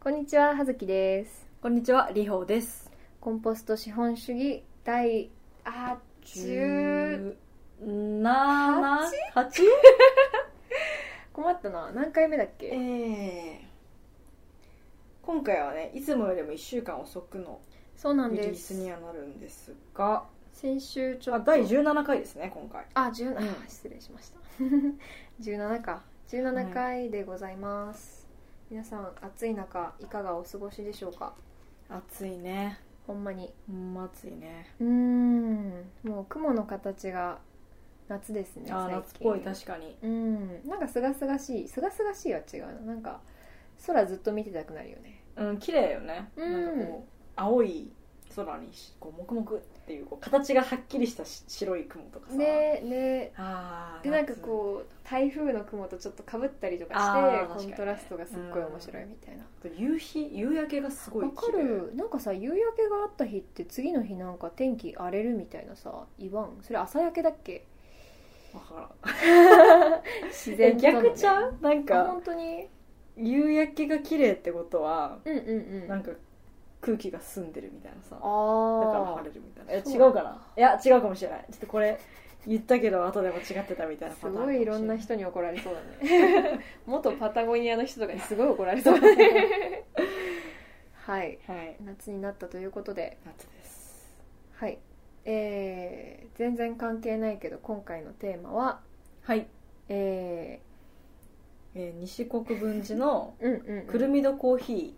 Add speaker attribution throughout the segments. Speaker 1: こんにちは、はずきです。
Speaker 2: こんにちは、りほうです。
Speaker 1: コンポスト資本主義第あ十
Speaker 2: 七八？
Speaker 1: 困ったな。何回目だっ
Speaker 2: え
Speaker 1: け？
Speaker 2: え今回はね、いつもよりも一週間遅くの
Speaker 1: そうなん
Speaker 2: リリ
Speaker 1: で
Speaker 2: ースに
Speaker 1: す。
Speaker 2: はなるんですが、
Speaker 1: 先週ちょ
Speaker 2: あ
Speaker 1: っと
Speaker 2: 第十七回ですね、今回。
Speaker 1: あ十
Speaker 2: うん
Speaker 1: あ失礼しました。 十七か十
Speaker 2: は
Speaker 1: 七
Speaker 2: い
Speaker 1: 回でございます。皆さん暑い中いかがお過ごしでしょうか？
Speaker 2: 暑いね。
Speaker 1: ほんまに。
Speaker 2: ほんま暑いね。
Speaker 1: うーん。もう雲の形が夏ですね。
Speaker 2: あー
Speaker 1: 最近
Speaker 2: 夏っぽい確かに。
Speaker 1: うん、なんかすがすがしいすがすがしいは違うななんか空ずっと見てたくなるよね
Speaker 2: うん、綺麗よね。
Speaker 1: うん
Speaker 2: なんかこう青い空にしこう黙々っていうこう形がはっきりしたし白い雲とかさ。
Speaker 1: ねね
Speaker 2: ああ。
Speaker 1: でなんかこう台風の雲とちょっとかぶったりと
Speaker 2: あ
Speaker 1: か
Speaker 2: ー
Speaker 1: してコントラストがすっごい面白いみたいな
Speaker 2: 夏夕日夕焼けがすごい
Speaker 1: わ
Speaker 2: 綺
Speaker 1: か
Speaker 2: 麗。
Speaker 1: るなんかさ夕焼けがあった日って次の日なんか天気荒れるみたいなさ言わんそれ朝焼けだっけ
Speaker 2: わからん。
Speaker 1: 自
Speaker 2: え
Speaker 1: 然とのね
Speaker 2: 逆ちゃうなん
Speaker 1: あ
Speaker 2: か
Speaker 1: 本当に
Speaker 2: 夕焼けが綺麗ってことは
Speaker 1: うんうんうん
Speaker 2: なんか空気が澄んでるみたいなさだ
Speaker 1: あ
Speaker 2: から
Speaker 1: あ
Speaker 2: 晴れるみたいないや
Speaker 1: そう
Speaker 2: 違うかないや違うかもしれないちょっとこれ言ったけど後でも違ってたみたいな
Speaker 1: す
Speaker 2: パターン
Speaker 1: ごいいろんな
Speaker 2: か
Speaker 1: 人に怒られそうだ ね元パタゴニアの人とかにすごい怒られそうだね はい
Speaker 2: もしれないはい
Speaker 1: 夏になったということで
Speaker 2: 夏です
Speaker 1: はいえー、全然関係ないけど今回のテーマは
Speaker 2: はい、
Speaker 1: え
Speaker 2: えー西国分寺の
Speaker 1: ー、うんうん、うん、
Speaker 2: くるみどコーヒ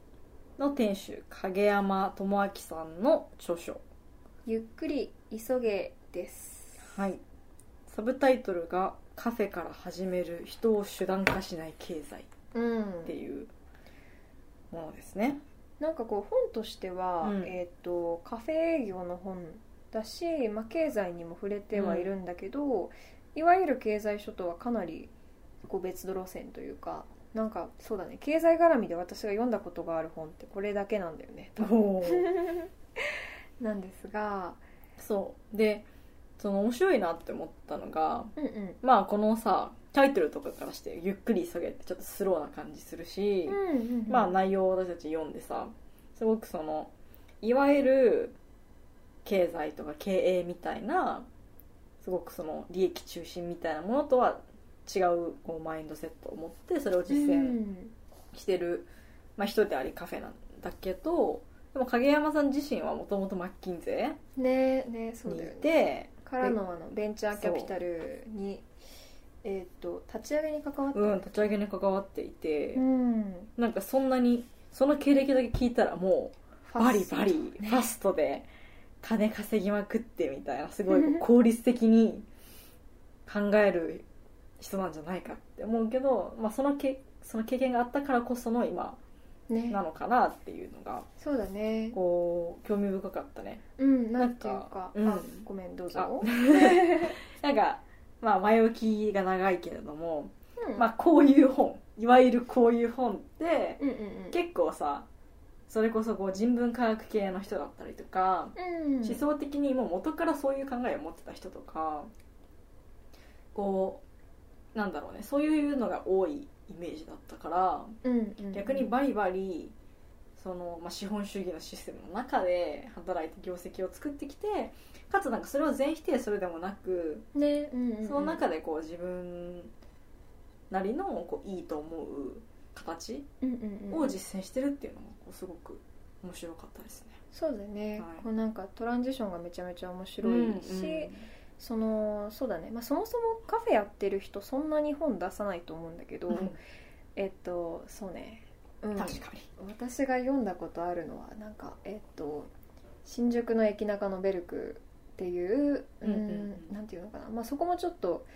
Speaker 2: ーの店主影山智明さんの著書
Speaker 1: ゆっくり急げです
Speaker 2: はいサブタイトルが「カフェから始める人を手段化しない経済」
Speaker 1: うん
Speaker 2: っていうものですね
Speaker 1: なんかこう本としては、
Speaker 2: うん
Speaker 1: えっ、とカフェ営業の本だし、まあ、経済にも触れてはいるんだけど、いわゆる経済書とはかなりこう別の路線というかなんかそうだね経済絡みで私が読んだことがある本ってこれだけなんだよね多分なんですが
Speaker 2: そうでその面白いなって思ったのが
Speaker 1: うんうん
Speaker 2: まあこのさタイトルとかからしてゆっくり急げってちょっとスローな感じするし、
Speaker 1: うんうんうん
Speaker 2: まあ内容を私たち読んでさすごくそのいわゆる経済とか経営みたいなすごくその利益中心みたいなものとは違うこうマインドセットを持ってそれを実
Speaker 1: う
Speaker 2: 践
Speaker 1: ん
Speaker 2: してる、まあ、人でありカフェなんだけどでも影山さん自身はもともとマッキンゼ
Speaker 1: ねねそう
Speaker 2: に
Speaker 1: だ
Speaker 2: い
Speaker 1: よね
Speaker 2: て
Speaker 1: からのあのベンチャーキャピタルにえっ、と立ち上げに関わった、
Speaker 2: うん、立ち上げに関わっていて、
Speaker 1: うん、
Speaker 2: なんかそんなにその経歴だけ聞いたらもうバリバリファストで金稼ぎまくってみたいなすごいこう効率的に考える人なんじゃないかって思うけど、まあ、そのけその経験があったからこその今
Speaker 1: ね
Speaker 2: なのかなっていうのが
Speaker 1: そうだね
Speaker 2: こう興味深かったね
Speaker 1: うんなんていうか
Speaker 2: なんか
Speaker 1: あ
Speaker 2: うん
Speaker 1: ごめんどう
Speaker 2: あ
Speaker 1: ぞ、
Speaker 2: なんか、まあ、前置きが長いけれども、
Speaker 1: うん、
Speaker 2: まあ、こういう本いわゆるこういう本って
Speaker 1: うんうんうん
Speaker 2: 結構さそれこそこう人文科学系の人だったりとか、
Speaker 1: うん
Speaker 2: 思想的にもう元からそういう考えを持ってた人とかこうなんだろうねそういうのが多いイメージだったから
Speaker 1: うんうん
Speaker 2: 逆にバリバリその、まあ、資本主義のシステムの中で働いて業績を作ってきてかつなんかそれを全否定するでもなく
Speaker 1: ね、うんうんうん、
Speaker 2: その中でこう自分なりのこういいと思う形
Speaker 1: うんうんうん
Speaker 2: を実践してるっていうのもこうすごく面白かったですね。
Speaker 1: そうだね、
Speaker 2: はい
Speaker 1: こうなんかトランジションがめちゃめちゃ面白いし、そのそうだね、まあ、そもそもカフェやってる人そんなに本出さないと思うんだけど、
Speaker 2: うん
Speaker 1: えっとそうね、うん、
Speaker 2: 確かに。
Speaker 1: 私が読んだことあるのはなんかえっと新宿の駅中のベルクっていう、う
Speaker 2: うんうん
Speaker 1: んなんていうのかな、まあ、そこもちょっと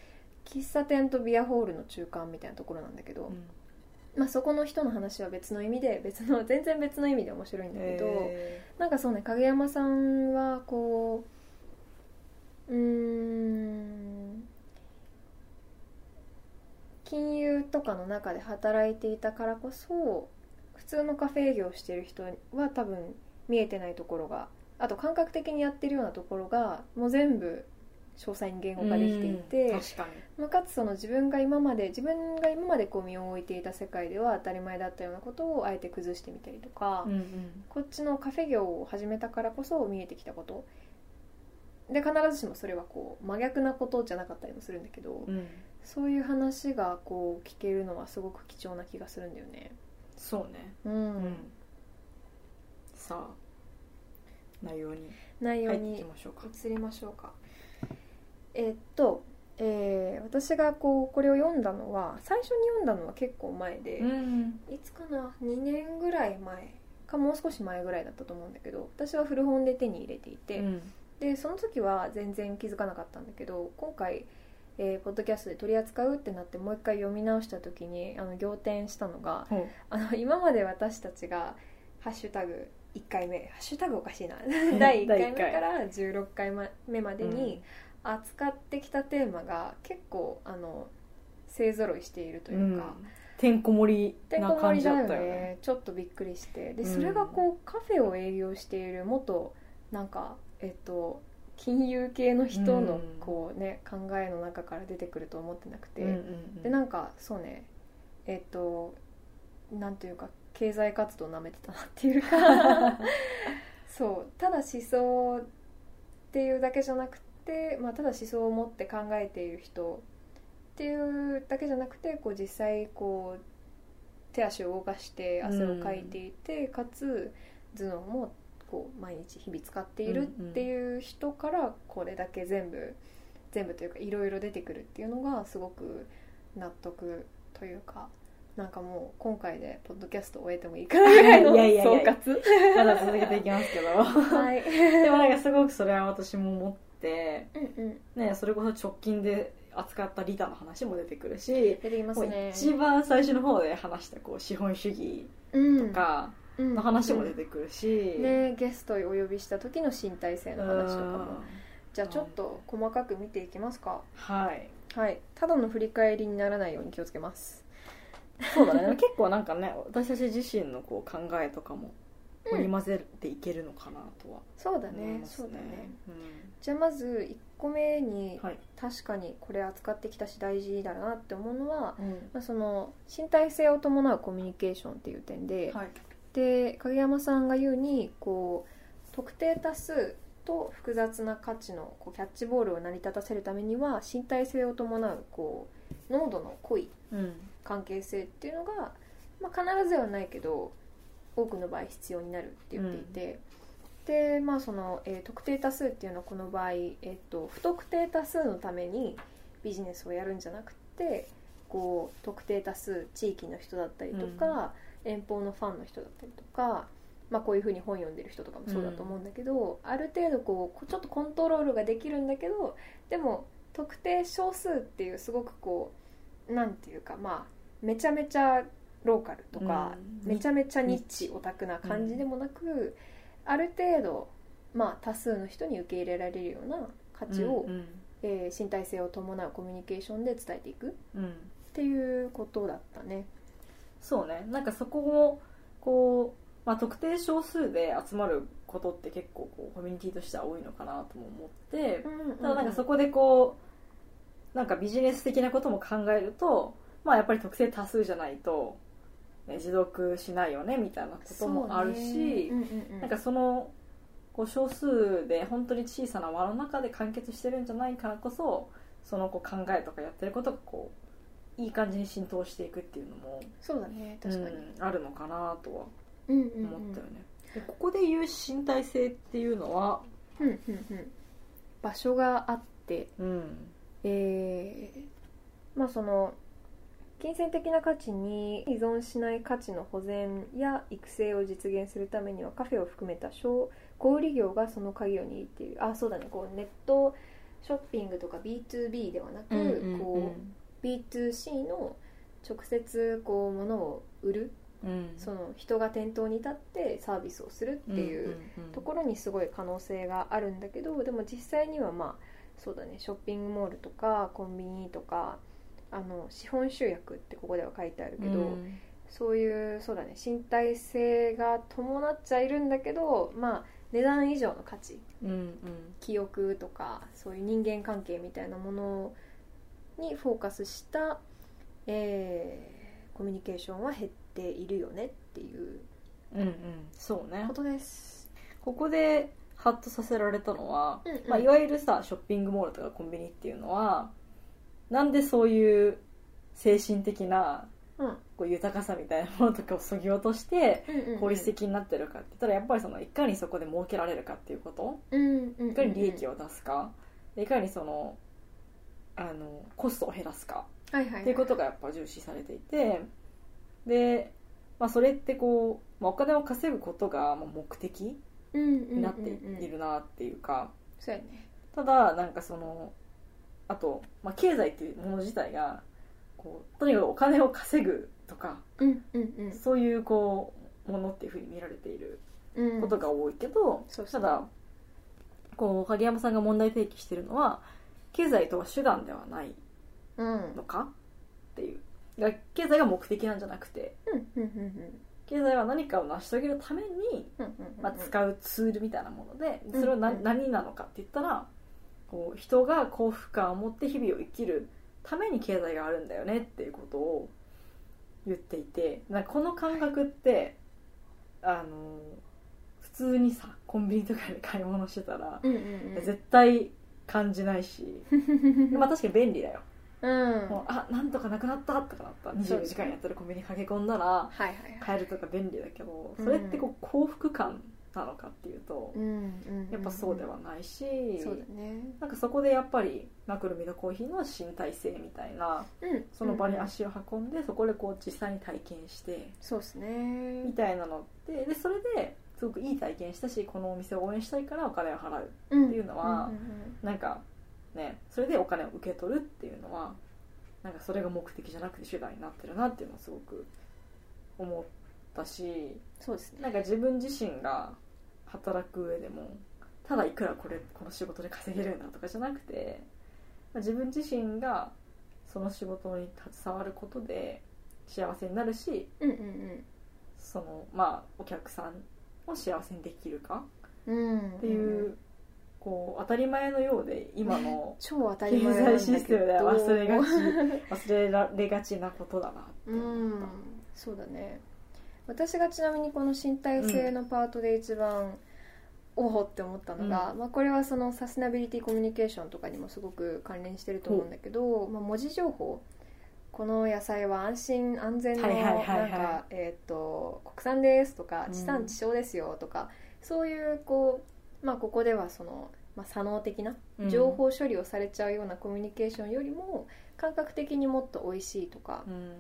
Speaker 1: 喫茶店とビアホールの中間みたいなところなんだけど、まあ、そこの人の話は別の意味で別の全然別の意味で面白いんだけど、
Speaker 2: え
Speaker 1: なんかそうね影山さんはこううーん金融とかの中で働いていたからこそ普通のカフェ営業をしている人は多分見えてないところがあと感覚的にやってるようなところがもう全部詳細に言語化できていて、
Speaker 2: うん確かに
Speaker 1: まあ、かつその自分が今まで自分が今までこう身を置いていた世界では当たり前だったようなことをあえて崩してみたりとか、
Speaker 2: うんうん
Speaker 1: こっちのカフェ業を始めたからこそ見えてきたことで必ずしもそれはこう真逆なことじゃなかったりもするんだけど、
Speaker 2: うん
Speaker 1: そういう話がこう聞けるのはすごく貴重な気がするんだよね。
Speaker 2: そうね
Speaker 1: うん
Speaker 2: うんさあ内容に
Speaker 1: 内容
Speaker 2: 入ってい
Speaker 1: に
Speaker 2: きましょうか
Speaker 1: 移りましょうかえっと、えー私がこうこれを読んだのは最初に読んだのは結構前で、
Speaker 2: ん
Speaker 1: いつかな2年ぐらい前かもう少し前ぐらいだったと思うんだけど私は古本で手に入れていて、
Speaker 2: うん
Speaker 1: でその時は全然気づかなかったんだけど今回、えーポッドキャストで取り扱うってなってもう一回読み直した時にあの仰天したのが
Speaker 2: ほ
Speaker 1: あの今まで私たちが「ハッシュタグ #1 回目」ハッシュタグおかしいな第1回目から16回目ま
Speaker 2: う
Speaker 1: でに扱ってきたテーマが結構あの勢ぞろいしているというか、
Speaker 2: うんてんこ盛
Speaker 1: て
Speaker 2: り
Speaker 1: ん
Speaker 2: な
Speaker 1: こ盛
Speaker 2: 感
Speaker 1: り
Speaker 2: じ
Speaker 1: だ
Speaker 2: だ
Speaker 1: よ
Speaker 2: ったよね
Speaker 1: ねちょっとびっくりしてで
Speaker 2: うん
Speaker 1: それがこうカフェを営業している元なんかえっと金融系の人
Speaker 2: う
Speaker 1: の
Speaker 2: ん
Speaker 1: こうね考えの中から出てくると思ってなくて、
Speaker 2: うんうんうん
Speaker 1: でなんかそうねえっとなんというか経済活動なめてたなっていう かそうただ思想っていうだけじゃなくて、まあ、ただ思想を持って考えている人っていうだけじゃなくてこう実際こう手足を動かして汗をかいていて、かつ頭脳もこう毎日日々使っているっていう人からこれだけ全部全部というかいろいろ出てくるっていうのがすごく納得というかなんかもう今回でポッドキャスト終えてもいいかなぐらいの
Speaker 2: いやいやいや
Speaker 1: 総括
Speaker 2: まだ続けていきますけど
Speaker 1: はい
Speaker 2: でもなんかすごくそれは私も思って、
Speaker 1: うんうん
Speaker 2: ね、それこそ直近で扱ったリタの話も出てくるし、
Speaker 1: 出てきま
Speaker 2: も
Speaker 1: す
Speaker 2: う
Speaker 1: ね
Speaker 2: 一番最初の方で話したこう資本主義とか
Speaker 1: の
Speaker 2: の話も出てくるし、
Speaker 1: ねゲストをお呼びした時の身体性
Speaker 2: う
Speaker 1: の
Speaker 2: ん
Speaker 1: 話とかもじゃあちょっと細かく見ていきますか
Speaker 2: はい
Speaker 1: はいただの振り返りにならないように気をつけます
Speaker 2: そうだね 結構なんかね私たち自身のこう考えとかも
Speaker 1: うん
Speaker 2: 織り交ぜていけるのかなとは
Speaker 1: そうだ
Speaker 2: 思
Speaker 1: ね
Speaker 2: います
Speaker 1: そうだね
Speaker 2: ねうん
Speaker 1: じゃあまず1個目に
Speaker 2: はい
Speaker 1: 確かにこれ扱ってきたし大事だなって思うのはまあ、その身体性を伴うコミュニケーションっていう点で、
Speaker 2: はい
Speaker 1: で影山さんが言うにこう特定多数と複雑な価値のこうキャッチボールを成り立たせるためには身体性を伴うこう濃度の濃い
Speaker 2: うん
Speaker 1: 関係性っていうのが、まあ、必ずではないけど多くの場合必要になるって言っていて、でまあその、えー特定多数っていうのはこの場合、えっと不特定多数のためにビジネスをやるんじゃなくてこう特定多数地域の人だったりとか、遠方のファンの人だったりとか。まあ、こういうふうに本読んでる人とかもそうだと思うんだけど、ある程度こうこちょっとコントロールができるんだけどでも特定少数っていうすごくこうなんていうかまあめちゃめちゃローカルとか、
Speaker 2: うん
Speaker 1: めちゃめちゃニッチオタクな感じでもなく、ある程度、まあ、多数の人に受け入れられるような価値を、
Speaker 2: うん
Speaker 1: えー身体性を伴うコミュニケーションで伝えていくっ
Speaker 2: うんうん
Speaker 1: ていうことだったね。
Speaker 2: そうねなんかそこもこう、まあ、特定少数で集まることって結構こうコミュニティとしては多いのかなとも思ってただなんかそこでこうなんかビジネス的なことも考えるとまあやっぱり特性多数じゃないと、ね、持続しないよねみたいなこともあるし、
Speaker 1: そうねうんうんうん
Speaker 2: なんかそのこう少数で本当に小さな輪の中で完結してるんじゃないからこそそのこう考えとかやってることがこういい感じに浸透していくっていうのも
Speaker 1: そうだね確かに、
Speaker 2: うんあるのかなとは
Speaker 1: うんうんうん
Speaker 2: 思ったよね、でここで言う身体性っていうのは、
Speaker 1: うんうんうん場所があって
Speaker 2: うん、
Speaker 1: えーまあその金銭的な価値に依存しない価値の保全や育成を実現するためにはカフェを含めた小小売業がその鍵を握っているあそうだねこうネットショッピングとか B2B ではなく、こう B2C の直接こう物を売る
Speaker 2: うん、
Speaker 1: その人が店頭に立ってサービスをするっていうところにすごい可能性があるんだけどでも実際にはまあそうだねショッピングモールとかコンビニとかあの資本集約ってここでは書いてあるけど、
Speaker 2: うん
Speaker 1: そういうそうだね身体性が伴っちゃいるんだけどまあ値段以上の価値
Speaker 2: うんうん
Speaker 1: 記憶とかそういう人間関係みたいなものにフォーカスした、えーコミュニケーションは減っているよねっていう
Speaker 2: うんうんそうね
Speaker 1: ことです。
Speaker 2: ここでハッとさせられたのは、
Speaker 1: うんうん
Speaker 2: まあ、いわゆるさショッピングモールとかコンビニっていうのはなんでそういう精神的な
Speaker 1: うん
Speaker 2: こう豊かさみたいなものとかをそぎ落として
Speaker 1: うんうんうん
Speaker 2: 効率的になってるかって言ったらやっぱりそのいかにそこで儲けられるかっていうこと
Speaker 1: うんうんうん
Speaker 2: いかに利益を出すかでいかにそのあのコストを減らすか
Speaker 1: はいはい
Speaker 2: っていうことがやっぱ重視されていてで、まあ、それってこう、まあ、お金を稼ぐことがまあ目的に
Speaker 1: に
Speaker 2: なっているなっていうか、
Speaker 1: そうやね
Speaker 2: ただなんかそのあと、まあ、経済っていうもの自体がこうとにかくお金を稼ぐとか
Speaker 1: うんうん
Speaker 2: そういうこうものっていうふうに見られている
Speaker 1: うん
Speaker 2: ことが多いけど、
Speaker 1: そうそ
Speaker 2: た
Speaker 1: う
Speaker 2: だこう影山さんが問題提起してるのは経済とは手段ではない
Speaker 1: うん
Speaker 2: のかっていうだから経済が目的なんじゃなくて
Speaker 1: うんうんうん
Speaker 2: 経済は何かを成し遂げるために、
Speaker 1: うんうんうん
Speaker 2: まあ、使うツールみたいなものでそれは
Speaker 1: うんう
Speaker 2: 何
Speaker 1: ん
Speaker 2: 何なのかって言ったらこう人が幸福感を持って日々を生きるために経済があるんだよねっていうことを言っていてなんかこの感覚ってあの普通にさコンビニとかで買い物してたら
Speaker 1: うんうんうん
Speaker 2: 絶対感じな いしまあ確かに便利だよ
Speaker 1: うん
Speaker 2: もうあなんとかなくなったとかなった24時間やってるコンビニ駆け込んだら
Speaker 1: はいはいはい
Speaker 2: 買えるとか便利だけど
Speaker 1: うん
Speaker 2: それってこう幸福感なのかっていうと
Speaker 1: うんうんうん
Speaker 2: やっぱそうではないし
Speaker 1: そうだね
Speaker 2: なんかそこでやっぱりマクロミドコーヒーの身体性みたいな
Speaker 1: うん
Speaker 2: その場に
Speaker 1: うん
Speaker 2: 足を運んでそこでこう実際に体験して
Speaker 1: そうです
Speaker 2: み
Speaker 1: ね
Speaker 2: たいなのってでそれですごくいい体験したしこのお店を応援したいからお金を払う
Speaker 1: うん
Speaker 2: っていうのは
Speaker 1: うんうん
Speaker 2: なんかねそれでお金を受け取るっていうのはなんかそれが目的じゃなくて手段になってるなっていうのをすごく思ったし
Speaker 1: そうですね
Speaker 2: なんか自分自身が働く上でもただいくらこれこの仕事で稼げるんだとかじゃなくてまあ自分自身がその仕事に携わることで幸せになるし
Speaker 1: うんうん
Speaker 2: そのまあお客さんを幸せにできるか
Speaker 1: うんうん
Speaker 2: っていう、こう当たり前のようで今の
Speaker 1: 超当たり
Speaker 2: 経
Speaker 1: 前なんだけ
Speaker 2: 済
Speaker 1: ど
Speaker 2: システムでは忘れがち忘れられがちなことだなって
Speaker 1: う
Speaker 2: 思っ
Speaker 1: んそうだね私がちなみにこの身体性のパートで一番、おおって思ったのが、まあ、これはそのサステナビリティコミュニケーションとかにもすごく関連してると思うんだけど、まあ、文字情報この野菜は安心安全の
Speaker 2: はいはい
Speaker 1: な
Speaker 2: はいは
Speaker 1: ん
Speaker 2: い
Speaker 1: かえーっと国産ですとか
Speaker 2: うん
Speaker 1: 地産地消ですよとか、そういうこう、まあ、ここではその、まあ、左脳的な
Speaker 2: た
Speaker 1: 情報処理をされちゃうようなコミュニケーションよりも感覚的にもっと美味しいとか
Speaker 2: うん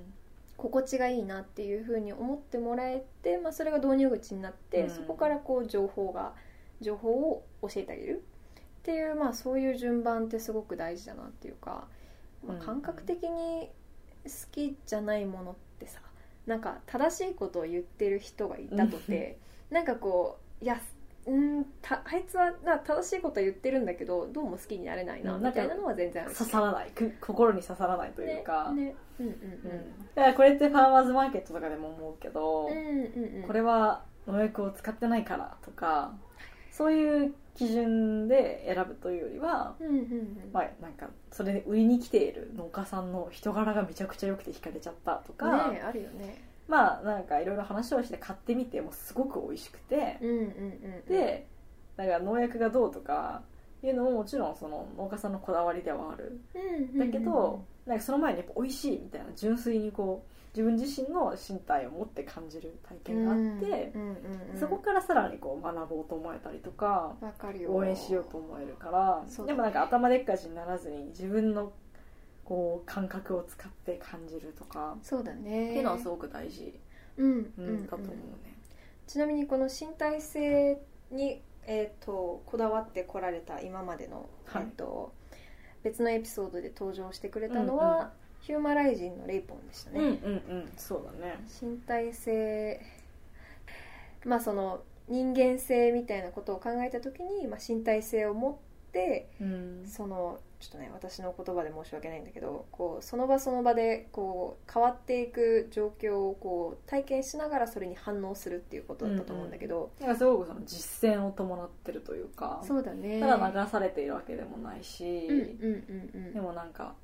Speaker 1: 心地がいいなっていうふうに思ってもらえて、まあ、それが導入口になって、
Speaker 2: うん
Speaker 1: そこからこう情報が情報を教えてあげるっていう、まあ、そういう順番ってすごく大事だなっていうか、ま
Speaker 2: うん
Speaker 1: あ、感覚的に好きじゃないものってさなんか正しいことを言ってる人がいたとて、 なんかこういやうんたあいつはな正しいこと言ってるんだけどどうも好きになれないな
Speaker 2: うん
Speaker 1: みたいなのは全然ある
Speaker 2: 刺さらないく心に刺さらないというか、
Speaker 1: ねねうんうんうん
Speaker 2: だからこれってファーマーズマーケットとかでも思うけど、
Speaker 1: うんうんうん
Speaker 2: これは農薬を使ってないからとかそういう基準で選ぶというよりは、
Speaker 1: うんうんうん
Speaker 2: まあ、なんかそれで売りに来ている農家さんの人柄がめちゃくちゃ良くて惹かれちゃったとか、
Speaker 1: ねえあるよね
Speaker 2: まあなんかいろいろ話をして買ってみてもすごく美味しくて、
Speaker 1: うんうんうんうん
Speaker 2: でだから農薬がどうとかいうのももちろんその農家さんのこだわりではある
Speaker 1: うん
Speaker 2: だけど、なんかその前にやっぱ美味しいみたいな純粋にこう自分自身の身体を持って感じる体験があって、
Speaker 1: うんうんうん
Speaker 2: そこからさらにこう学ぼうと思えたりとか
Speaker 1: わかるよ
Speaker 2: 応援しようと思えるから、
Speaker 1: そうだね
Speaker 2: でもなんか頭でっかちにならずに自分のこう感覚を使って感じるとか、
Speaker 1: そうだね
Speaker 2: っていうのはすごく大事、
Speaker 1: うん
Speaker 2: う
Speaker 1: うんんうん
Speaker 2: だと思うね。
Speaker 1: ちなみにこの身体性にえーとこだわってこられた今までの
Speaker 2: は
Speaker 1: え
Speaker 2: い
Speaker 1: ーと別のエピソードで登場してくれたの
Speaker 2: うんうん
Speaker 1: はヒューマライジンのレイポンでした
Speaker 2: うんうん
Speaker 1: ね
Speaker 2: うんそうだね。
Speaker 1: 身体性まあその人間性みたいなことを考えた時に、まあ、身体性を持っって
Speaker 2: うん
Speaker 1: そのちょっとね私の言葉で申し訳ないんだけどこうその場その場でこう変わっていく状況をこう体験しながらそれに反応するっていうことだったと思うんだけど、
Speaker 2: なんかすごくその実践を伴ってるというか
Speaker 1: そうだね
Speaker 2: ただ流されているわけでもないし、
Speaker 1: うんうんうんうん
Speaker 2: でもなんか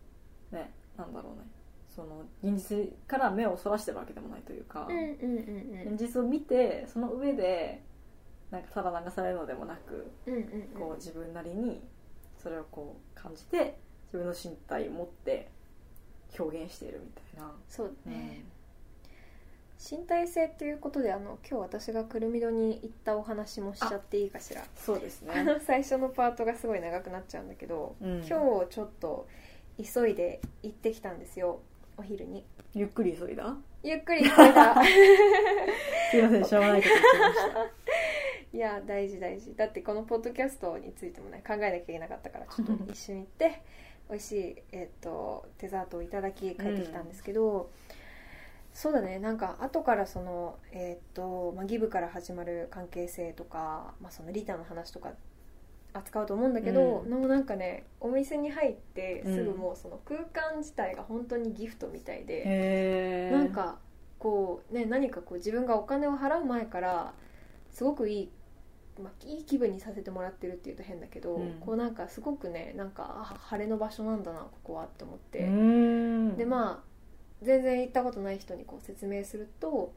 Speaker 2: ねなんだろうねその現実から目をそらしてるわけでもないというか、
Speaker 1: うんうんうんうん
Speaker 2: 現実を見てその上でなんかただ流されるのでもなく
Speaker 1: うんうんうん
Speaker 2: こう自分なりにそれをこう感じて自分の身体を持って表現しているみたいな、
Speaker 1: そうだね、身体性っていうことであの今日私がくるみ戸に行ったお話もしちゃっていいかしら
Speaker 2: そうです
Speaker 1: あ
Speaker 2: ね
Speaker 1: の最初のパートがすごい長くなっちゃうんだけど、
Speaker 2: うん
Speaker 1: 今日ちょっと急いで行ってきたんですよお昼に
Speaker 2: ゆっくり急いだ
Speaker 1: ゆっくり急いだ
Speaker 2: すいませんしょうがな いこと言ってまし
Speaker 1: いや大事大事だってこのポッドキャストについてもね考えなきゃいけなか ったからちょっと一緒に行って美味しい、えっとデザートをいただき帰ってきたんですけど、そうだねなんか後からそのえっと、まあ、ギブから始まる関係性とか、まあ、そのリタの話とか扱うと思うんだけど、
Speaker 2: う
Speaker 1: もうなんかねお店に入ってすぐもうその空間自体が本当にギフトみたいで
Speaker 2: た、へえ
Speaker 1: なんかこうね何かこう自分がお金を払う前からすごくいい、まあ、いい気分にさせてもらってるっていうと変だけど、
Speaker 2: うん
Speaker 1: こうなんかすごくねなんかあ晴れの場所なんだなここはって思って、
Speaker 2: うん
Speaker 1: で
Speaker 2: あ
Speaker 1: まあ全然行ったことない人にこう説明すると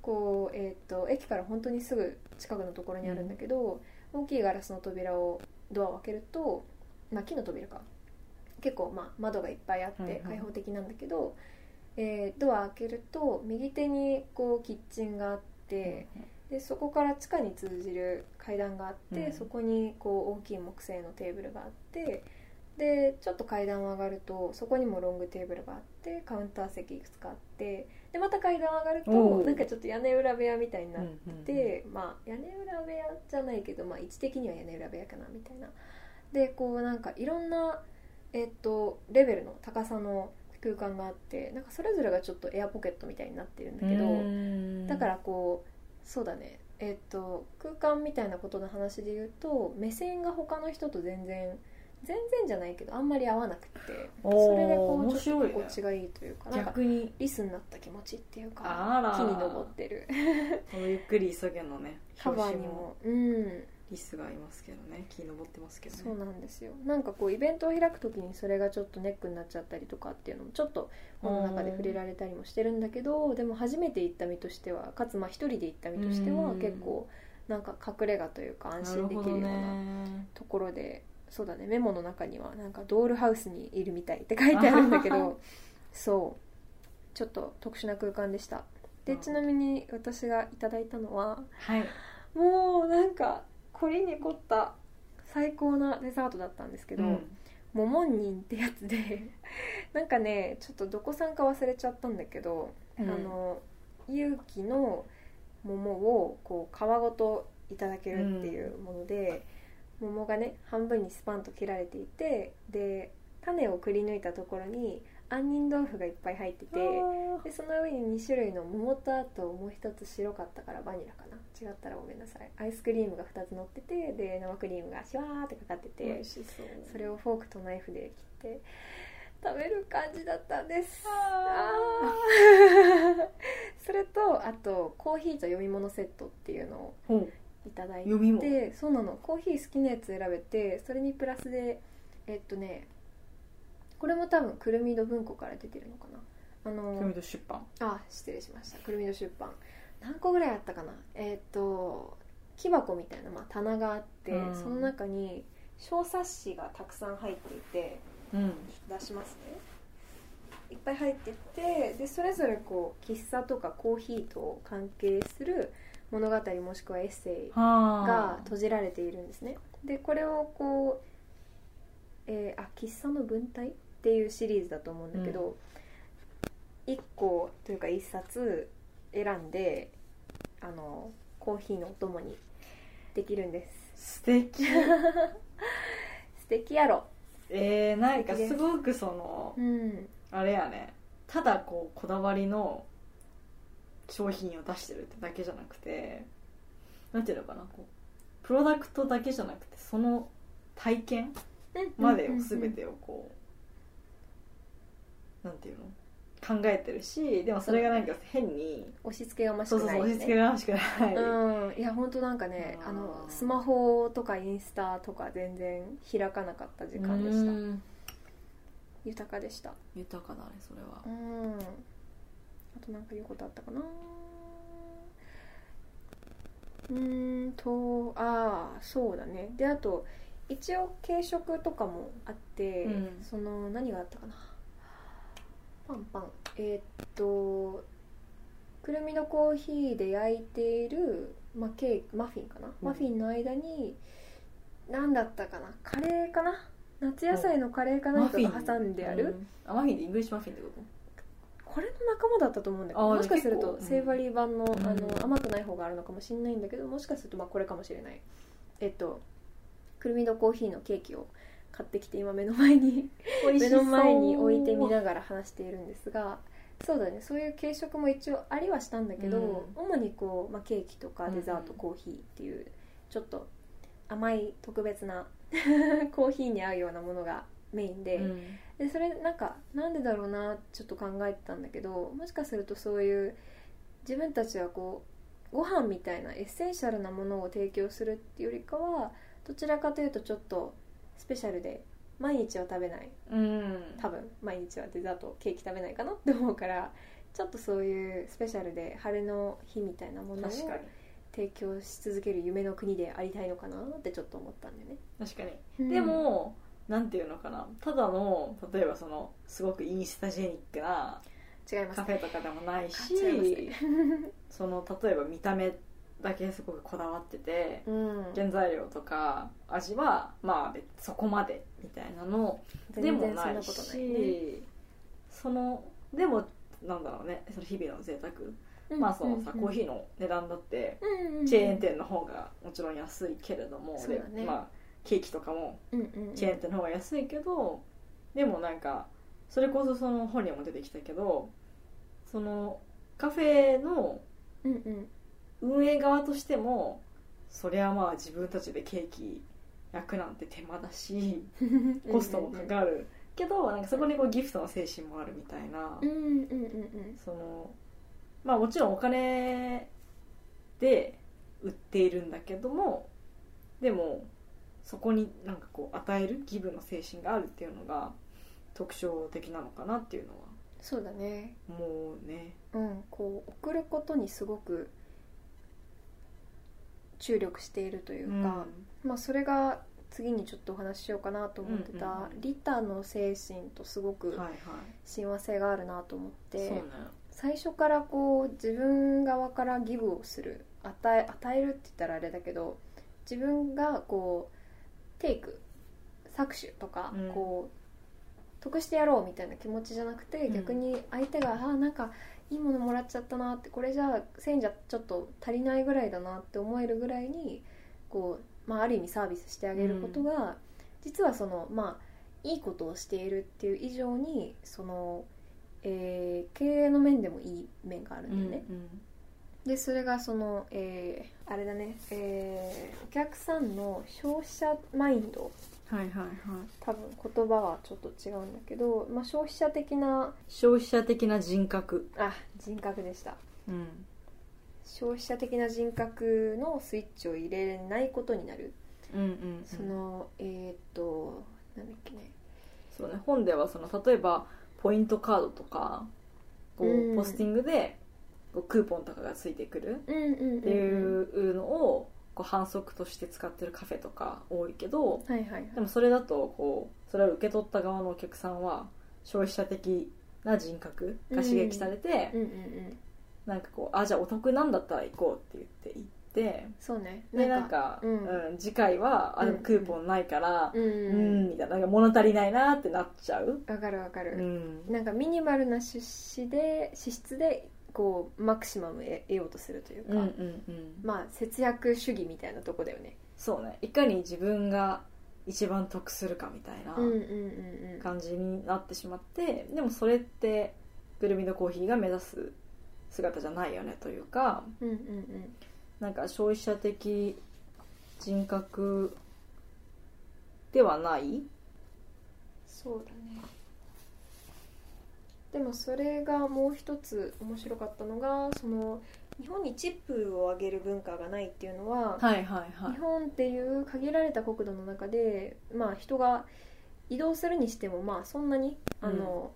Speaker 1: こう、えー、と駅から本当にすぐ近くのところにあるんだけど、大きいガラスの扉をドアを開けると、まあ、木の扉か結構、まあ、窓がいっぱいあっ
Speaker 2: はいはい
Speaker 1: て開放的なんだけど、えードア開けると右手にこうキッチンがあって、でそこから地下に通じる階段があって、
Speaker 2: うん
Speaker 1: そこにこう大きい木製のテーブルがあってでちょっと階段を上がるとそこにもロングテーブルがあってカウンター席いくつかあってでまた階段上がる
Speaker 2: お
Speaker 1: と
Speaker 2: う
Speaker 1: なんかちょっと屋根裏部屋みたいになっ
Speaker 2: うんうん
Speaker 1: て、まあ屋根裏部屋じゃないけど、まあ、位置的には屋根裏部屋かなみたいなでこうなんかいろんな、えっとレベルの高さの空間があってなんかそれぞれがちょっとエアポケットみたいになってるんだけど。
Speaker 2: うん
Speaker 1: だからこうそうだねえっと空間みたいなことの話で言うと目線が他の人と全然全然じゃないけどあんまり合わなくって
Speaker 2: おー
Speaker 1: それでこ
Speaker 2: 面
Speaker 1: うちょっ
Speaker 2: 白
Speaker 1: と
Speaker 2: いね
Speaker 1: 心地がいいというかなんか
Speaker 2: 逆に
Speaker 1: リスになった気持ちっていうか
Speaker 2: あら
Speaker 1: 木に登って る
Speaker 2: このゆっくり急げのね
Speaker 1: カバーにもうん
Speaker 2: リスがいますけどね木登ってますけどね
Speaker 1: そうなんですよなんかこうイベントを開く時にそれがちょっとネックになっちゃったりとかっていうのもちょっとこの中で触れられたりもしてるんだけどでも初めて行った身としてはかつまあ一人で行った身としては
Speaker 2: うん
Speaker 1: 結構なんか隠れ家というか安心できるよう
Speaker 2: なる
Speaker 1: な
Speaker 2: ほどね
Speaker 1: ところで、そうだねメモの中にはなんかドールハウスにいるみたいって書いてあるんだけ どそうちょっと特殊な空間でしたで
Speaker 2: なるほ
Speaker 1: ち
Speaker 2: ど
Speaker 1: なみに私がいただいたのは
Speaker 2: はい
Speaker 1: もうなんか凝りに凝った最高なデザートだったんですけ
Speaker 2: け
Speaker 1: ど、
Speaker 2: ど、
Speaker 1: モモンニンってやつで なんかねちょっとどこさんか忘れちゃったんだけど、
Speaker 2: うん
Speaker 1: あの勇気の桃をこう皮ごといただけるっていうもので、桃がね半分にスパンと切られていてで種をくり抜いたところに杏仁豆腐がいっぱい入ってて。でその上に2種類の桃とあともう一つ白かったからバニラかな違ったらごめんなさいアイスクリームが2つ乗っててで生クリームがシュワーってかかってて
Speaker 2: しそう
Speaker 1: それをフォークとナイフで切って食べる感じだったんです
Speaker 2: あー
Speaker 1: あーそれとあとコーヒーと読み物セットっていうのを
Speaker 2: ほう
Speaker 1: いただい
Speaker 2: 読み物
Speaker 1: てそうなのコーヒー好きなやつ選べてそれにプラスでえっとねこれも多分くるみど文庫から出てるのかなあの
Speaker 2: ピラミッド出版
Speaker 1: あ失礼しましたくるみの出版何個ぐらいあったかなえーっ、と木箱みたいな、まあ、棚があって、
Speaker 2: うん
Speaker 1: その中に小冊子がたくさん入っていて
Speaker 2: うん
Speaker 1: 出しますねいっぱい入っててでそれぞれこう喫茶とかコーヒーと関係する物語もしくはエッセイが
Speaker 2: は
Speaker 1: 閉じられているんですねでこれをこう、えーあ喫茶の文体っていうシリーズだと思うんだけど、1個というか1冊選んであのコーヒーのお供にできるんです
Speaker 2: 素敵
Speaker 1: 素敵やろ
Speaker 2: えー、なんか
Speaker 1: 素敵です
Speaker 2: すごくその
Speaker 1: うん
Speaker 2: あれやねただこうこだわりの商品を出してるってだけじゃなくてなんていうのかなこうプロダクトだけじゃなくてその体験までを全てをこうなんていうの考えてるしでもそれがなんか変に
Speaker 1: 押し付けがまし
Speaker 2: そう
Speaker 1: く
Speaker 2: そう
Speaker 1: な
Speaker 2: そ
Speaker 1: いうよ
Speaker 2: 押し付け
Speaker 1: ね
Speaker 2: がましくない、
Speaker 1: うんいや本当なんかね
Speaker 2: あー
Speaker 1: あのスマホとかインスタとか全然開かなかった時間で
Speaker 2: う
Speaker 1: した
Speaker 2: ん
Speaker 1: 豊かでした
Speaker 2: 豊かだねそれは
Speaker 1: うんあとなんか言うことあったかなうーんとああそうだねであと一応軽食とかもあって、
Speaker 2: うん
Speaker 1: その何があったかなパンパンえーっとくるみのコーヒーで焼いている、まあ、ケーキマフィンかな、マフィンの間に何だったかなカレーかな夏野菜のカレーか何かが挟んである、
Speaker 2: うんあマフィンでイングリッシュマフィンってこと
Speaker 1: これの仲間だったと思うんだけど
Speaker 2: あー
Speaker 1: もしかする
Speaker 2: じゃ
Speaker 1: と
Speaker 2: あ結構
Speaker 1: セイバリー版の,、
Speaker 2: うん
Speaker 1: あの甘くない方があるのかもしれないんだけどもしかするとまあこれかもしれないえっとくるみのコーヒーのケーキを買ってきて今目の前に
Speaker 2: 美
Speaker 1: 目
Speaker 2: 味しそ
Speaker 1: の
Speaker 2: う
Speaker 1: 前に置いてみながら話しているんですがそうだねそういう軽食も一応ありはしたんだけど、
Speaker 2: うん
Speaker 1: 主にこう、まあ、ケーキとかデザート、
Speaker 2: うん
Speaker 1: コーヒーっていうちょっと甘い特別な コーヒーに合うようなものがメインで。
Speaker 2: うん
Speaker 1: でそれなんかなんでだろうなちょっと考えてたんだけどもしかするとそういう自分たちはこうご飯みたいなエッセンシャルなものを提供するっていうよりかはどちらかというとちょっとスペシャルで毎日は食べない
Speaker 2: うん
Speaker 1: 多分毎日はデザートケーキ食べないかなって思うからちょっとそういうスペシャルで晴れの日みたいなものを
Speaker 2: 確かに
Speaker 1: 提供し続ける夢の国でありたいのかなってちょっと思ったんだよね。
Speaker 2: 確かにでも、なんていうのかなただの例えばそのすごくインスタジェニックな
Speaker 1: 違います
Speaker 2: カフェとかでもないし、
Speaker 1: あ違いますね
Speaker 2: その例えば見た目だけすごくこだわってて
Speaker 1: うん、
Speaker 2: 原材料とか味はまあ別そこまでみたいなので
Speaker 1: 全
Speaker 2: も
Speaker 1: 然そ
Speaker 2: なん
Speaker 1: ないことな
Speaker 2: し
Speaker 1: いね
Speaker 2: そのでもなんだろうねその日々の贅沢、まあそのさ、コーヒーの値段だって
Speaker 1: ー
Speaker 2: チェーン店の方がもちろん安いけれども、
Speaker 1: そうだね
Speaker 2: でまあ、ケーキとかもチ
Speaker 1: チ
Speaker 2: ェーン店の方が安いけどでもなんかそれこそその本にも出てきたけどそのカフェの
Speaker 1: うんうん
Speaker 2: 運営側としてもそりゃまあ自分たちでケーキ焼くなんて手間だし
Speaker 1: うん
Speaker 2: コストもかかるけどなんかそこにこうギフトの精神もあるみたいな
Speaker 1: うんうんうんうん
Speaker 2: そのまあもちろんお金で売っているんだけどもでもそこになんかこう与えるギブの精神があるっていうのが特徴的なのかなっていうのは
Speaker 1: そうだね
Speaker 2: もうね
Speaker 1: うんこう送ることにすごく注力しているというか、まあそれが次にちょっとお話ししようかなと思って
Speaker 2: うんうん
Speaker 1: た
Speaker 2: うん
Speaker 1: リタの精神とすご
Speaker 2: うん
Speaker 1: く
Speaker 2: はいはい
Speaker 1: 親和性があるなと思って、
Speaker 2: そうね
Speaker 1: 最初からこう自分側からギブをする与え与えるって言ったらあれだけど自分がこうテイク搾取とか、
Speaker 2: うん
Speaker 1: こう得してやろうみたいな気持ちじゃなくて、
Speaker 2: うん
Speaker 1: 逆に相手があーなんかいいものもらっちゃったなってこれじゃ1000円じゃちょっと足りないぐらいだなって思えるぐらいにこう、まあ、ある意味サービスしてあげることが、実はそのまあいいことをしているっていう以上にその、えー経営の面でもいい面があるんだよね。
Speaker 2: うん
Speaker 1: でそれがその、えーあれだね、えーお客さんの消費者マインド
Speaker 2: はいはいはい
Speaker 1: 多分言葉はちょっと違うんだけど、まあ、消費者的な
Speaker 2: 消費者的な人格
Speaker 1: あ人格でした
Speaker 2: うん
Speaker 1: 消費者的な人格のスイッチを入れないことになる、
Speaker 2: うんうん
Speaker 1: そのえーっとなんだっけね
Speaker 2: そうね本ではその例えばポイントカードとかこう、
Speaker 1: うん
Speaker 2: ポスティングでこうクーポンとかがついてくる
Speaker 1: うんうんうん、
Speaker 2: っていうのをこう反則として使ってるカフェとか多いけど
Speaker 1: はいはいはい
Speaker 2: でもそれだとこうそれを受け取った側のお客さんは消費者的な人格が刺激されて、
Speaker 1: うんうんうん
Speaker 2: なんかこうあじゃあお得なんだったら行こうって言って行って
Speaker 1: そうね
Speaker 2: でなんか、
Speaker 1: う
Speaker 2: うんん次回はあでも
Speaker 1: うん
Speaker 2: クーポンないから、
Speaker 1: う
Speaker 2: うん
Speaker 1: ん
Speaker 2: みたいななんか物足りないなってなっちゃう。
Speaker 1: わかるわか
Speaker 2: う
Speaker 1: る、
Speaker 2: ん
Speaker 1: なんかミニマルな出資で支出でこうマクシマム得得ようとするというか、
Speaker 2: うん
Speaker 1: まあ節約主義みたいなとこだよね
Speaker 2: そうねいかに自分が一番得するかみたいな
Speaker 1: うんうんうんうん
Speaker 2: 感じになってしまって、でもそれってぐるみのコーヒーが目指す姿じゃないよねというか
Speaker 1: うんうん
Speaker 2: なんか消費者的人格ではない
Speaker 1: そうだねでもそれがもう一つ面白かったのがその日本にチップをあげる文化がないっていうのは、
Speaker 2: はいはい
Speaker 1: 日本っていう限られた国土の中で、まあ、人が移動するにしてもまあそんなにあの、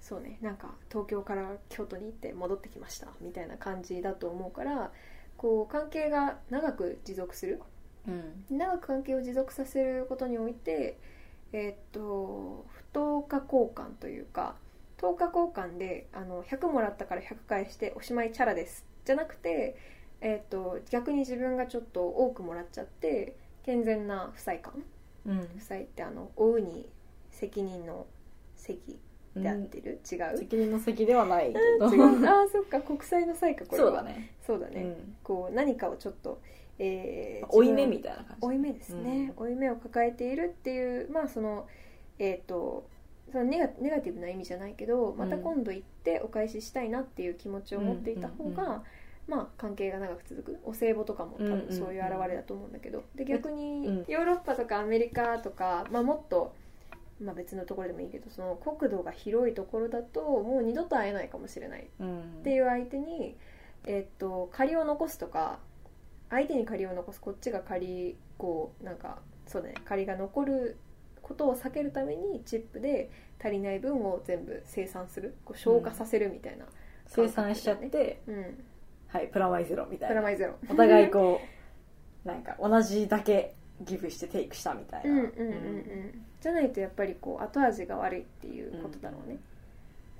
Speaker 1: そうねなんか東京から京都に行って戻ってきましたみたいな感じだと思うからこう関係が長く持続する
Speaker 2: うん
Speaker 1: 長く関係を持続させることにおいて、えーっと不等価交換というか等価交換であの100もらったから100返しておしまいチャラですじゃなくて、えーっと逆に自分がちょっと多くもらっちゃって健全な負債感
Speaker 2: うん
Speaker 1: 負債ってあの負うに責任の責
Speaker 2: う
Speaker 1: で合っ
Speaker 2: ん
Speaker 1: てる、違う
Speaker 2: 責任の責ではないけ
Speaker 1: 違
Speaker 2: ど
Speaker 1: うあーそっか国債の債かこれは
Speaker 2: そうだね
Speaker 1: そうだね、
Speaker 2: うん
Speaker 1: こう何かをちょっと、えー
Speaker 2: 負い目みたいな感じ
Speaker 1: 負い目ですね、負い目を抱えているっていうまあそのえっ、とそのネガネガティブな意味じゃないけどまた今度行ってお返ししたいなっていう気持ちを持っていた方が、
Speaker 2: うんうんうん
Speaker 1: まあ、関係が長く続くお歳暮とかも多
Speaker 2: うんうん
Speaker 1: 分
Speaker 2: うん
Speaker 1: そういう表れだと思うんだけど、で逆
Speaker 2: うん
Speaker 1: にヨーロッパとかアメリカとか、まあ、もっと、まあ、別のところでもいいけどその国土が広いところだともう二度と会えないかもしれない
Speaker 2: うん
Speaker 1: っていう相手に、えっと借りを残すとか相手に借りを残すこっちが借りこうなんかそうだね借りが残ることを避けるためにチップで足りない分を全部生産するこう消化させるみたいな、
Speaker 2: 生産しちゃって
Speaker 1: うん
Speaker 2: はいプラマイゼロみた
Speaker 1: プ
Speaker 2: い
Speaker 1: ラ
Speaker 2: な
Speaker 1: マイゼロ
Speaker 2: お互いこうなんか同じだけギブしてテイクしたみたいな
Speaker 1: うんうんうんうんじゃないとやっぱりこう後味が悪いっていうことだろうね、
Speaker 2: うん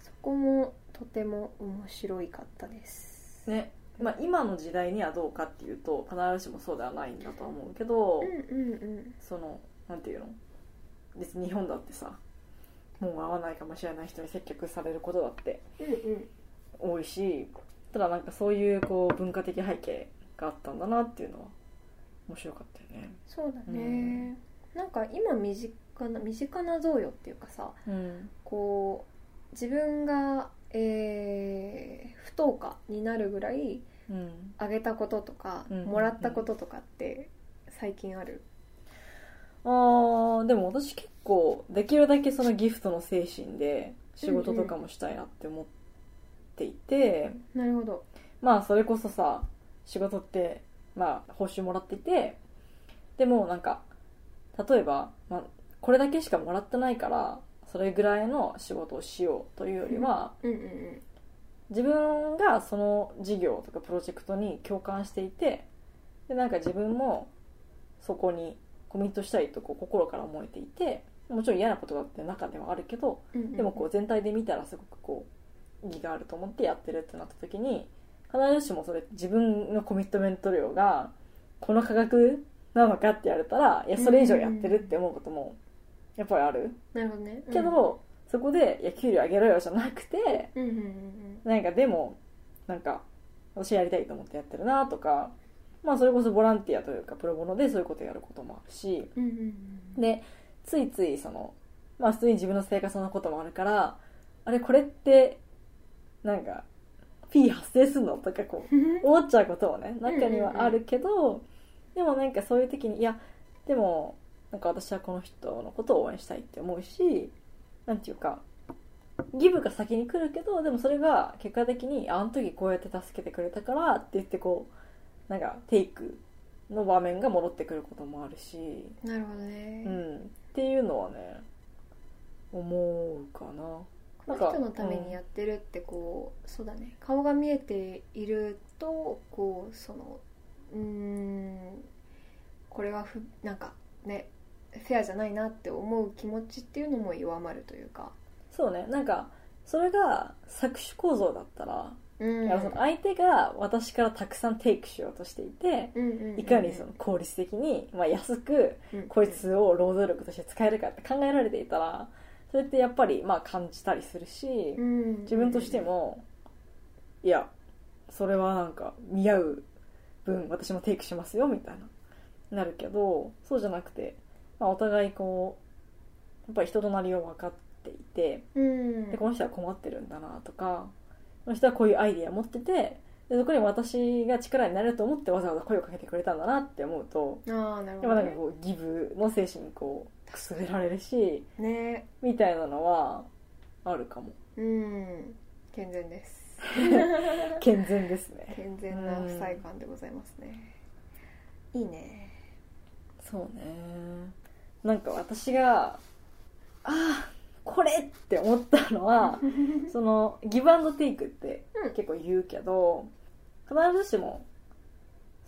Speaker 1: そこもとても面白いかったです
Speaker 2: ねまあ、今の時代にはどうかっていうと必ずしもそうではないんだとは思うけど、
Speaker 1: うんうんうん
Speaker 2: そのなんていうの別に日本だってさもう会わないかもしれない人に接客されることだって
Speaker 1: うんうん
Speaker 2: 多いしただなんかそういうこう文化的背景があったんだなっていうのは面白かったよね、
Speaker 1: そうだ
Speaker 2: う
Speaker 1: ね
Speaker 2: ん、
Speaker 1: なんか今身近な身近な贈与っていうかさ
Speaker 2: うん、
Speaker 1: こう自分が、えー不当価になるぐらい
Speaker 2: うん、
Speaker 1: あげたこととか、
Speaker 2: うん
Speaker 1: もらったこととかって最近ある、
Speaker 2: あーでも私結構できるだけそのギフトの精神で仕事とかもしたいなって思っていて、
Speaker 1: なるほど
Speaker 2: まあそれこそさ仕事ってまあ報酬もらっててでもなんか例えば、まあ、これだけしかもらってないからそれぐらいの仕事をしようというよりは
Speaker 1: うんうんうん
Speaker 2: 自分がその事業とかプロジェクトに共感していてでなんか自分もそこにコミットしたいとこう心から思えていてもちろん嫌なことだって中ではあるけど
Speaker 1: うんうん
Speaker 2: でもこう全体で見たらすごくこう意義があると思ってやってるってなった時に必ずしもそれ自分のコミットメント量がこの価格なのかって言われたらいやそれ以上やってるって思うこともやっぱりある
Speaker 1: なるほどね
Speaker 2: けど、そこで「いや給料上げろよ」じゃなくて
Speaker 1: うんうんうんうん
Speaker 2: なんかでもなんか私やりたいと思ってやってるなとか、まあ、それこそボランティアというかプロボノでそういうことやることもあるし。
Speaker 1: うんうんうんうん
Speaker 2: でついついそのまあ普通に自分の生活のこともあるからあれこれってなんかフィー発生すんのとかこう思っちゃうこともね中にはあるけど、でもなんかそういう時にいやでもなんか私はこの人のことを応援したいって思うしなんていうかギブが先に来るけどでもそれが結果的にああの時こうやって助けてくれたからって言ってこうなんかテイクの場面が戻ってくることもあるし
Speaker 1: なるほどね、
Speaker 2: うん、っていうのはね思うかな
Speaker 1: この人のためにやってるってこう、そうだね顔が見えているとこうそのうーんこれはふなんかねフェアじゃないなって思う気持ちっていうのも弱まるというか、
Speaker 2: そうねなんかそれが搾取構造だったら、
Speaker 1: うん、
Speaker 2: だからその相手が私からたくさんテイクしようとしていて、
Speaker 1: うんうんうん
Speaker 2: いかにその効率的に、まあ、安く
Speaker 1: うん
Speaker 2: こいつを労働力として使えるかって考えられていたらそれってやっぱりまあ感じたりするし
Speaker 1: う、ん
Speaker 2: 自分としてもいやそれはなんか見合う分私もテイクしますよみたいななるけどそうじゃなくて、まあ、お互いこうやっぱり人となりを分かっていて
Speaker 1: うん
Speaker 2: でこの人は困ってるんだなとかこの人はこういうアイディア持っててでそこに私が力になれると思ってわざわざ声をかけてくれたんだなって思うと
Speaker 1: ああなる
Speaker 2: や
Speaker 1: ほ
Speaker 2: っぱ
Speaker 1: ど
Speaker 2: なんか
Speaker 1: ね
Speaker 2: こうギブの精神にこうくすぐられるし
Speaker 1: ね
Speaker 2: みたいなのはあるかも
Speaker 1: うん健全です
Speaker 2: 健全ですね
Speaker 1: 健全な不細感でございますねいいね
Speaker 2: そうねなんか私がああこれって思った のはそのギブアンドテイクって
Speaker 1: うん
Speaker 2: 結構言うけど、必ずしも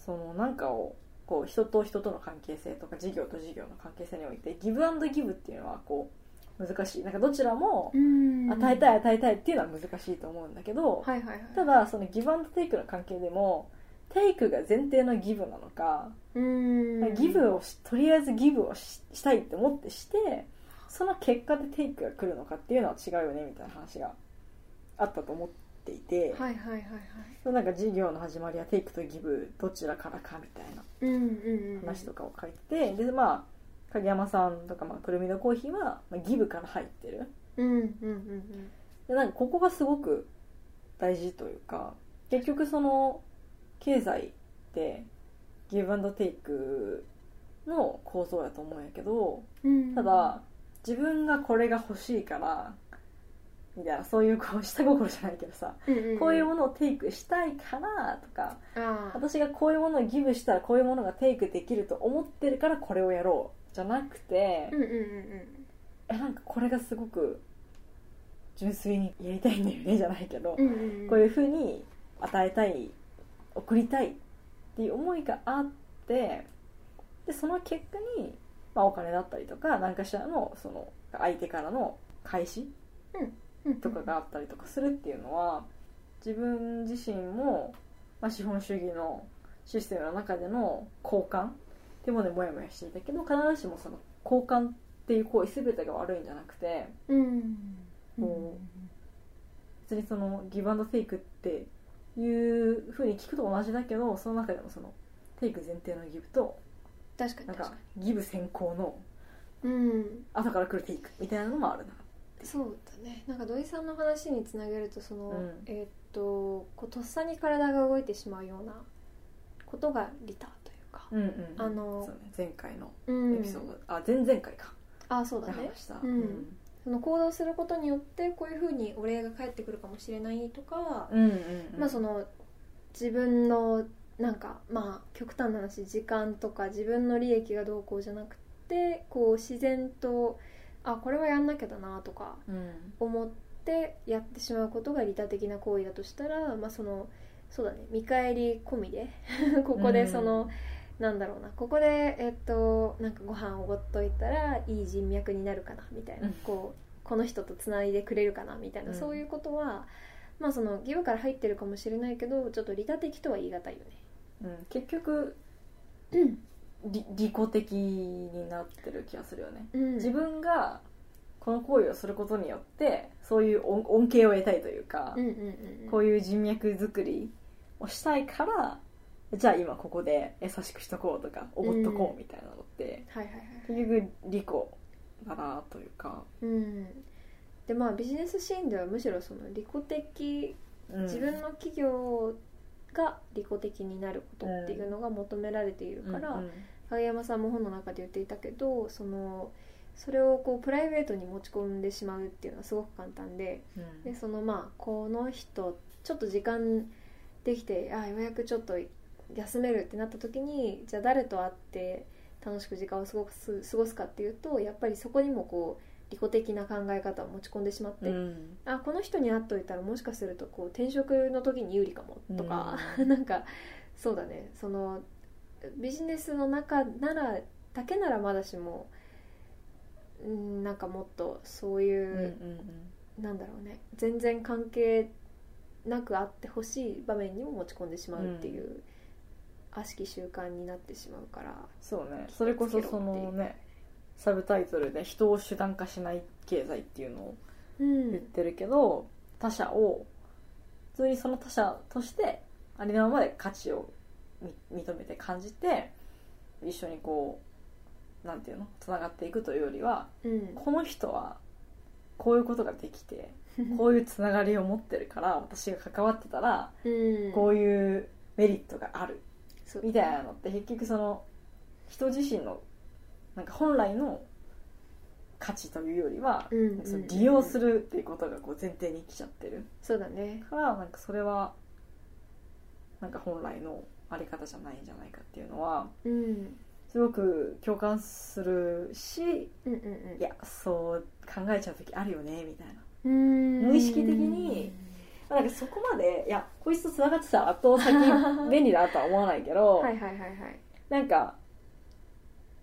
Speaker 2: そのなんかをこう人と人との関係性とか事業と事業の関係性においてギブアンドギブっていうのはこう難しいなんかどちらも
Speaker 1: うん
Speaker 2: 与えたい与えたいっていうのは難しいと思うんだけど、
Speaker 1: はいはいはい
Speaker 2: ただそのギブアンドテイクの関係でもテイクが前提のギブなのか
Speaker 1: うん
Speaker 2: ギブをしとりあえずギブをししたいって思ってしてその結果でテイクが来るのかっていうのは違うよねみたいな話があったと思っていて、
Speaker 1: はいはいはいはい
Speaker 2: そうなんか授業の始まりはテイクとギブどちらからかみたいな
Speaker 1: うんうんうん
Speaker 2: 話とかを書いててでまあ影山さんとか、まあ、くるみのコーヒーは、まあ、ギブから入ってる
Speaker 1: うんうんうん
Speaker 2: でなんかここがすごく大事というか結局その経済ってギブアンドテイクの構造だと思うんやけど
Speaker 1: うんうん
Speaker 2: ただ自分がこれが欲しいからみたいなそういうこう下心じゃないけどさ
Speaker 1: うんうんん
Speaker 2: こういうものをテイクしたいからとか
Speaker 1: ああ
Speaker 2: 私がこういうものをギブしたらこういうものがテイクできると思ってるからこれをやろうじゃなくて
Speaker 1: うんうんうん
Speaker 2: えなんかこれがすごく純粋にやりたいんだよねじゃないけど
Speaker 1: うんうんうん
Speaker 2: こういうふうに与えたい送りたいっていう思いがあってでその結果に、まあ、お金だったりとか何かしらのその相手からの返し
Speaker 1: うんうん
Speaker 2: とかがあったりとかするっていうのは自分自身も、まあ、資本主義のシステムの中での交換っていうものでモヤモヤしていたけど必ずしもその交換っていう行為全てが悪いんじゃなくて
Speaker 1: うん
Speaker 2: こ別にそのギブアンドテイクっていう風に聞くと同じだけどその中でもそのテイク前提のギブと
Speaker 1: 確かに
Speaker 2: なん
Speaker 1: 確
Speaker 2: か
Speaker 1: か
Speaker 2: ギブ先行の
Speaker 1: にうん
Speaker 2: 後から来るテイクみたいなのもあるな
Speaker 1: そうだねなんか土井さんの話につなげるとその、
Speaker 2: うん
Speaker 1: えーっとこうとっさに体が動いてしまうようなことが利他というか、
Speaker 2: うんうん
Speaker 1: あの
Speaker 2: そう、ね、前回の
Speaker 1: うん
Speaker 2: エピソード、あ前々回か
Speaker 1: あそう
Speaker 2: で
Speaker 1: だね
Speaker 2: 話した、
Speaker 1: うんその行動することによってこういうふうにお礼が返ってくるかもしれないとか、
Speaker 2: うんうんうん
Speaker 1: まあその自分のなんかまあ極端な話時間とか自分の利益がどうこうじゃなくてこう自然とあこれはやんなきゃだなとか
Speaker 2: うん
Speaker 1: 思ってやってしまうことが利他的な行為だとしたら、まあ、そのそうだね見返り込みで ここでその、なんだろうなここでえっとなんかご飯おごっといたらいい人脈になるかなみたいな、
Speaker 2: うん
Speaker 1: こうこの人とつないでくれるかなみたいな、
Speaker 2: うん
Speaker 1: そういうことはまあその義務から入ってるかもしれないけどちょっと利他的とは言い難いよね。
Speaker 2: うん結局
Speaker 1: うん
Speaker 2: り利己的になってる気がするよね、
Speaker 1: うん、
Speaker 2: 自分がこの行為をすることによってそういう恩恩恵を得たいというか、
Speaker 1: うんうんうん、
Speaker 2: こういう人脈作りをしたいからじゃあ今ここで優しくしとこうとかおごっとこうみたいなのって、
Speaker 1: はいはいはい
Speaker 2: 結局利己だなというか、
Speaker 1: うん、でまあビジネスシーンではむしろその利己的
Speaker 2: うん
Speaker 1: 自分の企業が利己的になることっていうのが求められているから、
Speaker 2: うん
Speaker 1: 影山さんも本の中で言っていたけどそのそれをこうプライベートに持ち込んでしまうっていうのはすごく簡単で
Speaker 2: うん
Speaker 1: でそのまあこの人ちょっと時間できてあようやくちょっと休めるってなった時にじゃあ誰と会って楽しく時間を過ごす過ごすかっていうとやっぱりそこにもこう利己的な考え方を持ち込んでしまって、
Speaker 2: うん
Speaker 1: あこの人に会っといたらもしかするとこう転職の時に有利かもとか、
Speaker 2: うん
Speaker 1: なんかそうだねそのビジネスの中ならだけならまだしもうんなんかもっとそうい
Speaker 2: うんうん
Speaker 1: う、なんだろうね全然関係なくあってほしい場面にも持ち込んでしまうっていう、悪しき習慣になってしまうから
Speaker 2: そうねそれこそそのねサブタイトルで「人を手段化しない経済」っていうのを
Speaker 1: うん
Speaker 2: 言ってるけど、他者を普通にその他者としてありのままで価値をみ認めて感じて一緒にこうなんていうのつながっていくというよりは
Speaker 1: うん
Speaker 2: この人はこういうことができてこういうつながりを持ってるから私が関わってたら
Speaker 1: うん
Speaker 2: こういうメリットがある
Speaker 1: そう
Speaker 2: みたいなのって結局その人自身のなんか本来の価値というよりは、
Speaker 1: うんうん
Speaker 2: その利用するっていうことがこう前提に来ちゃってる
Speaker 1: そうだね
Speaker 2: からなんかそれはなんか本来のあり方じゃないんじゃないかっていうのは
Speaker 1: うん
Speaker 2: すごく共感するし
Speaker 1: うんうん
Speaker 2: いやそう考えちゃう時あるよねみたいな
Speaker 1: うん
Speaker 2: 無意識的にまあなんかそこまでいやこいつと繋がってたら後先便利だなとは思わないけど、
Speaker 1: はいはいはいはい
Speaker 2: なんか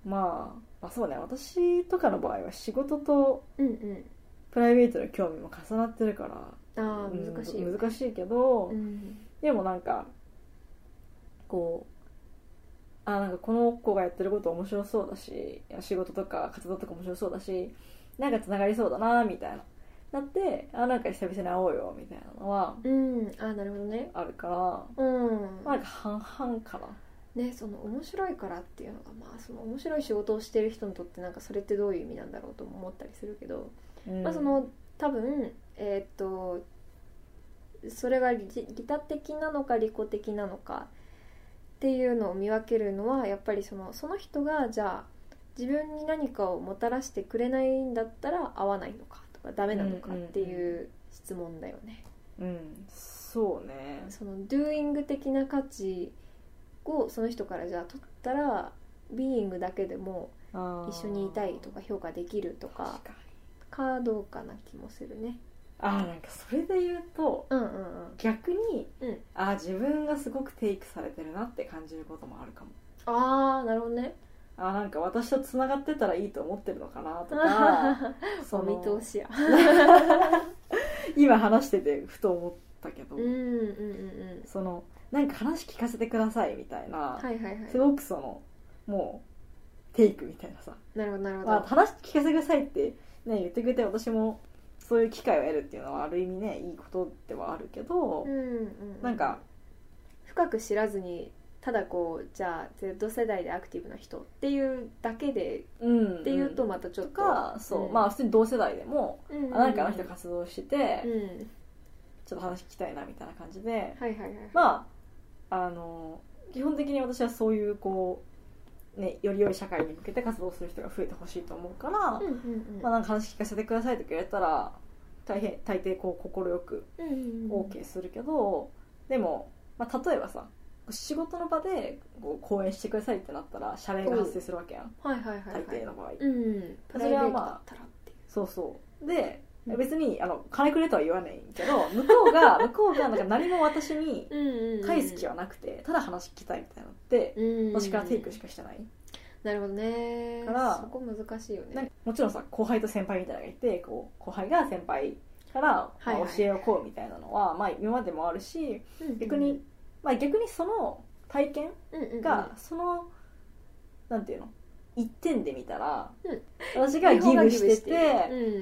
Speaker 2: まあまあそうね私とかの場合は仕事と
Speaker 1: うんうん
Speaker 2: プライベートの興味も重なってるから
Speaker 1: ああ
Speaker 2: うん
Speaker 1: 難しい
Speaker 2: 難しいけど、
Speaker 1: うん
Speaker 2: でもなんかこうあなんかこの子がやってること面白そうだし仕事とか活動とか面白そうだしなんかつながりそうだなみたいななってあなんか久々に会おうよみたいなのは
Speaker 1: うんあーなるほどね
Speaker 2: あるから
Speaker 1: うん
Speaker 2: まあなんか半々かな
Speaker 1: ねその面白いからっていうのがまあその面白い仕事をしてる人にとってなんかそれってどういう意味なんだろうとも思ったりするけど、まあその多分えーっとそれが利利他的なのか利己的なのかっていうのを見分けるのはやっぱりそのその人がじゃあ自分に何かをもたらしてくれないんだったら合わないのかとかダメなのかっていう質問だよね。
Speaker 2: うんそうね
Speaker 1: その doing 的な価値をその人からじゃあ取ったら being だけでも
Speaker 2: あー
Speaker 1: 一緒にいたいとか評価できるとか
Speaker 2: 確かに
Speaker 1: かどうかな気もするね
Speaker 2: あーなんかそれで言うと
Speaker 1: うんうんうん
Speaker 2: 逆に、
Speaker 1: うん
Speaker 2: あー自分がすごくテイクされてるなって感じることもあるかも
Speaker 1: ああなるほどね
Speaker 2: あーなんか私とつながってたらいいと思ってるのかな とかそ
Speaker 1: お見
Speaker 2: の
Speaker 1: 通しや
Speaker 2: 今話しててふと思ったけど、
Speaker 1: うんうんうん
Speaker 2: そのなんか話聞かせてくださいみたいな、
Speaker 1: うんはいはいはい
Speaker 2: すごくそのもうテイクみたいなさ、
Speaker 1: なるほどなるほど、
Speaker 2: まあ、話聞かせてくださいって、ね、言ってくれて私もそういう機会を得るっていうのはある意味ねいいことではあるけど、
Speaker 1: うんうん
Speaker 2: なんか
Speaker 1: 深く知らずにただこうじゃあ Z 世代でアクティブな人っていうだけで
Speaker 2: うん
Speaker 1: っていうとまたちょっ
Speaker 2: と
Speaker 1: と、
Speaker 2: か、そう、
Speaker 1: うん
Speaker 2: まあ普通に同世代でも、
Speaker 1: うんうんうん
Speaker 2: あなんかあの人活動してて、
Speaker 1: うん
Speaker 2: ちょっと話聞きたいなみたいな感じで、
Speaker 1: はいはいはい
Speaker 2: まああの基本的に私はそういうこうねより良い社会に向けて活動する人が増えてほしいと思うから、
Speaker 1: うんうんうん
Speaker 2: まあなんか話聞かせてくださいとか言われたら大変大抵こう快く
Speaker 1: うんうんうん
Speaker 2: OK するけど、でも、まあ、例えばさ仕事の場でこう講演してくださいってなったら謝礼が発生するわけやん
Speaker 1: はいはいはい、は
Speaker 2: 大
Speaker 1: い、
Speaker 2: 抵の場合、
Speaker 1: うんプライベートだったらってい
Speaker 2: そうそうで
Speaker 1: うん
Speaker 2: 別にあの金くれとは言わないけど向こうが向こうがなんか何も私に
Speaker 1: う、うんうんうん、
Speaker 2: 返す気はなくてただ話聞きたいみたいなのって
Speaker 1: うん
Speaker 2: 私からテイクしかしてない
Speaker 1: なるほどね
Speaker 2: から
Speaker 1: そこ難しいよね
Speaker 2: なんかもちろんさ後輩と先輩みたいなのがいてこう後輩が先輩から
Speaker 1: はい
Speaker 2: ま
Speaker 1: は
Speaker 2: あ
Speaker 1: い
Speaker 2: 教えをこうみたいなのは、まあ、今までもあるし逆に、まあ、逆にその体験
Speaker 1: うんうんうん
Speaker 2: がその、なんていうの一点で見たら、
Speaker 1: うん
Speaker 2: 私がギブしてて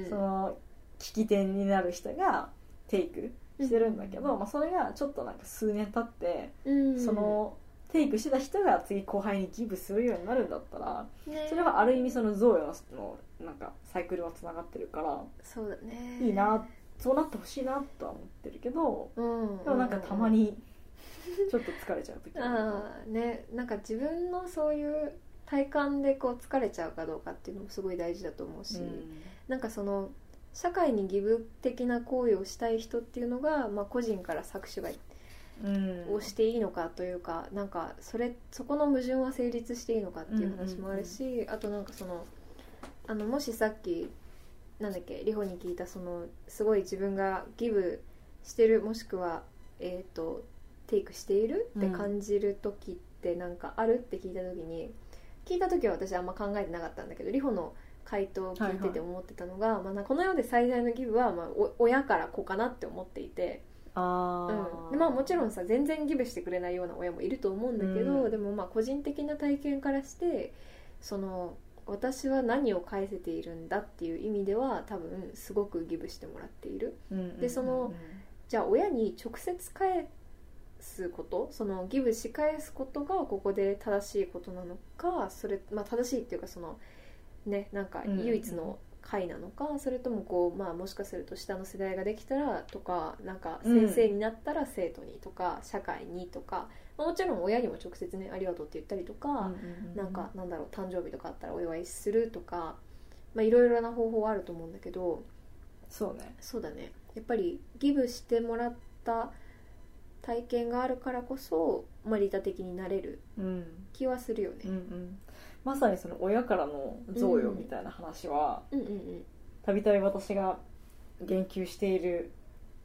Speaker 1: うん、
Speaker 2: その聞き手になる人がテイクしてるんだけど、まあ、それがちょっとなんか数年経って、
Speaker 1: うん
Speaker 2: そのテイクしてた人が次後輩にギブするようになるんだったら
Speaker 1: ね
Speaker 2: それはある意味その贈与のなんかサイクルはつながってるから
Speaker 1: そうだね
Speaker 2: いいなそうなってほしいなとは思ってるけど
Speaker 1: うん
Speaker 2: でもなんかたまにちょっと疲れちゃう時
Speaker 1: うん
Speaker 2: あるかな
Speaker 1: あーねなんか自分のそういう体感でこう疲れちゃうかどうかっていうのもすごい大事だと思うし、
Speaker 2: うん
Speaker 1: なんかその社会に義務的な行為をしたい人っていうのが、まあ、個人から搾取が
Speaker 2: うん
Speaker 1: をしていいのかというかなんかそれそこの矛盾は成立していいのかっていう話もあるし、あとなんかそのあのもしさっきなんだっけリホに聞いたそのすごい自分がギブしてるもしくは、えー、とテイクしているって感じる時ってなんかあるって聞いた時に、聞いた時は私あんま考えてなかったんだけどリホの回答を聞いてて思ってたのが、まあなんかこの世で最大のギブは、まあ、お親から子かなって思っていて。
Speaker 2: あ
Speaker 1: うんでまあ、もちろんさ全然ギブしてくれないような親もいると思うんだけど、
Speaker 2: うん
Speaker 1: でもまあ個人的な体験からしてその私は何を返せているんだっていう意味では多分すごくギブしてもらっている
Speaker 2: ろん
Speaker 1: でそのじゃあ親に直接返すことそのギブし返すことがここで正しいことなのかそれ、まあ、正しいっていうかそのねなんか唯一の会なのかそれともこう、まあ、もしかすると下の世代ができたらとかなんか先生になったら生徒にとか、社会にとか、まあもちろん親にも直接ねありがとうって言ったりとか、なんかなんだろう誕生日とかあったらお祝いするとか、まあ、いろいろな方法はあると思うんだけど
Speaker 2: そうね
Speaker 1: そうだねやっぱりギブしてもらった体験があるからこそ、まあ、利他的になれる
Speaker 2: うん
Speaker 1: 気はするよね。
Speaker 2: うんうんまさにその親からの贈与みたいな話は
Speaker 1: うんうんうん
Speaker 2: たびたび私が言及している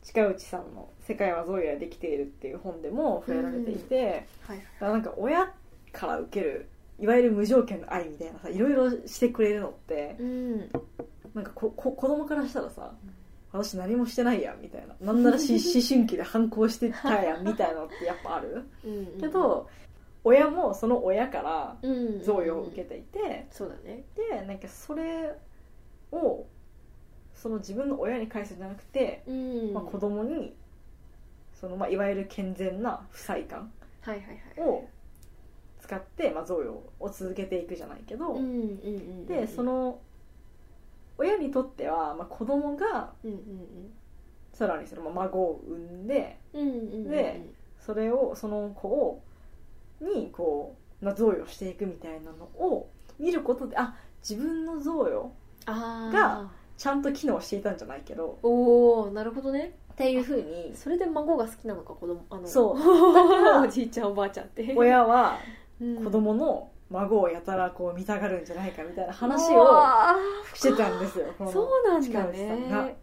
Speaker 2: 近内さんの「世界は贈与でできている」っていう本でも触れられていて、
Speaker 1: はいはい
Speaker 2: だからなんか親から受けるいわゆる無条件の愛みたいなさいろいろしてくれるのって
Speaker 1: うん
Speaker 2: なんかここ子供からしたらさ私何もしてないやんみたいななんな らし思春期で反抗してたやんみたいなのってやっぱある
Speaker 1: うん
Speaker 2: けど親もその親から
Speaker 1: うん
Speaker 2: 贈与を受けていて
Speaker 1: そうだね
Speaker 2: でなんかそれをその自分の親に返すんじゃなくて、
Speaker 1: うん
Speaker 2: まあ、子供にそのまあいわゆる健全な不細感
Speaker 1: はいはいはい
Speaker 2: を使ってまあ贈与を続けていくじゃないけ
Speaker 1: う
Speaker 2: ど、
Speaker 1: んうんうんうん
Speaker 2: でその親にとってはまあ子供が
Speaker 1: うんうん
Speaker 2: さらにそのまあ孫を産んで
Speaker 1: うんうんうんうん
Speaker 2: でそれをその子をにこう、まあ、贈与していくみたいなのを見ることであ自分の贈与
Speaker 1: あー
Speaker 2: がちゃんと機能していたんじゃないけど
Speaker 1: おおなるほどね
Speaker 2: っていうふうに
Speaker 1: それで孫が好きなのか子供あの
Speaker 2: そ う
Speaker 1: おじいちゃんおばあちゃんって
Speaker 2: 親は
Speaker 1: 子
Speaker 2: 子供の孫をやたらこう見たがるんじゃないかみたいな話
Speaker 1: を
Speaker 2: をしてたんですよこの
Speaker 1: そうなん
Speaker 2: 近
Speaker 1: だ
Speaker 2: 内さんが
Speaker 1: ね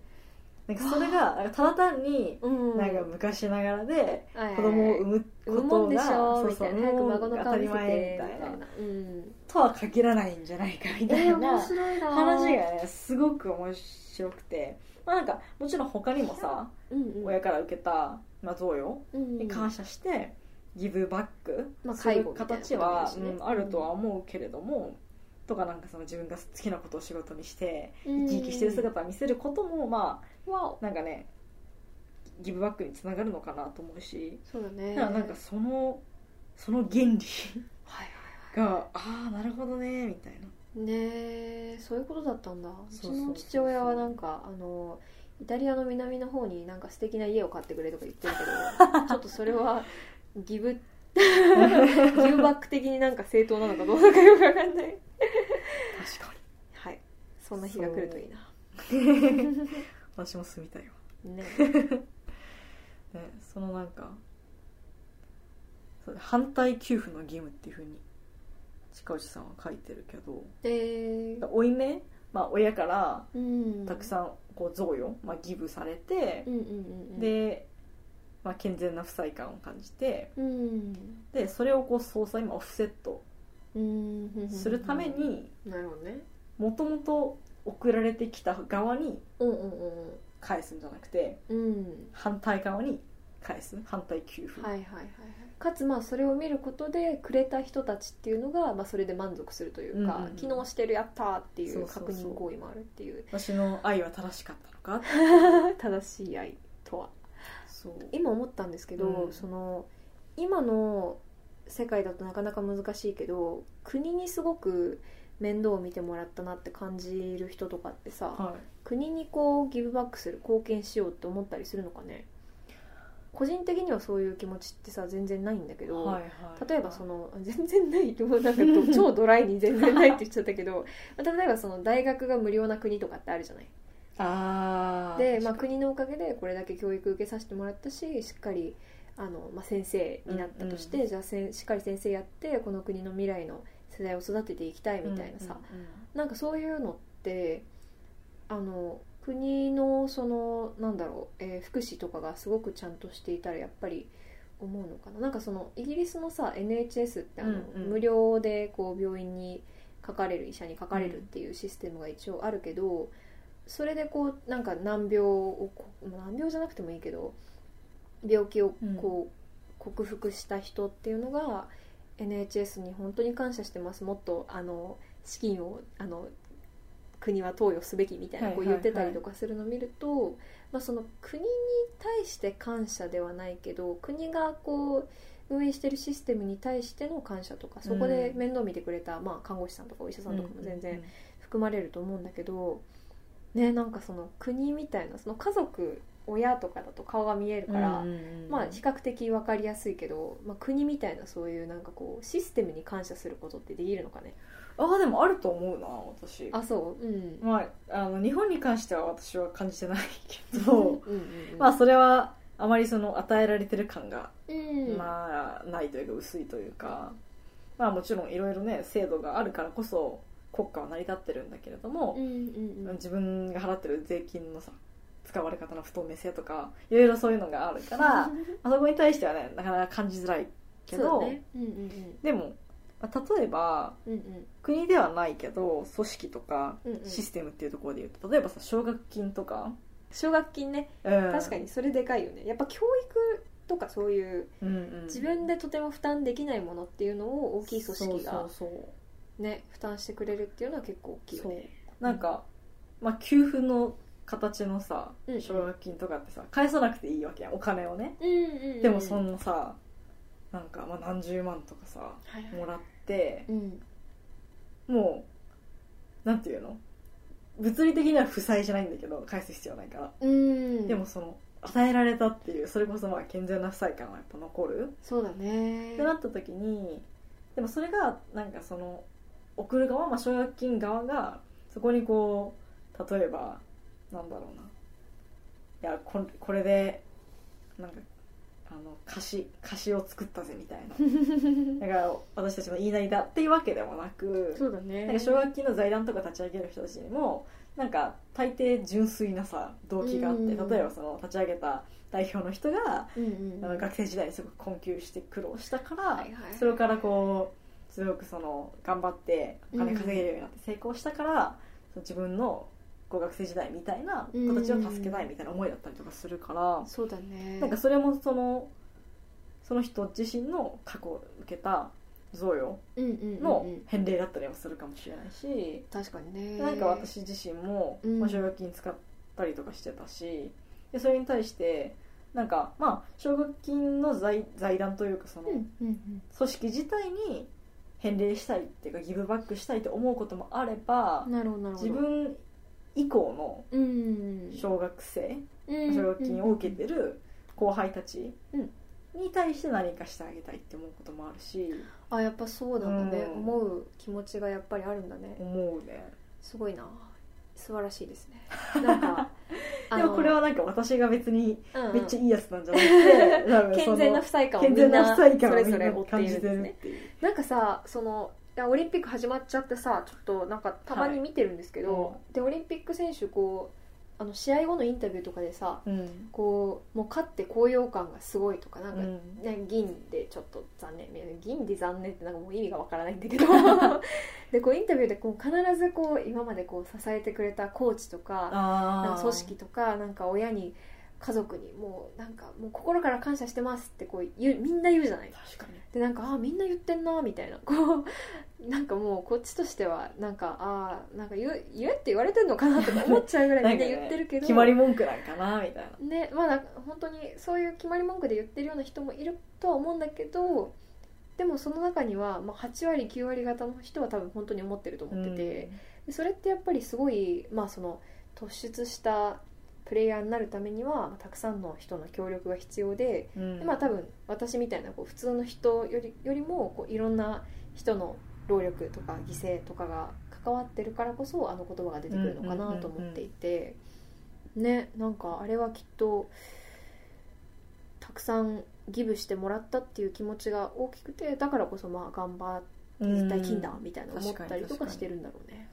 Speaker 2: なんかそれがなんかただ単に
Speaker 1: うん
Speaker 2: なんか昔ながらで
Speaker 1: はいはい
Speaker 2: 子供を産む
Speaker 1: 産む
Speaker 2: こ
Speaker 1: も
Speaker 2: と
Speaker 1: んでし
Speaker 2: が
Speaker 1: ょ
Speaker 2: そう
Speaker 1: み
Speaker 2: そ
Speaker 1: た
Speaker 2: う
Speaker 1: いな早く孫の顔
Speaker 2: 当た
Speaker 1: 見
Speaker 2: り
Speaker 1: せ
Speaker 2: 前
Speaker 1: て
Speaker 2: みたい
Speaker 1: みた
Speaker 2: ない
Speaker 1: なうん
Speaker 2: とは限らないんじゃないかみた
Speaker 1: え
Speaker 2: い
Speaker 1: ー面
Speaker 2: な
Speaker 1: 白いな
Speaker 2: 話がねすごく面白くて、まあ、なんかもちろん他にもさ
Speaker 1: うんうん
Speaker 2: 親から受けた、まあ、贈与
Speaker 1: うんう
Speaker 2: に
Speaker 1: ん
Speaker 2: 感謝してギブバック
Speaker 1: まあ
Speaker 2: する
Speaker 1: 介護みたいな
Speaker 2: 形は、
Speaker 1: ことですね
Speaker 2: うんあるとは思うけれども、とかなんかその自分が好きなことを仕事にして生き生きしてる姿を見せることもま
Speaker 1: わお
Speaker 2: あなんかねギブバックにつながるのかなと思うし、
Speaker 1: そうだね
Speaker 2: だからなんかそのその原理
Speaker 1: はいはい
Speaker 2: がああなるほどねみたいな。
Speaker 1: ねえそういうことだったんだうち
Speaker 2: そうそうそうそう
Speaker 1: の父親はなんかあのイタリアの南の方になんか素敵な家を買ってくれとか言ってる けどちょっとそれはギブ ギブバック的になんか正当なのかどうなのかよくわかんない
Speaker 2: 確かに
Speaker 1: はいそんな日が来るといいな
Speaker 2: 私も住みたいわ
Speaker 1: ね
Speaker 2: ね、そのなんかそう反対給付の義務っていうふうに近内さんは書いてるけど
Speaker 1: えー
Speaker 2: 負い目、まあ、親から
Speaker 1: うん
Speaker 2: たくさんこう贈与、まあ、義務されて
Speaker 1: うんうんうんうん
Speaker 2: で、まあ、健全な不細感を感じて
Speaker 1: うん
Speaker 2: でそれをこう相殺今オフセット
Speaker 1: うん
Speaker 2: するために
Speaker 1: なるほどね
Speaker 2: もともと送られてきた側に
Speaker 1: うんうんうん
Speaker 2: 返すんじゃなくて
Speaker 1: うんうん
Speaker 2: 反対側に返す反対給付、
Speaker 1: はいはいはいはいかつまあそれを見ることでくれた人たちっていうのが、まあ、それで満足するというか、
Speaker 2: うんうんうん
Speaker 1: 機能してるやったーってい
Speaker 2: そううそうそう
Speaker 1: 確認行為もあるっていう
Speaker 2: 私の愛は正しかったのか
Speaker 1: 正しい愛とは
Speaker 2: そう
Speaker 1: 今思ったんですけど、
Speaker 2: うん
Speaker 1: その今の世界だとなかなか難しいけど国にすごく面倒を見てもらったなって感じる人とかってさ、
Speaker 2: はい
Speaker 1: 国にこうギブバックする貢献しようって思ったりするのかね個人的にはそういう気持ちってさ全然ないんだけど、
Speaker 2: はいはい
Speaker 1: 例えばその全然ないもうなんか ど超ドライに全然ないって言っちゃったけど例えばその大学が無料な国とかってあるじゃない
Speaker 2: あー
Speaker 1: で、まあ、国のおかげでこれだけ教育受けさせてもらったししっかりあの、まあ、先生になったとして、
Speaker 2: うん
Speaker 1: じゃあせんしっかり先生やってこの国の未来の世代を育てていきたいみたいなさ、
Speaker 2: うんうんうん
Speaker 1: なんかそういうのってあの国のそのなんだろう、えー福祉とかがすごくちゃんとしていたらやっぱり思うのかななんかそのイギリスのさ NHS ってあの、
Speaker 2: うんうん
Speaker 1: 無料でこう病院にかかれる医者にかかれるっていうシステムが一応あるけど、それでこうなんか難病をこ難病じゃなくてもいいけど病気をこう克服した人っていうのが NHS に本当に感謝してますもっとあの資金をあの国は投与すべきみたいな
Speaker 2: はい
Speaker 1: こ
Speaker 2: は
Speaker 1: う
Speaker 2: いは
Speaker 1: 言っ
Speaker 2: い
Speaker 1: てたりとかするのを見ると、まあ、その国に対して感謝ではないけど国がこう運営してるシステムに対しての感謝とかそこで面倒見てくれた、まあ、看護師さんとかお医者さんとかも全然含まれると思うんだけどねなんかその国みたいなその家族親とかだと顔が見えるから、
Speaker 2: うんうんうん
Speaker 1: まあ比較的分かりやすいけど、まあ、国みたいなそういうなんかこうシステムに感謝することってできるのかね
Speaker 2: あでもあると思うな私
Speaker 1: あそううん
Speaker 2: まああの日本に関しては私は感じてないけ
Speaker 1: そう
Speaker 2: ど
Speaker 1: んうんうん
Speaker 2: まあそれはあまりその与えられてる感が、
Speaker 1: うん
Speaker 2: まあないというか薄いというかまあもちろんいろいろね制度があるからこそ国家は成り立ってるんだけれども
Speaker 1: うん、うんうん
Speaker 2: 自分が払ってる税金のさ使われ方の不透明性とかいろいろそういうのがあるからあそこに対してはねなかなか感じづらいけ
Speaker 1: そう
Speaker 2: ど、
Speaker 1: だねうんうん
Speaker 2: でも、まあ例えば
Speaker 1: うんうん
Speaker 2: 国ではないけど組織とか
Speaker 1: うんうん
Speaker 2: システムっていうところで言うと例えばさ奨学金とか、
Speaker 1: 奨学金ね確かにそれでかいよねやっぱ教育とかそういう
Speaker 2: うんうん
Speaker 1: 自分でとても負担できないものっていうのを大きい組織が
Speaker 2: そうそう
Speaker 1: ね負担してくれるっていうのは結構大きい
Speaker 2: そう
Speaker 1: よ
Speaker 2: そう
Speaker 1: ね
Speaker 2: なんか、まあ、給付の形のさ
Speaker 1: うんうん
Speaker 2: 奨学金とかってさ返さなくていいわけやんお金をね
Speaker 1: うんうんうん
Speaker 2: でもそのさなんかまあ何十万とかさ
Speaker 1: はいはい
Speaker 2: もらって
Speaker 1: うん
Speaker 2: もうなんていうの物理的には負債じゃないんだけど返す必要ないから、
Speaker 1: うん
Speaker 2: でもその与えられたっていうそれこそまあ健全な負債感はやっぱ残る
Speaker 1: そうだね
Speaker 2: ってなった時にでもそれがなんかその送る側、まあ、奨学金側がそこにこう例えばなんだろうないやここれでなんかあの貸し貸しを作ったぜみたい なだから私たちの言いなりだっていうわけでもなく
Speaker 1: そうだ
Speaker 2: な
Speaker 1: ね
Speaker 2: んか奨学金の財団とか立ち上げる人たちにもなんか大抵純粋なさ動機があっ
Speaker 1: うん
Speaker 2: て
Speaker 1: うんうん
Speaker 2: 例えばその立ち上げた代表の人が
Speaker 1: うんうん
Speaker 2: あ
Speaker 1: う
Speaker 2: の
Speaker 1: ん
Speaker 2: 学生時代にすごく困窮して苦労したから、
Speaker 1: いはい
Speaker 2: それからこうすごくその頑張ってお金稼げるようになって成功したから、その自分のこう学生時代みたいな子たちを助けたいみたいな思いだったりとかするから、
Speaker 1: そうだね
Speaker 2: なんかそれもそのその人自身の過去を受けた贈与
Speaker 1: うんうんうん
Speaker 2: の
Speaker 1: うん
Speaker 2: 返礼だったりもするかもしれないし。
Speaker 1: 確かにね
Speaker 2: なんか私自身も、
Speaker 1: うん
Speaker 2: まあ、奨学金使ったりとかしてたしでそれに対してなんかまあ奨学金の財財団というかその
Speaker 1: うんう
Speaker 2: 組
Speaker 1: んうん
Speaker 2: 織自体に返礼したいっていうかギブバックしたいと思うこともあれば
Speaker 1: なるほどなるほ
Speaker 2: 自
Speaker 1: ど
Speaker 2: 分以降
Speaker 1: うんうんうん
Speaker 2: の小学生
Speaker 1: うん
Speaker 2: 奨学金を受けてる後輩たち
Speaker 1: うん
Speaker 2: に対して何かしてあげたいって思うこともあるし
Speaker 1: あやっぱそうなんだね、
Speaker 2: うん
Speaker 1: 思う気持ちがやっぱりあるんだね
Speaker 2: 思うね
Speaker 1: すごいな素晴らしいです ねなんか
Speaker 2: でもこれ
Speaker 1: は、
Speaker 2: はなんか私が別に
Speaker 1: うんうん
Speaker 2: めっちゃいいやつなんじゃ なくて多分そ
Speaker 1: 健
Speaker 2: の
Speaker 1: 全な負債感を
Speaker 2: 健
Speaker 1: みん
Speaker 2: 全な
Speaker 1: な
Speaker 2: 負
Speaker 1: そ
Speaker 2: 債感を
Speaker 1: れ
Speaker 2: み
Speaker 1: ぞ
Speaker 2: ん
Speaker 1: れ
Speaker 2: な
Speaker 1: 追ってい
Speaker 2: 感
Speaker 1: る
Speaker 2: じ
Speaker 1: んで
Speaker 2: て
Speaker 1: す
Speaker 2: るっ
Speaker 1: ね
Speaker 2: ていう
Speaker 1: なんかさそのいやオリンピック始まっちゃってさちょっとなんかたまに見てるんですけど、
Speaker 2: は
Speaker 1: でオリンピック選手こうあの試合後のインタビューとかでさ
Speaker 2: うん
Speaker 1: こうもう勝って高揚感がすごいとかなんか、
Speaker 2: うん
Speaker 1: ね銀でちょっと残念いや銀で残念ってなんかもう意味がわからないんだ けどでこうインタビューでこう必ずこう今までこう支えてくれたコーチとかなんか
Speaker 2: あー
Speaker 1: 組織とかなんか親に家族にもうなんかもう心から感謝してますってこう言うみんな言うじゃない
Speaker 2: 確かに
Speaker 1: でなんかあーみんな言ってんなみたいなこうなんかもうこっちとしてはなんかあーなんか言う言えって言われてんのかなとか思っちゃうぐらいみんな言ってるけど
Speaker 2: 決まり文句なんかなみたいな
Speaker 1: ねまあなんか本当にそういう決まり文句で言ってるような人もいるとは思うんだけどでもその中には、まあ、8割9割方の人は多分本当に思ってると思ってて、でそれってやっぱりすごい、まあ、その突出したプレイヤーになるためにはまあたくさんの人の協力が必要で
Speaker 2: うん
Speaker 1: でまあ多分私みたいなこう普通の人よりよりもこういろんな人の労力とか犠牲とかが関わってるからこそあの言葉が出てくるのかなと思っていて、ねなんかあれはきっとたくさんギブしてもらったっていう気持ちが大きくてだからこそまあ頑張って
Speaker 2: うん
Speaker 1: 絶対金だみたいな思っ
Speaker 2: 確
Speaker 1: た
Speaker 2: か
Speaker 1: り
Speaker 2: に
Speaker 1: と
Speaker 2: 確
Speaker 1: か
Speaker 2: か
Speaker 1: し
Speaker 2: に
Speaker 1: てるんだろうね。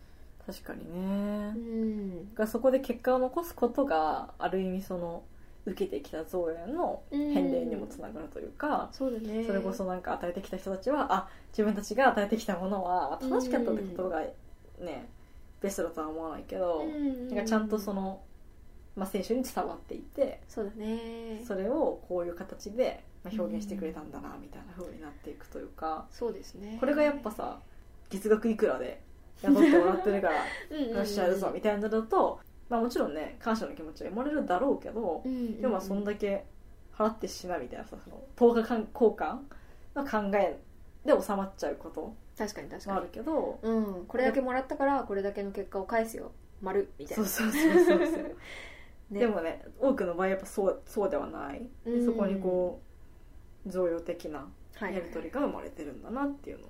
Speaker 2: 確かにね
Speaker 1: うん
Speaker 2: がそこで結果を残すことがある意味その受けてきた贈与の返礼にもつながるというか
Speaker 1: そうだね
Speaker 2: それこそなんか与えてきた人たちはあ自分たちが与えてきたものは正しかったってことがねベストだとは思わないけどなんかちゃんとそ
Speaker 1: の
Speaker 2: のまあ選手に伝わっていて
Speaker 1: そうだね
Speaker 2: それをこういう形でまあ表現してくれたんだなみたいな風になっていくというか
Speaker 1: そうですね
Speaker 2: これがやっぱさ月額いくらで雇ってもらってるから
Speaker 1: うんうんうん
Speaker 2: よっしゃやるぞみたいなのだと、まあ、もちろんね感謝の気持ちは生まれるだろうけど
Speaker 1: うんうんうん
Speaker 2: でもまあそんだけ払って死なみたいなさその10日間交換の考えで収まっちゃうこと
Speaker 1: 確かに確
Speaker 2: もあ
Speaker 1: か
Speaker 2: るけど
Speaker 1: にうんこれだけもらったからこれだけの結果を返すよ丸みたい
Speaker 2: そ
Speaker 1: な
Speaker 2: うそうそうそうそう、
Speaker 1: ね
Speaker 2: でもね多くの場合やっぱそうそうではない、で
Speaker 1: うん
Speaker 2: そこにこう贈与的な
Speaker 1: は
Speaker 2: や
Speaker 1: い
Speaker 2: り取りが生まれてるんだなっていうのを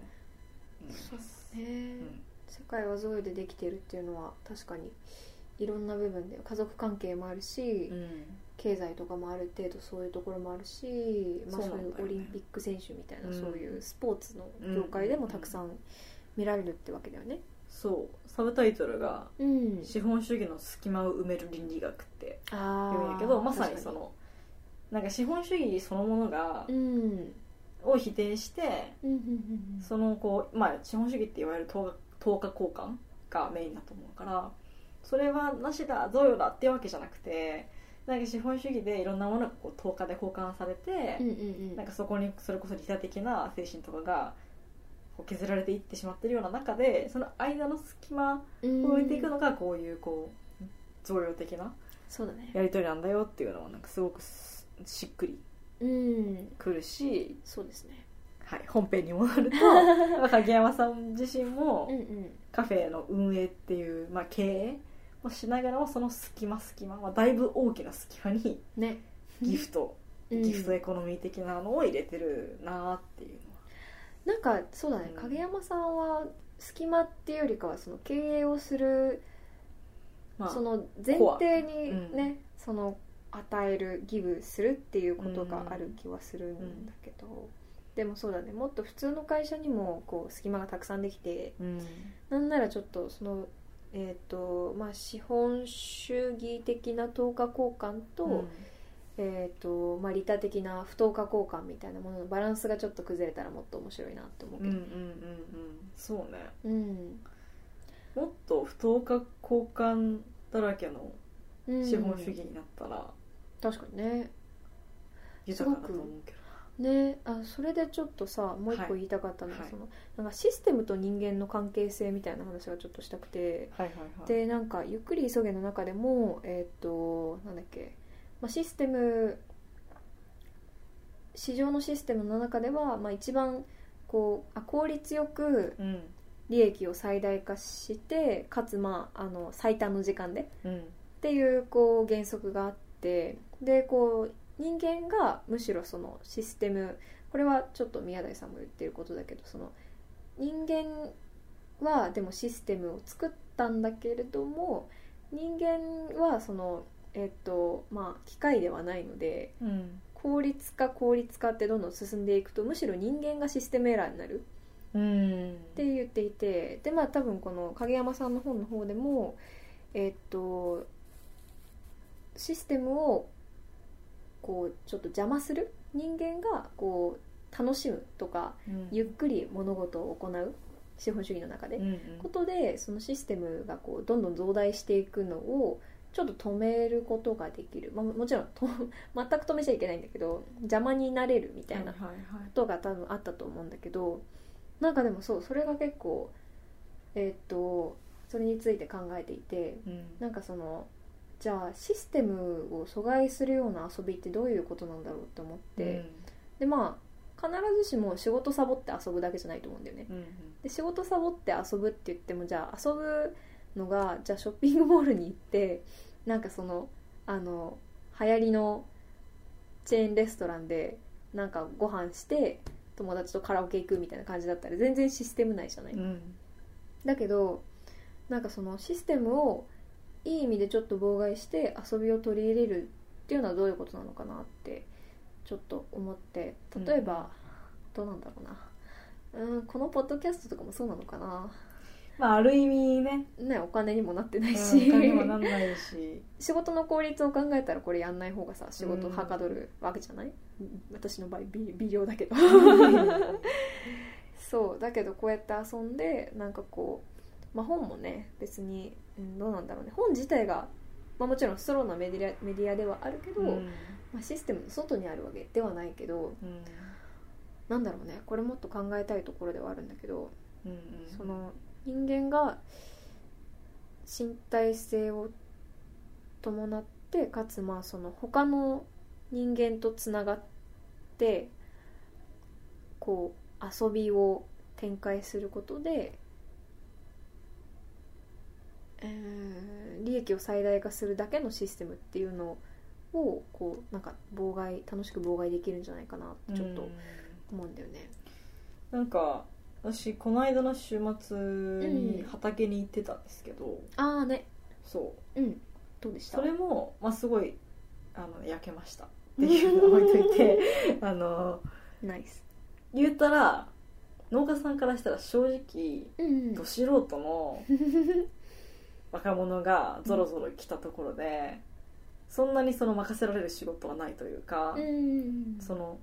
Speaker 2: 思います、
Speaker 1: ね
Speaker 2: うん
Speaker 1: 世界は贈与でできてるっていうのは確かにいろんな部分で家族関係もあるし、
Speaker 2: うん
Speaker 1: 経済とかもある程度そういうところもあるし、まあ、
Speaker 2: そ
Speaker 1: そうう
Speaker 2: なんだ
Speaker 1: いう
Speaker 2: よね
Speaker 1: オリンピック選手みたいな、
Speaker 2: うん
Speaker 1: そういうスポーツの業界でもたくさん見られるってわけだよね。
Speaker 2: そうサブタイトルが
Speaker 1: うん
Speaker 2: 「資本主義の隙間を埋める倫理学」って
Speaker 1: あ
Speaker 2: 言うんやけどまさにそのなんか資本主義そのものが
Speaker 1: 確かにうん
Speaker 2: を否定して
Speaker 1: うんうんうんうん
Speaker 2: そのこうまあ資本主義っていわゆる等価等価交換がメインだと思うからそれはなしだ贈与だっていうわけじゃなくてなんか資本主義でいろんなものがこう等価で交換されて、
Speaker 1: うんうんうん
Speaker 2: なんかそこにそれこそ利他的な精神とかがこう削られていってしまってるような中でその間の隙間を埋めていく
Speaker 1: うん
Speaker 2: のがこういうこう贈与的な
Speaker 1: そうだね
Speaker 2: やり取りなんだよっていうのはなんかすごくすしっくり
Speaker 1: うん
Speaker 2: くるし、
Speaker 1: そうですね
Speaker 2: はい、本編に戻 るとまあ影山さん自身も
Speaker 1: うんうん
Speaker 2: カフェの運営っていう、まあ、経営をしながらもその隙間隙間、まあ、だいぶ大きな隙間 に
Speaker 1: ね
Speaker 2: ギフト、
Speaker 1: うん
Speaker 2: ギフトエコノミー的なのを入れてるなっていう
Speaker 1: なんかそうだね
Speaker 2: うん
Speaker 1: 影山さんは隙間っていうよりかはその経営をする
Speaker 2: のは、まあ、
Speaker 1: その前提に
Speaker 2: う
Speaker 1: ねその与えるギブするっていうことがある気はするんだけどでもそうだねもっと普通の会社にもこう隙間がたくさんできて
Speaker 2: うん
Speaker 1: なんならちょっとそのえっ、とまあ資本主義的な等価交換と、
Speaker 2: うん
Speaker 1: えっ、とまあ利他的な不等価交換みたいなもののバランスがちょっと崩れたらもっと面白いなって思う
Speaker 2: うんう
Speaker 1: け
Speaker 2: んうんう
Speaker 1: ど、
Speaker 2: んそうね
Speaker 1: うん
Speaker 2: もっと不等価交換だらけの
Speaker 1: うん
Speaker 2: 資本主義になったら
Speaker 1: 確かにね
Speaker 2: 豊かだと思うけど、
Speaker 1: ねあそれでちょっとさもう一個
Speaker 2: はい
Speaker 1: 言いたかったのは、
Speaker 2: はい
Speaker 1: そのなんかシステムと人間の関係性みたいな話がちょっとしたくて
Speaker 2: はいはいはい
Speaker 1: でなんか「ゆっくり急げ」の中でもえっ、となんだっけ、まあ、システム市場のシステムの中では、まあ、一番こうあ効率よく
Speaker 2: うん
Speaker 1: 利益を最大化してかつ、まあ、あの最短の時間でっ
Speaker 2: うん
Speaker 1: ていうこう原則があってでこう人間がむしろそのシステムこれはちょっと宮台さんも言ってることだけどその人間はでもシステムを作ったんだけれども人間はそのえっとまあ機械ではないので
Speaker 2: うん
Speaker 1: 効率化効率化ってどんどん進んでいくとむしろ人間がシステムエラーになる
Speaker 2: うん
Speaker 1: って言っていてでまあ多分この影山さんの本の方でもえーっとシステムをこうちょっと邪魔する人間がこう楽しむとか
Speaker 2: うん
Speaker 1: ゆっくり物事を行う資本主義の中で、
Speaker 2: うんうん
Speaker 1: ことでそのシステムがこうどんどん増大していくのをちょっと止めることができる、まあ、もちろんと 全く止めちゃいけないんだけど邪魔になれるみたいな
Speaker 2: はいはいはい
Speaker 1: ことが多分あったと思うんだけどなんかでもそうそれが結構えーっとそれについて考えていて
Speaker 2: うん
Speaker 1: なんかそのじゃあシステムを阻害するような遊びってどういうことなんだろうって思って、でまあ必ずしも仕事サボって遊ぶだけじゃないと思うんだよね
Speaker 2: うんうん
Speaker 1: で仕事サボって遊ぶって言ってもじゃあ遊ぶのがじゃあショッピングモールに行ってなんかそのあの流行りのチェーンレストランでなんかご飯して友達とカラオケ行くみたいな感じだったら全然システムないじゃない、
Speaker 2: うん
Speaker 1: だけどなんかそのシステムをいい意味でちょっと妨害して遊びを取り入れるっていうのはどういうことなのかなってちょっと思って例えば、どうなんだろうなうんこのポッドキャストとかもそうなのかな
Speaker 2: まあある意味ね
Speaker 1: ねお金にもなってないし、
Speaker 2: お金にもなんないし
Speaker 1: 仕事の効率を考えたらこれやんない方がさ仕事
Speaker 2: うん
Speaker 1: はかどるわけじゃない、私の場合微微量だけどそうだけどこうやって遊んでなんかこう、まあ、本もね別に、うん、どうなんだろうね本自体が、まあ、もちろんスローなメディアメディアではあるけど、
Speaker 2: うん
Speaker 1: まあ、システムの外にあるわけではないけど
Speaker 2: うん
Speaker 1: なんだろうねこれもっと考えたいところではあるんだけど
Speaker 2: うんうん
Speaker 1: その人間が身体性を伴ってかつまあその他の人間とつながってこう遊びを展開することでえー利益を最大化するだけのシステムっていうのをこうなんか妨害楽しく妨害できるんじゃないかなってちょっ
Speaker 2: う
Speaker 1: と
Speaker 2: ん
Speaker 1: 思うんだよね。
Speaker 2: なんか私この間の週末
Speaker 1: う
Speaker 2: に
Speaker 1: ん
Speaker 2: 畑に行ってたんですけど、
Speaker 1: ああね
Speaker 2: そう
Speaker 1: うんどうでした
Speaker 2: それも、まあ、すごいあの焼けましたっていうのを置いといてあの
Speaker 1: ナイス。
Speaker 2: 言ったら農家さんからしたら正直
Speaker 1: うん
Speaker 2: ど素人の若者がぞろぞろ来たところでそんなにその任せられる仕事はないというか、
Speaker 1: うん
Speaker 2: その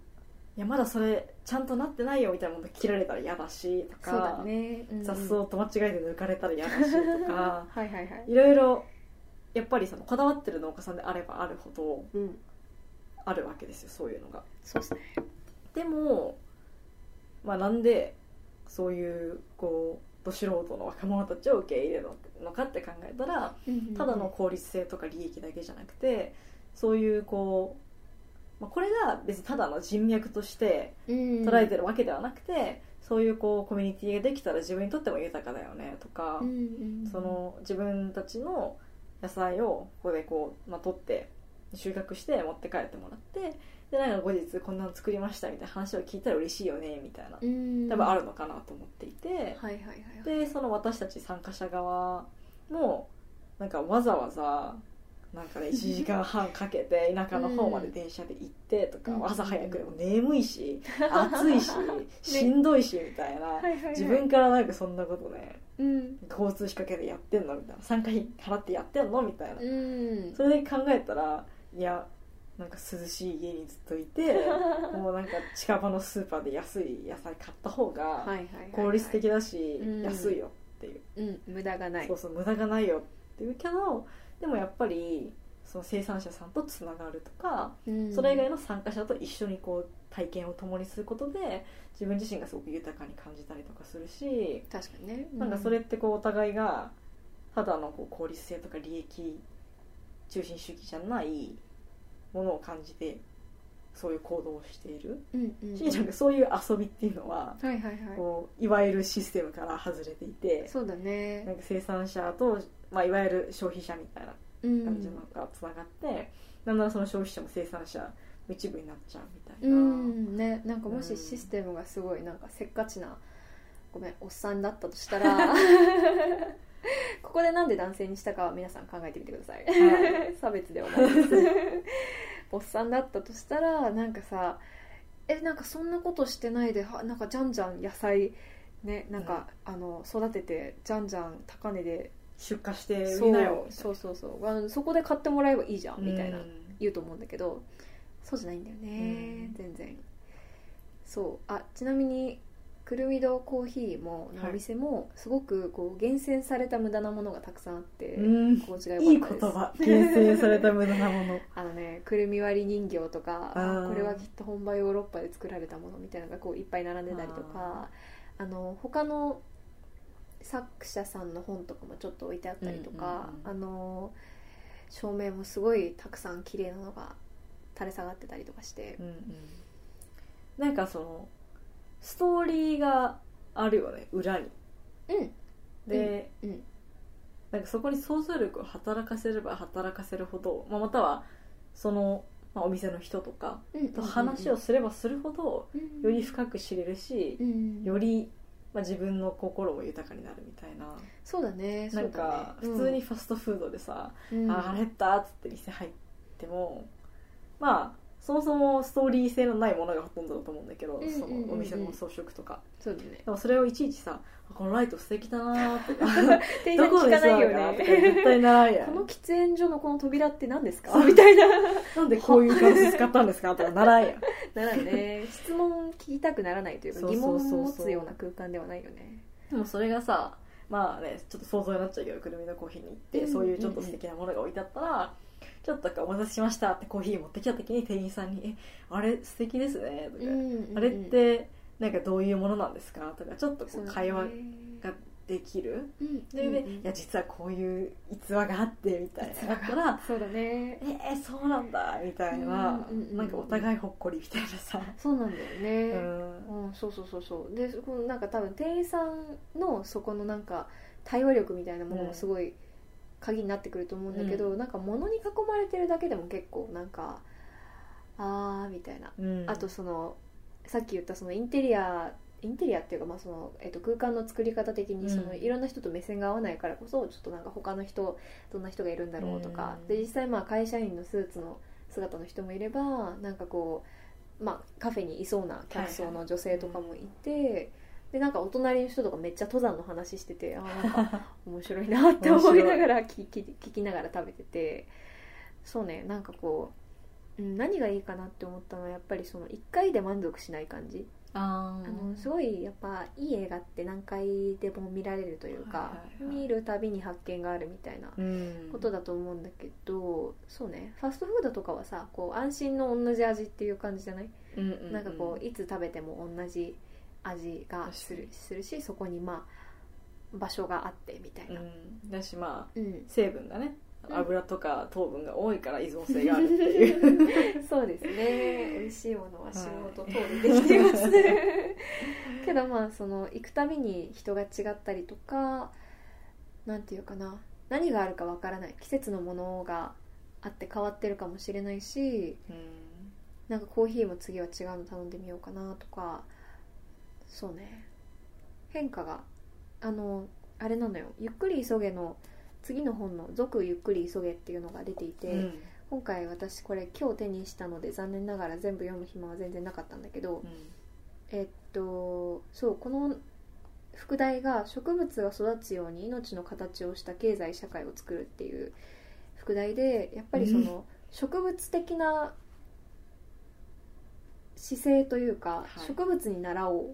Speaker 2: いやまだそれちゃんとなってないよみたいなもの切られたら嫌だしと
Speaker 1: そうだ
Speaker 2: か、
Speaker 1: ね、うん
Speaker 2: 雑草と間違えて抜かれたら嫌だしと か
Speaker 1: はいはいはい。
Speaker 2: いろいろやっぱりそのこだわってる農家さんであればあるほど
Speaker 1: うん
Speaker 2: あるわけですよそういうのが。
Speaker 1: そうですね。
Speaker 2: でも、まあ、なんでそういうこうど素人の若者たちを受け入れるのかって考えたらただの効率性とか利益だけじゃなくてそういうこう、まあ、これが別にただの人脈として捉
Speaker 1: 捉
Speaker 2: えてるわけではなくて、そういうこうコミュニティができたら自分にとっても豊かだよねとか、その自分たちの野菜をここでこう、まあ、取って収穫して持って帰ってもらってでなんか後日こんなの作りましたみたいな話を聞いたら嬉しいよねみたいな多
Speaker 1: 多
Speaker 2: 分あ
Speaker 1: る
Speaker 2: るのかなと思っていて
Speaker 1: はいはいはいはい
Speaker 2: でその私たち参加者側もなんかわざわざなんかね1時間半かけて田舎の方まで電車で行ってとか
Speaker 1: うん
Speaker 2: 朝早くでも眠 いし暑いししんどいしみたいな
Speaker 1: はいはいはい
Speaker 2: 自分からなんかそんなことね
Speaker 1: うん
Speaker 2: 交通費かけてやってんのみたいな参加費払ってやってんのみたいな
Speaker 1: うん
Speaker 2: それで考えたらいやなんか涼しい家にずっと いてもうなんか近場のスーパーで安い野菜買った方
Speaker 1: はい
Speaker 2: が
Speaker 1: はいはいはい
Speaker 2: 効率的だし
Speaker 1: うん
Speaker 2: 安いよっていう
Speaker 1: うん無駄がない
Speaker 2: そうそう無駄がないよっていうけどでもやっぱりその生産者さんとつながるとか
Speaker 1: うん
Speaker 2: それ以外の参加者と一緒にこう体験を共にすることで自分自身がすごく豊かに感じたりとかするし
Speaker 1: 確かにね
Speaker 2: なんかそれってこうお互いがただのこう効率性とか利益中心主義じゃないものを感じてそういう行動をしている
Speaker 1: うんうん
Speaker 2: し、なんかそういう遊びっていうのは
Speaker 1: はいはいは
Speaker 2: こういわゆるシステムから外れてい
Speaker 1: い
Speaker 2: て
Speaker 1: そうだね
Speaker 2: なんか生産者と、まあ、いわゆる消費者みたいな
Speaker 1: うん
Speaker 2: 感じのがつながって、なんならその消費者も生産者の一部になっちゃうみた
Speaker 1: う
Speaker 2: いな。
Speaker 1: んねなんかも
Speaker 2: う
Speaker 1: し
Speaker 2: ん
Speaker 1: システムがすごいなんかせっかちなごめんおっさんだったとした らここでなんで男性にしたかは皆さん考えてみてください、
Speaker 2: は
Speaker 1: 差別ではない ですおっさんだったとしたらなんかさえなんかそんなことしてないではなんかじゃんじゃん野菜ねなんか、あの育ててじゃんじゃん高値で
Speaker 2: 出荷して
Speaker 1: そ
Speaker 2: 売り
Speaker 1: う
Speaker 2: なよ
Speaker 1: そうそうそうあのそこで買ってもらえばいいじゃんみたいな
Speaker 2: うん
Speaker 1: 言うと思うんだけどそうじゃないんだよね、
Speaker 2: うん
Speaker 1: 全然そうあちなみにくるみ堂コーヒーも
Speaker 2: はい
Speaker 1: のお店もすごくこう厳選された無駄なものがたくさんあって、
Speaker 2: うん
Speaker 1: こう違が
Speaker 2: いい
Speaker 1: 良
Speaker 2: 言
Speaker 1: かったです
Speaker 2: 葉厳選された無駄なもの
Speaker 1: あのねくるみ割り人形とか
Speaker 2: あー
Speaker 1: これはきっと本場ヨーロッパで作られたものみたいなのがこういっぱい並んでたりとかあの他の作者さんの本とかもちょっと置いてあったりとか、
Speaker 2: うん
Speaker 1: あの照明もすごいたくさん綺麗なのが垂れ下がってたりとかして
Speaker 2: うんうんなんかそのストーリーがあるよね裏に
Speaker 1: うん
Speaker 2: で、
Speaker 1: うん
Speaker 2: なんかそこに想像力を働かせれば働かせるほど、まあ、またはその、まあ、お店の人とか
Speaker 1: うん
Speaker 2: と話をすればするほどより
Speaker 1: く、
Speaker 2: 深く知れるし
Speaker 1: う、ん、
Speaker 2: より、まあ、自分の心も豊かになるみたいな、
Speaker 1: そうだね
Speaker 2: なんか
Speaker 1: そうだね
Speaker 2: 普通にファストフードでさ、
Speaker 1: うん
Speaker 2: あ腹減ったっつって店入ってもまあそもそもストーリー性のないものがほとんどだと思うんだけど、
Speaker 1: んうんうんうん
Speaker 2: そのお店の装飾とか
Speaker 1: そうだね
Speaker 2: でもそれをいちいちさあ「このライト素敵だな」 とか
Speaker 1: 店
Speaker 2: 「
Speaker 1: 員さん
Speaker 2: ど
Speaker 1: に
Speaker 2: こ
Speaker 1: 聞
Speaker 2: で
Speaker 1: か
Speaker 2: さ
Speaker 1: ないよ
Speaker 2: とか
Speaker 1: ね
Speaker 2: 絶対ならん や
Speaker 1: こ
Speaker 2: ん
Speaker 1: の喫煙所のこの扉って何ですかみたいな
Speaker 2: なんでこういう感じ使ったんですかとかなら んやん
Speaker 1: なら ね質問聞きたくならないというか
Speaker 2: そうそ
Speaker 1: 疑
Speaker 2: うそ
Speaker 1: 問
Speaker 2: うそう
Speaker 1: を持つような空間ではないよね
Speaker 2: でもそれがさまあねちょっと想像になっちゃうけどくるみのコーヒーに行って、
Speaker 1: うん
Speaker 2: そういうちょっと素敵なものが置いてあったら、ちょっとなんかお待たせしましたってコーヒー持ってきた時に店員さんに「えあれ素敵ですね」とか、あれってなんかどういうものなんですかとかちょっとこう会話ができるそれで、いや実はこういう逸話があってみたいなだから
Speaker 1: そうだね
Speaker 2: えー、そうなんだみたいな、
Speaker 1: うんうんうんうん
Speaker 2: なんかお互いほっこりみたいなさ、
Speaker 1: そうなんだよ
Speaker 2: う
Speaker 1: ね
Speaker 2: ん、
Speaker 1: うんそうそうそうそうでこのなんか多分店員さんのそこのなんか対話力みたいなものもすごい鍵になってくると思うんだけど、なんか物に囲まれてるだけでも結構なんかあーみたいな、
Speaker 2: うん
Speaker 1: あとそのさっき言ったそのインテリアインテリアっていうか、まあそのえっと、空間の作り方的にその、
Speaker 2: うん
Speaker 1: いろんな人と目線が合わないからこそちょっとなんか他の人どんな人がいるんだろうとか、
Speaker 2: うん
Speaker 1: で実際まあ会社員のスーツの姿の人もいればなんかこう、まあ、カフェにいそうなキャス層の女性とかもいて、でなんかお隣の人とかめっちゃ登山の話しててあーなんか面白いなって思いながら聞き聞きながら食べててそうねなんかこううん何がいいかなって思ったのはやっぱりその1回で満足しない感じ、
Speaker 2: あ
Speaker 1: あのすごいやっぱいい映画って何回でも見られるというか、
Speaker 2: はいはいはい
Speaker 1: 見るたびに発見があるみたいな
Speaker 2: うん
Speaker 1: ことだと思うんだけどそうねファストフードとかはさこう安心の同じ味っていう感じじゃない、
Speaker 2: うんうんうん
Speaker 1: なんかこういつ食べても同じ味がする
Speaker 2: 確かに
Speaker 1: するしそこにまあ場所があってみたいうな、
Speaker 2: んだしまあ
Speaker 1: うん、
Speaker 2: 成分がね
Speaker 1: うん
Speaker 2: 油とか糖分が多いから依存性があるって いう
Speaker 1: そうですね美味しいものは仕事通り
Speaker 2: は
Speaker 1: で
Speaker 2: い
Speaker 1: きていますけどまあその行くたびに人が違ったりとかなんていうかな何があるかわからない季節のものがあって変わってるかもしれないし
Speaker 2: うん
Speaker 1: なんかコーヒーも次は違うの頼んでみようかなとかそうね変化があのあれなのよ「ゆっくり急げ」の次の本の「続ゆっくり急げ」っていうのが出ていて、
Speaker 2: うん
Speaker 1: 今回私これ今日手にしたので残念ながら全部読む暇は全然なかったんだけどえっとそうこの副題が「植物が育つように命の形をした経済社会を作る」っていう副題でやっぱりその植物的な姿勢というか、
Speaker 2: はい
Speaker 1: 植物に習おう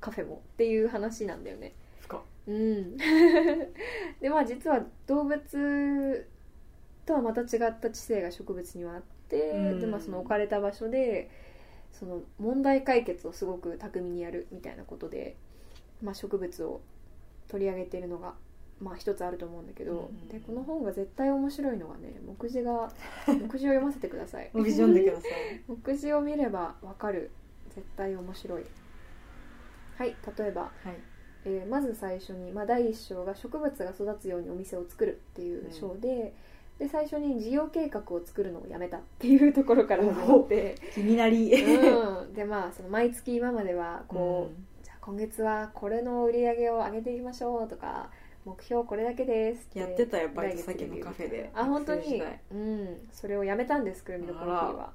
Speaker 1: カフェもっていう話なんだよね。
Speaker 2: 深っ
Speaker 1: うん でまあ実は動物とはまた違った知性が植物にはあって、
Speaker 2: うん
Speaker 1: でまあその置かれた場所でその問題解決をすごく巧みにやるみたいなことで、まあ、植物を取り上げているのが、まあ、一つあると思うんだけど、
Speaker 2: うん
Speaker 1: でこの本が絶対面白いのがね目次が目次を読ませてください
Speaker 2: もうビジョンでください
Speaker 1: 目次を見ればわかる絶対面白いはい例えば
Speaker 2: はい
Speaker 1: えーまず最初に、まあ、第1章が「植物が育つようにお店を作る」っていう章で,、で最初に事業計画を作るのをやめたっていうところから始ま って、
Speaker 2: 気になり
Speaker 1: うん、 でまあその毎月今まではこう、
Speaker 2: うん
Speaker 1: じゃあ今月はこれの売り上げを上げていきましょうとか目標これだけです
Speaker 2: やってたよバ
Speaker 1: 来
Speaker 2: イト
Speaker 1: 月
Speaker 2: 先のカフェで
Speaker 1: あ本当
Speaker 2: 学生時
Speaker 1: に
Speaker 2: 代
Speaker 1: うんそれをやめたんですくるみのコーヒー
Speaker 2: あ
Speaker 1: は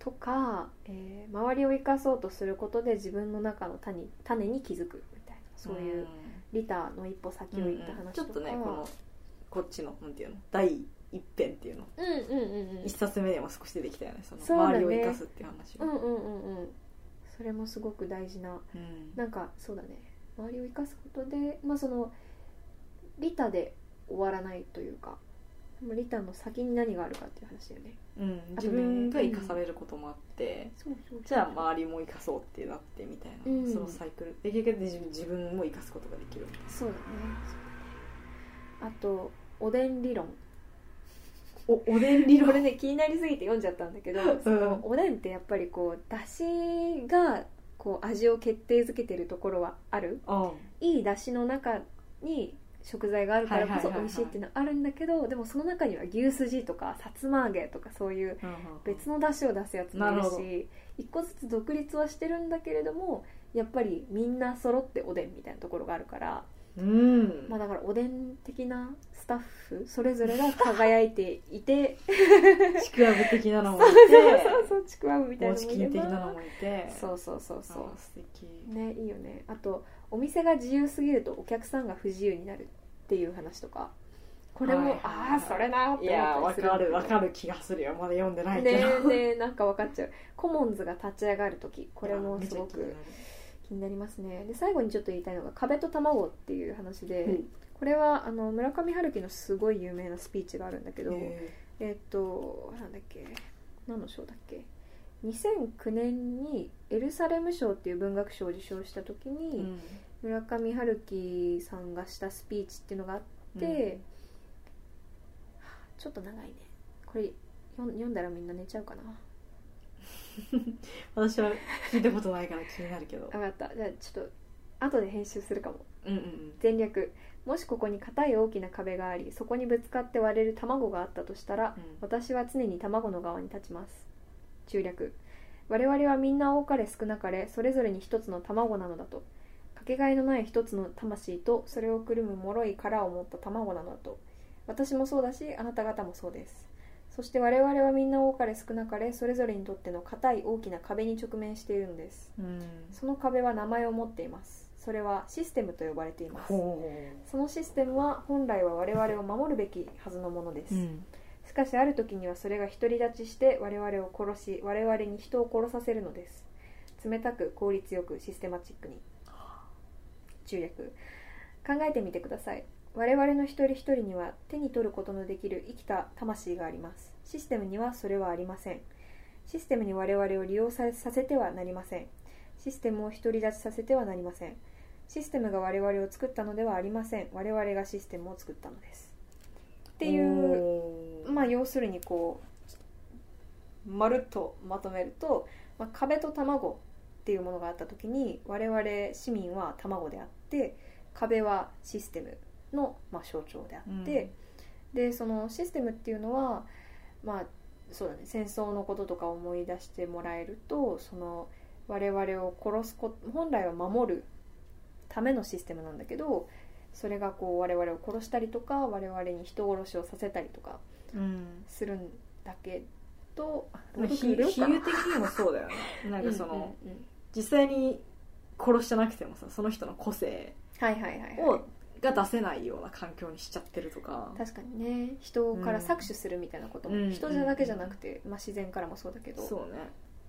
Speaker 1: とか、えー周りを生かそうとすることで自分の中の種種に気づくみたいなそういう、リターの一歩先を行った
Speaker 2: うんうん
Speaker 1: 話
Speaker 2: ちょ
Speaker 1: とか、
Speaker 2: っとねこのこっちのなんていうの第一編っていうの
Speaker 1: うんうんうんうん
Speaker 2: 一冊目でも少し出てきたよねその
Speaker 1: そうだね
Speaker 2: 周りを生かすっていう話
Speaker 1: う
Speaker 2: は
Speaker 1: んうんうんうんそれもすごく大事な
Speaker 2: うん
Speaker 1: なんかそうだね周りを生かすことでまあそのリタで終わらないというかでもリタの先に何があるかっていう話だよね
Speaker 2: うん自分が生かされることもあって
Speaker 1: そうそう
Speaker 2: じゃあ周りも生かそうってなってみたいな、
Speaker 1: うん
Speaker 2: そのサイクルで結局自自分も生かすことができるみたいな
Speaker 1: そうだねそうだねあとおでん理論
Speaker 2: おおでん理
Speaker 1: こ
Speaker 2: 論
Speaker 1: れね気になりすぎて読んじゃったんだけど、そのおでんってやっぱりこうだしがこう味を決定づけてるところはある
Speaker 2: うん
Speaker 1: いい出汁の中に食材があるからこそ
Speaker 2: はいはいはいはい
Speaker 1: 美味しいっていうのはあるんだけどでもその中には牛すじとかさつま揚げとかそういう別の出汁を出すやつもい
Speaker 2: な
Speaker 1: る
Speaker 2: るほど
Speaker 1: し一個ずつ独立はしてるんだけれどもやっぱりみんな揃っておでんみたいなところがあるから、
Speaker 2: うん、
Speaker 1: まあ、だからおでん的なスタッフそれぞれが輝いてい て
Speaker 2: ちくわぶ的なのもいて
Speaker 1: そう そうちくわぶみたい
Speaker 2: モ
Speaker 1: なの
Speaker 2: チ
Speaker 1: もい
Speaker 2: キ
Speaker 1: れ
Speaker 2: ン的なの
Speaker 1: ば
Speaker 2: もいて
Speaker 1: そうそうそうそ
Speaker 2: あ
Speaker 1: う
Speaker 2: ー素敵
Speaker 1: ねいいよねあとお店が自由すぎるとお客さんが不自由になるっていう話とかこれも、
Speaker 2: はいはいはい
Speaker 1: ああそれなーっ
Speaker 2: い
Speaker 1: て
Speaker 2: やー
Speaker 1: 思
Speaker 2: わ
Speaker 1: ったりする
Speaker 2: かるわかる気がするよまだ読んでない
Speaker 1: ね
Speaker 2: けど、
Speaker 1: えねえなんか分かっちゃうコモンズが立ち上がる時これもすごく気になりますねで最後にちょっと言いたいのが「壁と卵」っていう話で、
Speaker 2: うん
Speaker 1: これはあの村上春樹のすごい有名なスピーチがあるんだけど、
Speaker 2: え
Speaker 1: えっとなんだっけ何の賞だっけ2009年にエルサレム賞っていう文学賞を受賞した時に、
Speaker 2: ーうん
Speaker 1: 村上春樹さんがしたスピーチっていうのがあって、
Speaker 2: うん
Speaker 1: はあちょっと長いねこれ読ん読んだらみんな寝ちゃうかな
Speaker 2: 私は聞いたことないから気になるけど
Speaker 1: 分かったじゃあちょっと後で編集するかも
Speaker 2: うんうん
Speaker 1: 全略もしここに硬い大きな壁がありそこにぶつかって割れる卵があったとしたら、
Speaker 2: うん
Speaker 1: 私は常に卵の側に立ちます中略我々はみんな多かれ少なかれそれぞれに一つの卵なのだとかけがえのない一つの魂とそれをくるむ脆い殻を持った卵なのだと私もそうだしあなた方もそうですそして我々はみんな多かれ少なかれそれぞれにとっての硬い大きな壁に直面しているのです
Speaker 2: うん
Speaker 1: その壁は名前を持っていますそれはシステムと呼ばれています
Speaker 2: ほ
Speaker 1: そのシステムは本来は我々を守るべきはずのものです、
Speaker 2: ううん
Speaker 1: しかしある時にはそれが独り立ちして我々を殺し我々に人を殺させるのです冷たく効率よくシステマチックに中略考えてみてください我々の一人一人には手に取ることのできる生きた魂がありますシステムにはそれはありませんシステムに我々を利用ささせてはなりませんシステムを独り立ちさせてはなりませんシステムが我々を作ったのではありません我々がシステムを作ったのですっていう
Speaker 2: う
Speaker 1: まあ要するにこうまるっとまとめると、まあ、壁と卵っていうものがあった時に我々市民は卵であって壁はシステムの、まあ、象徴であって、でそのシステムっていうのはまあそうだね戦争のこととか思い出してもらえるとその我々を殺すこ本来は守るためのシステムなんだけどそれがこう我々を殺したりとか我々に人殺しをさせたりとか
Speaker 2: うん
Speaker 1: するんだけど
Speaker 2: まあ比比喩的にもそうだよねなんかその、
Speaker 1: うんうんうん
Speaker 2: 実際に殺してなくてもさその人の個性
Speaker 1: はいはいはい、は
Speaker 2: をが出せないような環境にしちゃってるとか
Speaker 1: い、確かにね人から搾取するみたいなことも、
Speaker 2: うん
Speaker 1: 人じゃだけじゃなくて、まあ、自然からもそうだけど
Speaker 2: そうね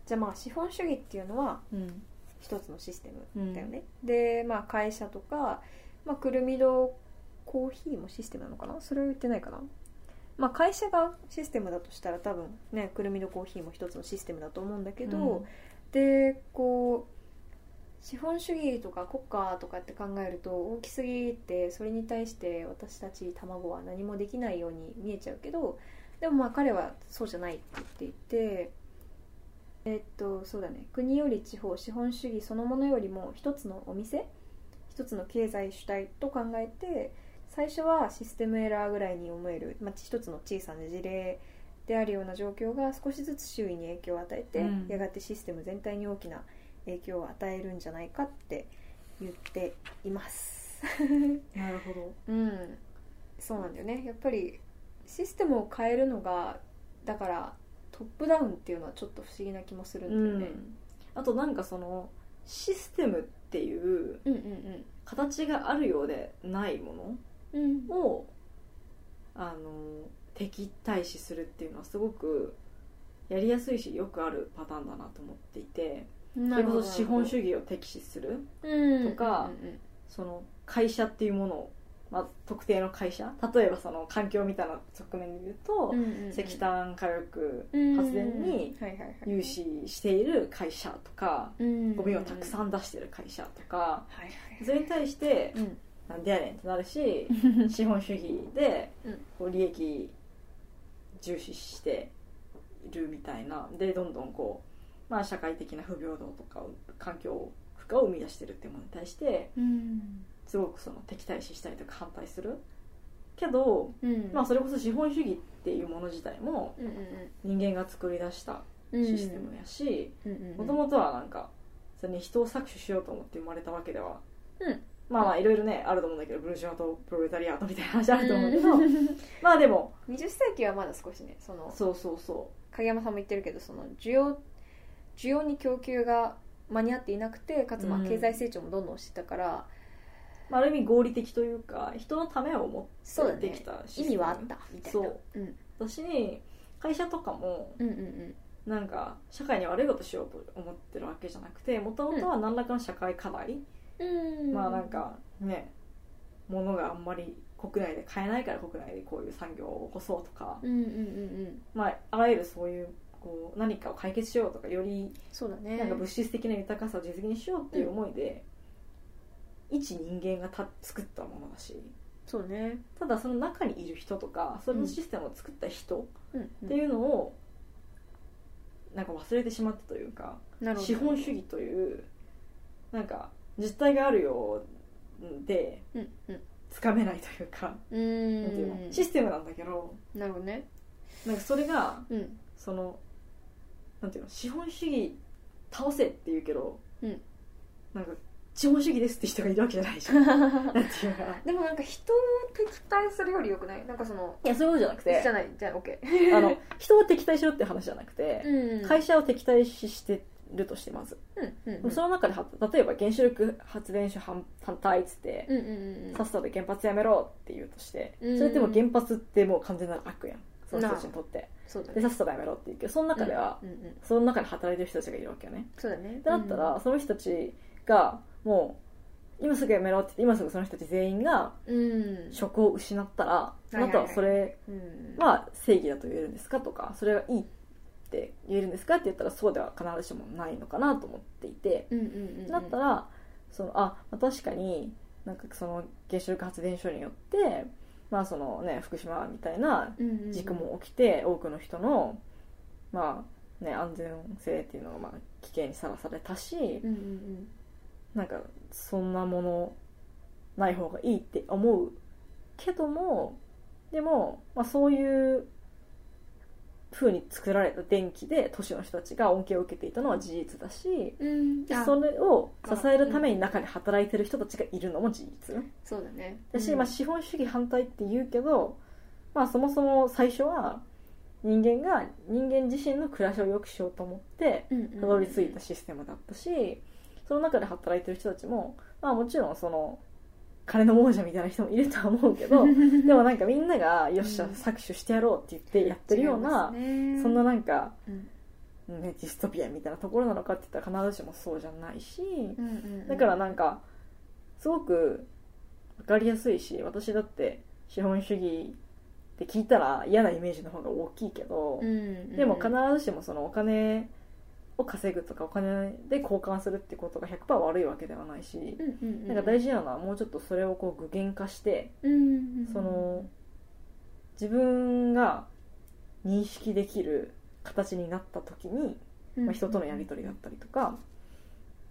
Speaker 1: じゃあまあ資本主義っていうのは
Speaker 2: うん
Speaker 1: 一つのシステムだよね、でまあ会社とか、まあ、くるみ堂コーヒーもシステムなのかなそれを言ってないかなまあ会社がシステムだとしたら多分ねくるみ堂コーヒーも一つのシステムだと思うんだけど、でこう資本主義とか国家とかって考えると大きすぎてそれに対して私たち卵は何もできないように見えちゃうけどでもまあ彼はそうじゃないって言っていてえっとそうだね国より地方資本主義そのものよりも一つのお店一つの経済主体と考えて最初はシステムエラーぐらいに思える、まあ、一つの小さな事例であるような状況が少しずつ周囲に影響を与えて、
Speaker 2: うん
Speaker 1: やがてシステム全体に大きな影響を与えるんじゃないかって言ってい ます。
Speaker 2: なるほど
Speaker 1: うん、そうなんだよねやっぱりシステムを変えるのがだからトップダウンっていうのはちょっと不思議な気もするんだよね。
Speaker 2: あとなんかそのシステムっていう
Speaker 1: うん、うん、
Speaker 2: 形があるようでないも
Speaker 1: うんうん
Speaker 2: のをあの敵対視するっていうのはすごくやりやすいしよくあるパターンだなと思っていてそ
Speaker 1: な
Speaker 2: れ
Speaker 1: る
Speaker 2: こ
Speaker 1: ほど
Speaker 2: そ資本主義を敵視する
Speaker 1: 義
Speaker 2: とか
Speaker 1: うんうんうん
Speaker 2: その会社っていうものを、まあ、特定の会社例えばその環境みたいな側面で言うと、
Speaker 1: うんうんうん
Speaker 2: 石炭火力
Speaker 1: うん
Speaker 2: 発電に
Speaker 1: はいはいはい
Speaker 2: 融資している会社とか、
Speaker 1: うん
Speaker 2: ゴミをたくさん出してる会社とか、
Speaker 1: はいはい
Speaker 2: それに対して
Speaker 1: う、ん
Speaker 2: なんでやねんってなる し資本主義で
Speaker 1: うん
Speaker 2: こう利益重視しているみたいなでどんどんこう、まあ、社会的な不平等とかを環境負荷を生み出してるっていうものに対して
Speaker 1: うん
Speaker 2: すごくその敵対視したりとか反対するけど、
Speaker 1: うん
Speaker 2: まあ、それこそ資本主義っていうもの自体も
Speaker 1: うんうん
Speaker 2: 人間が作り出した
Speaker 1: うん
Speaker 2: システムやし
Speaker 1: うんうんうん
Speaker 2: もともとはなんかそれに人を搾取しようと思って生まれたわけでは、
Speaker 1: うん
Speaker 2: まあまあいろいろねあると思うんだけどブルジョアとプロレタリアートみたいな話あると思うけど、
Speaker 1: うん
Speaker 2: まあでも
Speaker 1: 20世紀はまだ少しねその
Speaker 2: そうそうそ
Speaker 1: 影山さんも言ってるけどその需要需要に供給が間に合っていなくてかつまあ
Speaker 2: うん
Speaker 1: 経済成長もどんどんしてたから、
Speaker 2: う、まあ、ある意味合理的というか人のためを思
Speaker 1: そうだ
Speaker 2: ってでき
Speaker 1: ね
Speaker 2: たシ
Speaker 1: 意
Speaker 2: ステ
Speaker 1: 味
Speaker 2: ム
Speaker 1: はあったみたいな
Speaker 2: そう、
Speaker 1: うん、
Speaker 2: だし会社とかも
Speaker 1: うんうん
Speaker 2: なんか社会に悪いことしようと思ってるわけじゃなくてもともとは何らかの社会課題、
Speaker 1: うんうん
Speaker 2: まあなんかね物があんまり国内で買えないから国内でこういう産業を起こそうとか、
Speaker 1: うんうんうんうん
Speaker 2: まあ、あらゆるそういうこう何かを解決しようとかより
Speaker 1: そうだね
Speaker 2: なんか物質的な豊かさを実現しようっていう思いで、一人間がた作ったものだし
Speaker 1: そうね、
Speaker 2: ただその中にいる人とかそのシステムを作った人っ
Speaker 1: うんうん
Speaker 2: ていうのを、なんか忘れてしまったというか
Speaker 1: なるほど
Speaker 2: 資本主義というなんか実態があるようで
Speaker 1: うんうん
Speaker 2: つかめないというか、
Speaker 1: う
Speaker 2: なんていうの
Speaker 1: ーん
Speaker 2: システムなんだけど
Speaker 1: なるほどね
Speaker 2: なんかそれが
Speaker 1: うん
Speaker 2: そのなんていうの資本主義倒せって言うけど、
Speaker 1: うん
Speaker 2: なんか資本主義ですって人がいるわけじゃないじゃんなんていうか
Speaker 1: でもなんか人を敵対するよりよくないなんかその
Speaker 2: いやそういうことじゃなくて
Speaker 1: じゃないじゃあ OK
Speaker 2: あの 人を敵対しろって話じゃなくて、
Speaker 1: うん
Speaker 2: 会社を敵対ししてるとしてまず、
Speaker 1: うんうん
Speaker 2: その中では例えば原子力発電所反反対っつって、
Speaker 1: うんうんうん
Speaker 2: さっさと原発やめろって言うとして、
Speaker 1: うん
Speaker 2: それってもう原発ってもう完全な悪やんその人たちにとって
Speaker 1: そうだ
Speaker 2: で
Speaker 1: ね
Speaker 2: さっさとやめろって言うけどその中では、
Speaker 1: うんうん
Speaker 2: その中で働いてる人たちがいるわけよね
Speaker 1: そうだね
Speaker 2: ってなったら、その人たちがもう今すぐやめろって言って今すぐその人たち全員が
Speaker 1: うん
Speaker 2: 職を失ったら、
Speaker 1: い
Speaker 2: あ
Speaker 1: はいは
Speaker 2: ないたはそれ
Speaker 1: うん
Speaker 2: は正義だと言えるんですかとかそれがいいって言えるんですかって言ったらそうでは必ずしもないのかなと思っていて、
Speaker 1: うんうんうん
Speaker 2: だったらそのあまあ確かになんかその原子力発電所によってまあそのね福島みたいな
Speaker 1: うんうんうん
Speaker 2: 事故も起きて多くの人のまあね安全性っていうのがまあ危険にさらされたし
Speaker 1: うんうん
Speaker 2: なんかそんなものない方がいいって思うけどもでも、まあ、そういう風に作られた電気で都市の人たちが恩恵を受けていたのは事実だし
Speaker 1: うんうんあ
Speaker 2: それを支えるために中で働いてる人たちがいるのも事実
Speaker 1: そうだね
Speaker 2: だし、まあ、資本主義反対って言うけど、まあ、そもそも最初は人間が人間自身の暮らしを良くしようと思って
Speaker 1: うん
Speaker 2: たどり着 いたシステムだったしその中で働いてる人たちも、まあ、もちろんその金の亡者みたいな人もいるとは思うけどでもなんかみんなが「よっしゃ
Speaker 1: うん
Speaker 2: 搾取してやろう」って言ってやってるような、そんな
Speaker 1: な
Speaker 2: なんか、
Speaker 1: うん
Speaker 2: ね、ディストピアみたいなところなのかって言ったら必ずしもそうじゃないし
Speaker 1: うんうんうん
Speaker 2: だからなんかすごく分かりやすいし私だって資本主義って聞いたら嫌なイメージの方が大きいけど。
Speaker 1: うんうん
Speaker 2: でも必ずしもそのお金を稼ぐとかお金で交換するってことが100%悪いわけではないし、
Speaker 1: うんうんうん
Speaker 2: なんか大事なのはもうちょっとそれをこう具現化して、
Speaker 1: うんうんうん
Speaker 2: その自分が認識できる形になった時に、まあ、人とのやり取りだったりとか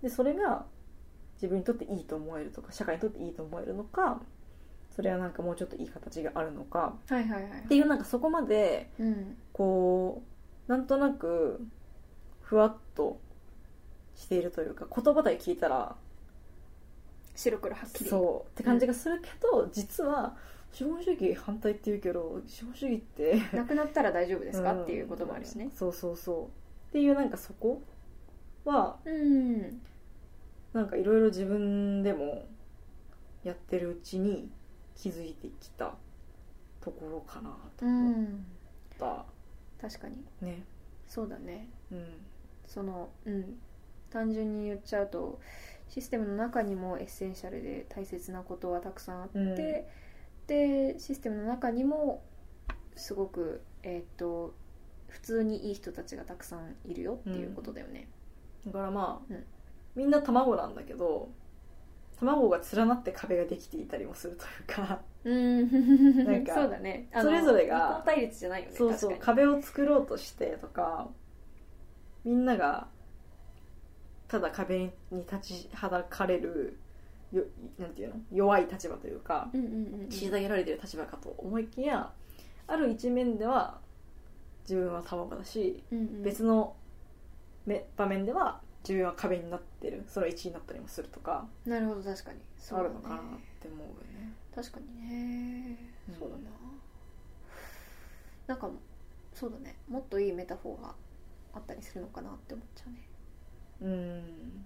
Speaker 2: でそれが自分にとっていいと思えるとか社会にとっていいと思えるのかそれはなんかもうちょっといい形があるのか
Speaker 1: りはいはいはい
Speaker 2: っていうなんかそこまで
Speaker 1: うん
Speaker 2: こうなんとなくふわっとしているというか言葉で聞いたら
Speaker 1: 白黒はっきり
Speaker 2: そうって感じがするけど、実は資本主義反対っていうけど資本主義って
Speaker 1: なくなったら大丈夫ですか、
Speaker 2: ん
Speaker 1: っていうこともあるしね
Speaker 2: そうそうそうっていうなんかそこは
Speaker 1: うん
Speaker 2: なんかいろいろ自分でもやってるうちに気づいてきたところかなと
Speaker 1: う
Speaker 2: 思っ
Speaker 1: ん
Speaker 2: た、
Speaker 1: 確かに
Speaker 2: ね
Speaker 1: そうだね
Speaker 2: うん
Speaker 1: そのうん単純に言っちゃうとシステムの中にもエッセンシャルで大切なことはたくさんあって、
Speaker 2: うん
Speaker 1: でシステムの中にもすごくえーっ、と普通にいい人たちがたくさんいるよっていうことだよね、
Speaker 2: だからまあ、
Speaker 1: うん
Speaker 2: みんな卵なんだけど卵が連なって壁ができていたりもするというか
Speaker 1: うん
Speaker 2: なんか
Speaker 1: そうだねあの
Speaker 2: それぞれ
Speaker 1: 二項
Speaker 2: が
Speaker 1: 対立じゃないよね
Speaker 2: そうそう
Speaker 1: 確か
Speaker 2: 壁を作ろうとしてとかみんながただ壁に立ちはだかれるよなんていうの弱い立場というか
Speaker 1: にうんうんうんうん
Speaker 2: 虐げられてる立場かと思いきやある一面では自分は卵だし
Speaker 1: うんうん
Speaker 2: 別のめ場面では自分は壁になってるその一位になったりもするとか
Speaker 1: なるほど確かにそう
Speaker 2: あ
Speaker 1: だ
Speaker 2: る
Speaker 1: ね
Speaker 2: のかなって思うよね。
Speaker 1: 確かにね、
Speaker 2: うん
Speaker 1: そうだななんかそうだねもっといいメタフォーがあったりするのかなって思っちゃうね
Speaker 2: うん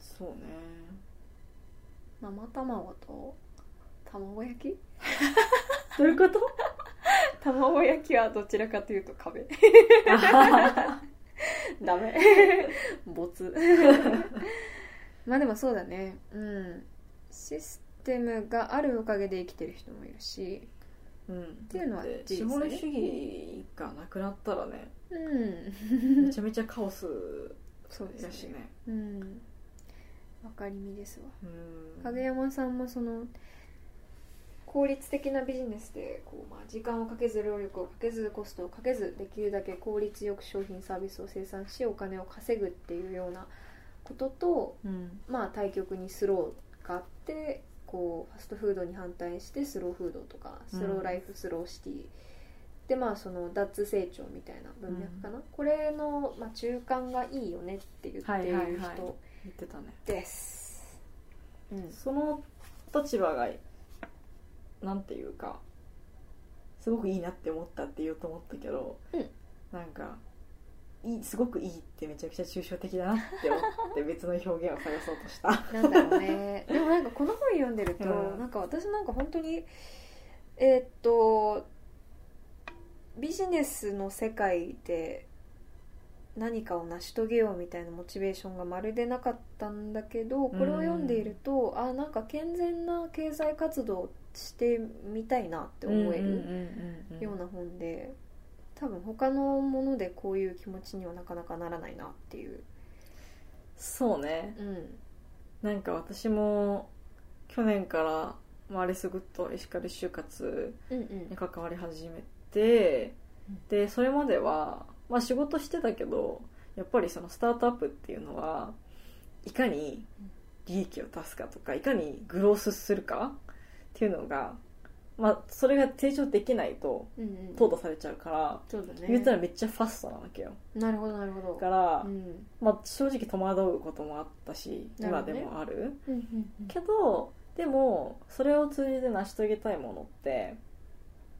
Speaker 2: そう ね
Speaker 1: 生卵と卵焼き
Speaker 2: どういうこと
Speaker 1: 卵焼きはどちらかというと壁ダ メ没 まあでもそうだねうんシステムがあるおかげで生きてる人もいるし
Speaker 2: うん、って
Speaker 1: いうのは事
Speaker 2: 資
Speaker 1: 実だ
Speaker 2: 本
Speaker 1: ね
Speaker 2: 主義がなくなったら ね
Speaker 1: うん
Speaker 2: めちゃめちゃカオス
Speaker 1: そうです
Speaker 2: だ
Speaker 1: ね
Speaker 2: しね
Speaker 1: うんわかりみですわ
Speaker 2: うん
Speaker 1: 影山さんもその効率的なビジネスでこう、まあ、時間をかけず労力をかけずコストをかけずできるだけ効率よく商品サービスを生産しお金を稼ぐっていうようなことと、
Speaker 2: うん
Speaker 1: まあ、対極にスローがあってこうファストフードに反対してスローフードとか
Speaker 2: うん
Speaker 1: スローライフ、スローシティでまあその脱成長みたいな文脈かな、これの、まあ、中間がいいよねって言ってい
Speaker 2: はい
Speaker 1: る
Speaker 2: はいはい
Speaker 1: 人
Speaker 2: 言ってたね
Speaker 1: です。うん
Speaker 2: その立場がなんていうかすごくいいなって思ったって言おうと思ったけど、
Speaker 1: うん
Speaker 2: なんかいいすごくいいってめちゃくちゃ抽象的だなって思って別の表現を探そうとした
Speaker 1: なんだろうね でもなんかこの本読んでると、
Speaker 2: うん
Speaker 1: なんか私なんか本当にえーっとビジネスの世界で何かを成し遂げようみたいなモチベーションがまるでなかったんだけどこれを読んでいると、あなんか健全な経済活動をしてみたいなって思え
Speaker 2: う
Speaker 1: る
Speaker 2: んうんうんうん
Speaker 1: ような本で多分他のものでこういう気持ちにはなかなかならないなっていう。
Speaker 2: そうね
Speaker 1: うん
Speaker 2: なんか私も去年からまあレスグッドエシカル就活
Speaker 1: うんう
Speaker 2: に
Speaker 1: ん
Speaker 2: 関わり始めてでそれまでは、まあ、仕事してたけどやっぱりそのスタートアップっていうのはいかに利益を出すかとかいかにグロースするかっていうのが、まあ、それが提唱できないと
Speaker 1: うんうん
Speaker 2: 淘汰されちゃうから、
Speaker 1: そうだね
Speaker 2: 言ったらめっちゃファストなわけよ
Speaker 1: なるほどなるほど
Speaker 2: だから、
Speaker 1: うん
Speaker 2: まあ、正直戸惑うこともあったし
Speaker 1: なる
Speaker 2: 今
Speaker 1: ほど
Speaker 2: で
Speaker 1: ね
Speaker 2: もある
Speaker 1: うんうんうん
Speaker 2: けどでもそれを通じて成し遂げたいものって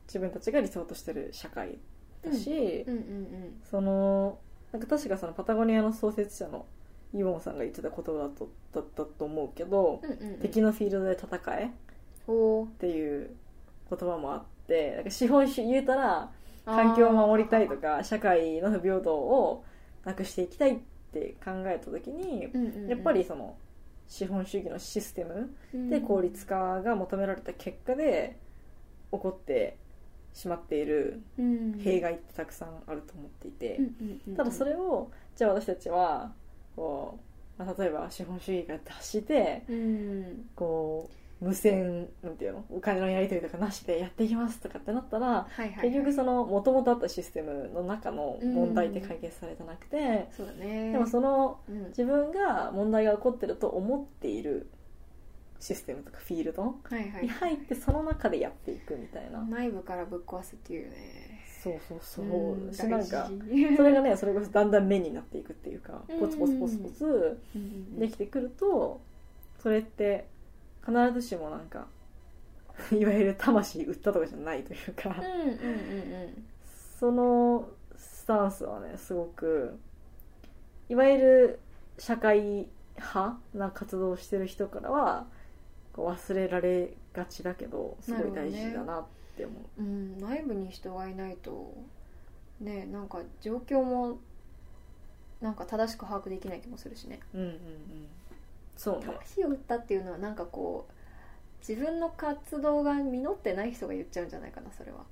Speaker 2: 自分たちが理想としてる社会だし、
Speaker 1: うんうん
Speaker 2: そのなんか確かそのパタゴニアの創設者のイボンさんが言ってた言葉だとだったと思うけど、
Speaker 1: うんうんうんうん
Speaker 2: 敵のフィールドで戦えっ
Speaker 1: ほう
Speaker 2: ていう言葉もあってなんか資本主義言うたら環境を守りたいとか社会の不平等をなくしていきたいって考えた時に
Speaker 1: あー、うんうんうん
Speaker 2: やっぱりその資本主義のシステムで
Speaker 1: うん
Speaker 2: 効率化が求められた結果で起こってしまっている
Speaker 1: うん
Speaker 2: 弊害ってたくさんあると思っていて
Speaker 1: うんうんうん
Speaker 2: ただそれをじゃあ私たちはこう、まあ、例えば資本主義が脱して
Speaker 1: うん
Speaker 2: こう無線なんていうのお金のやり取りとかなしでやっていきますとかってなったら
Speaker 1: はいはいはい
Speaker 2: 結局その元々あったシステムの中の問題って解決されてなくて
Speaker 1: そうだね
Speaker 2: でもその
Speaker 1: うん
Speaker 2: 自分が問題が起こってると思っているシステムとかフィールド
Speaker 1: はいは
Speaker 2: に
Speaker 1: い
Speaker 2: 入ってその中でやっていくみたいな
Speaker 1: 内部からぶっ壊すっていうね
Speaker 2: そうそうそ
Speaker 1: うん
Speaker 2: うしなんか
Speaker 1: 大事
Speaker 2: それがねそれこそだんだん目になっていくっていうか
Speaker 1: うん
Speaker 2: ポツポツポツポツ
Speaker 1: うんうんうん
Speaker 2: できてくるとそれって必ずしもなんか いわゆる魂売ったとかじゃないというか
Speaker 1: うんうんうん
Speaker 2: そのスタンスはねすごくいわゆる社会派な活動をしてる人からはこう忘れられがちだけどすごい大事だなって思
Speaker 1: う
Speaker 2: う。
Speaker 1: んうん内部に人がいないとねなんか状況もなんか正しく把握できない気もするしね
Speaker 2: うんうんうんそうね
Speaker 1: 魂を売ったっていうのはなんかこう自分の活動が実ってない人が言っちゃうんじゃないかなそれは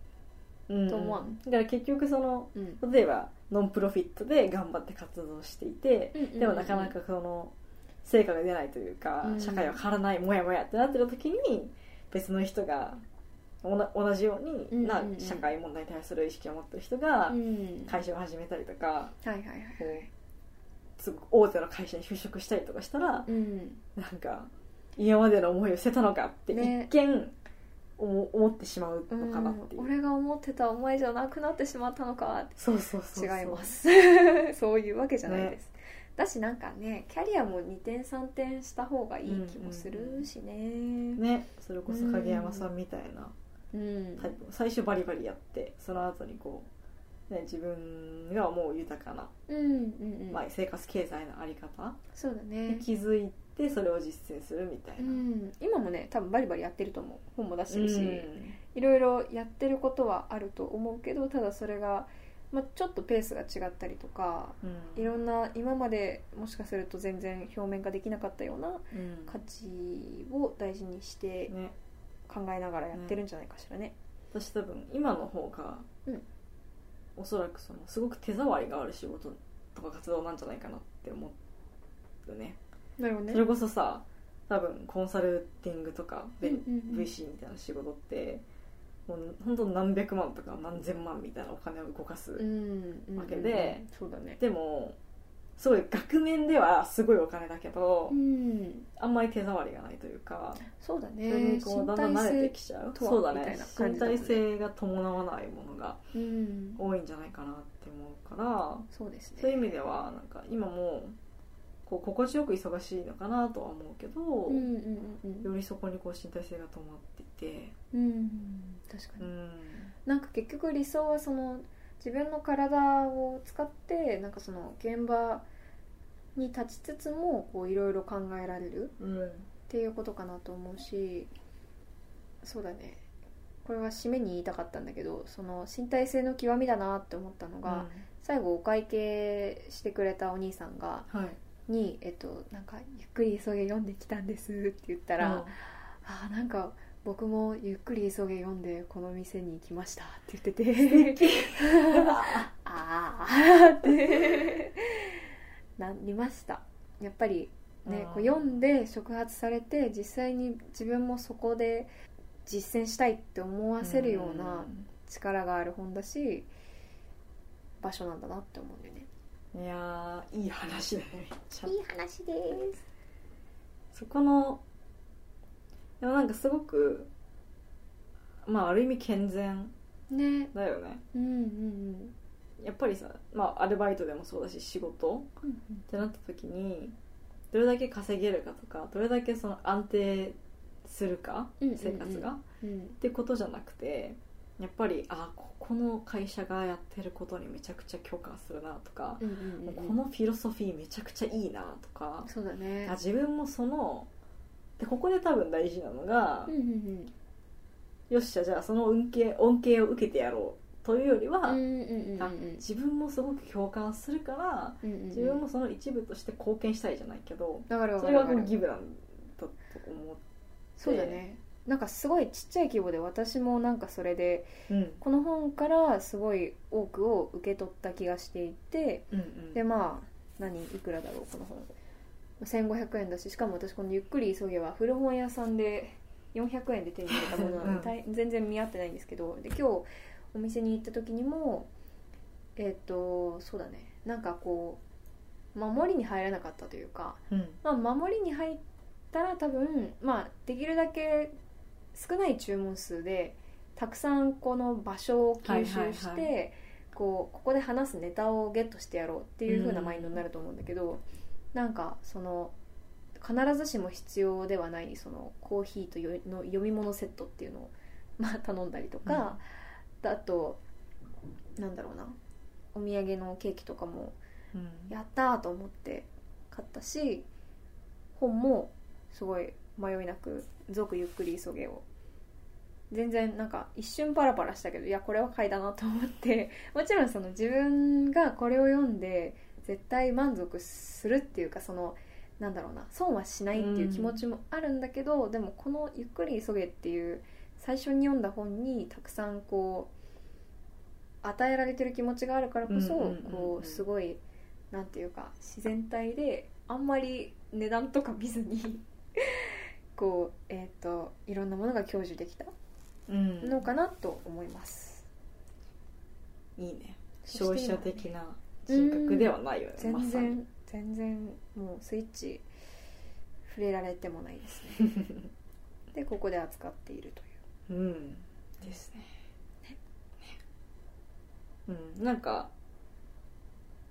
Speaker 2: うん
Speaker 1: と思わ
Speaker 2: うん
Speaker 1: ん
Speaker 2: だから結局その
Speaker 1: うん
Speaker 2: 例えばノンプロフィットで頑張って活動していてでもなかなかその成果が出ないというか、
Speaker 1: うん
Speaker 2: 社会は変わらないモヤモヤってなってる時に別の人がおな同じようにな
Speaker 1: うんうんうん
Speaker 2: 社会問題に対する意識を持ってる人が
Speaker 1: うんはい
Speaker 2: 会社を始めたりと
Speaker 1: は
Speaker 2: か、
Speaker 1: いはい
Speaker 2: こうすごく大手の会社に就職したりとかしたら
Speaker 1: うん
Speaker 2: なんか今までの思いを捨てたのかって
Speaker 1: ね
Speaker 2: 一見思思ってしまうのかなっていう、
Speaker 1: うん俺が思ってたお前じゃなくなってしまったのかって
Speaker 2: そうそうそうそう
Speaker 1: 違います そういうわけじゃないです、だしなんかねキャリアも2点3点した方がいい気もするしね
Speaker 2: ねそれこそ影山さんみたいな
Speaker 1: うん
Speaker 2: タイプ、最初バリバリやってその後にこう、ね、自分が思う豊かな、
Speaker 1: うんうんうん
Speaker 2: まあ、生活経済のあり方
Speaker 1: そうだ
Speaker 2: に
Speaker 1: ね
Speaker 2: 気づいてそれを実践するみたいうな、
Speaker 1: ん今もね多分バリバリやってると思う本も出してるし、
Speaker 2: うん
Speaker 1: いろいろやってることはあると思うけどただそれが、まあ、ちょっとペースが違ったりとかいろんな今までもしかすると全然表面化できなかったような
Speaker 2: うん
Speaker 1: 価値を大事にして
Speaker 2: ね、
Speaker 1: 考えながらやってるんじゃないかしらね。
Speaker 2: 私多分今の方が、
Speaker 1: うん
Speaker 2: おそらくそのすごく手触りがある仕事とか活動なんじゃないかなって思うよね
Speaker 1: なるほどね
Speaker 2: それこそさ多分コンサルティングとかで、
Speaker 1: うんうんうん
Speaker 2: VC みたいな仕事ってもう本当何百万とか何千万みたいなお金を動かす、
Speaker 1: うんうんうんうん
Speaker 2: わけで
Speaker 1: そうだね
Speaker 2: でもすごい額面ではすごいお金だけど、
Speaker 3: うん、
Speaker 2: あんまり手触りがないというか、
Speaker 1: そうだ
Speaker 2: それ
Speaker 1: ね
Speaker 2: にこうだんだん慣れてきちゃう
Speaker 1: 身体性とは
Speaker 2: そうだ
Speaker 1: みたい
Speaker 2: ね
Speaker 1: な感
Speaker 2: 身
Speaker 1: じだもんね
Speaker 2: 体性が伴わないものが
Speaker 3: うん、
Speaker 2: 多いんじゃないかなって思うから
Speaker 1: そうです
Speaker 2: そういう
Speaker 1: ね
Speaker 2: 意味ではなんか今もこう心地よく忙しいのかなとは思うけど、
Speaker 3: うんうんうん
Speaker 2: よりそこにこう身体性が伴っていて、
Speaker 3: うん
Speaker 1: 確か
Speaker 2: う
Speaker 1: に
Speaker 2: ん、
Speaker 1: なんか結局理想はその自分の体を使ってなんかその現場に立ちつつもこういろいろ考えられる
Speaker 2: うん、
Speaker 1: っていうことかなと思うしそうだねこれは締めに言いたかったんだけどその身体性の極みだなって思ったのが、最後お会計してくれたお兄さんが
Speaker 2: うんはい
Speaker 1: に、えっと、なんか「ゆっくり急げ読んできたんです」って言ったら「あーなんか僕もゆっくり急げ読んでこの店に来ました」って言ってて「 ああ」って なりましたやっぱりね
Speaker 2: うん
Speaker 1: こう読んで触発されて実際に自分もそこで実践したいって思わせるような力がある本だし場所なんだなって思うんだよね
Speaker 2: うんいやーいい話だねめっちゃ
Speaker 3: いい話です
Speaker 2: そこのでもなんかすごくまあある意味健全
Speaker 1: ね
Speaker 2: だよね
Speaker 1: うんうん
Speaker 2: やっぱりさ、まあ、アルバイトでもそうだし仕事
Speaker 1: うんうん
Speaker 2: ってなった時にどれだけ稼げるかとかどれだけその安定するか
Speaker 3: うんうんうん
Speaker 2: 生活がっ
Speaker 1: うん
Speaker 2: てことじゃなくてやっぱりあここの会社がやってることにめちゃくちゃ共感するなとか、
Speaker 1: うんうんうん
Speaker 2: このフィロソフィーめちゃくちゃいいなとか
Speaker 1: そうだね
Speaker 2: あ自分もそのでここで多分大事なのが
Speaker 3: うん、うん
Speaker 2: よっしゃじゃあその恩恵恩恵を受けてやろうというよりは、
Speaker 3: うんうんうんうん
Speaker 2: あ自分もすごく共感するから
Speaker 3: うんうん
Speaker 2: 自分もその一部として貢献したいじゃないけど、
Speaker 1: だから
Speaker 2: それがこうギブなんだと思っ
Speaker 1: そうだねなんかすごいちっちゃい規模で私もなんかそれで
Speaker 2: て、うん
Speaker 1: この本からすごい多くを受け取った気がしていて
Speaker 2: うん
Speaker 1: でまあ何いくらだろうこの本1500円だししかも私この「ゆっくり急げ」は古本屋さんで400円で手に入れたもの なので、
Speaker 2: うん
Speaker 1: 大全然見合ってないんですけどで今日お店に行った時にもえっ、とそうだねなんかこう守りに入らなかったというか、
Speaker 2: うん
Speaker 1: まあ、守りに入ったら多分、まあ、できるだけ少ない注文数でたくさんこの場所を吸収して、
Speaker 2: はいはい
Speaker 1: こうここで話すネタをゲットしてやろうっていう風なマインドになると思うんだけど、なんかその必ずしも必要ではないそのコーヒーとよの読み物セットっていうのを、 まあ、頼んだりとか。あとなんだろうなお土産のケーキとかも
Speaker 2: うん
Speaker 1: やったーと思って買ったし本もすごい迷いなく「続ゆっくり急げ」を全然なんか一瞬パラパラしたけどいやこれは買いだなと思って もちろんその自分がこれを読んで絶対満足するっていうかそのなんだろうな損はしないっていう気持ちもあるんだけど、でもこの「ゆっくり急げ」っていう最初に読んだ本にたくさんこう与えられてる気持ちがあるからこそ、
Speaker 2: うんうんうんうん
Speaker 1: こうすごいなんていうか自然体であんまり値段とか見ずに こうえっ、といろんなものが享受できた
Speaker 2: うん
Speaker 1: のかなと思います、
Speaker 2: いいね
Speaker 1: そして
Speaker 2: 消費者的な人格ではないよね、ま
Speaker 1: 全
Speaker 2: さに
Speaker 1: 然全然もうスイッチ触れられてもないです ねでここで扱っているという
Speaker 2: うんですねねうんなんか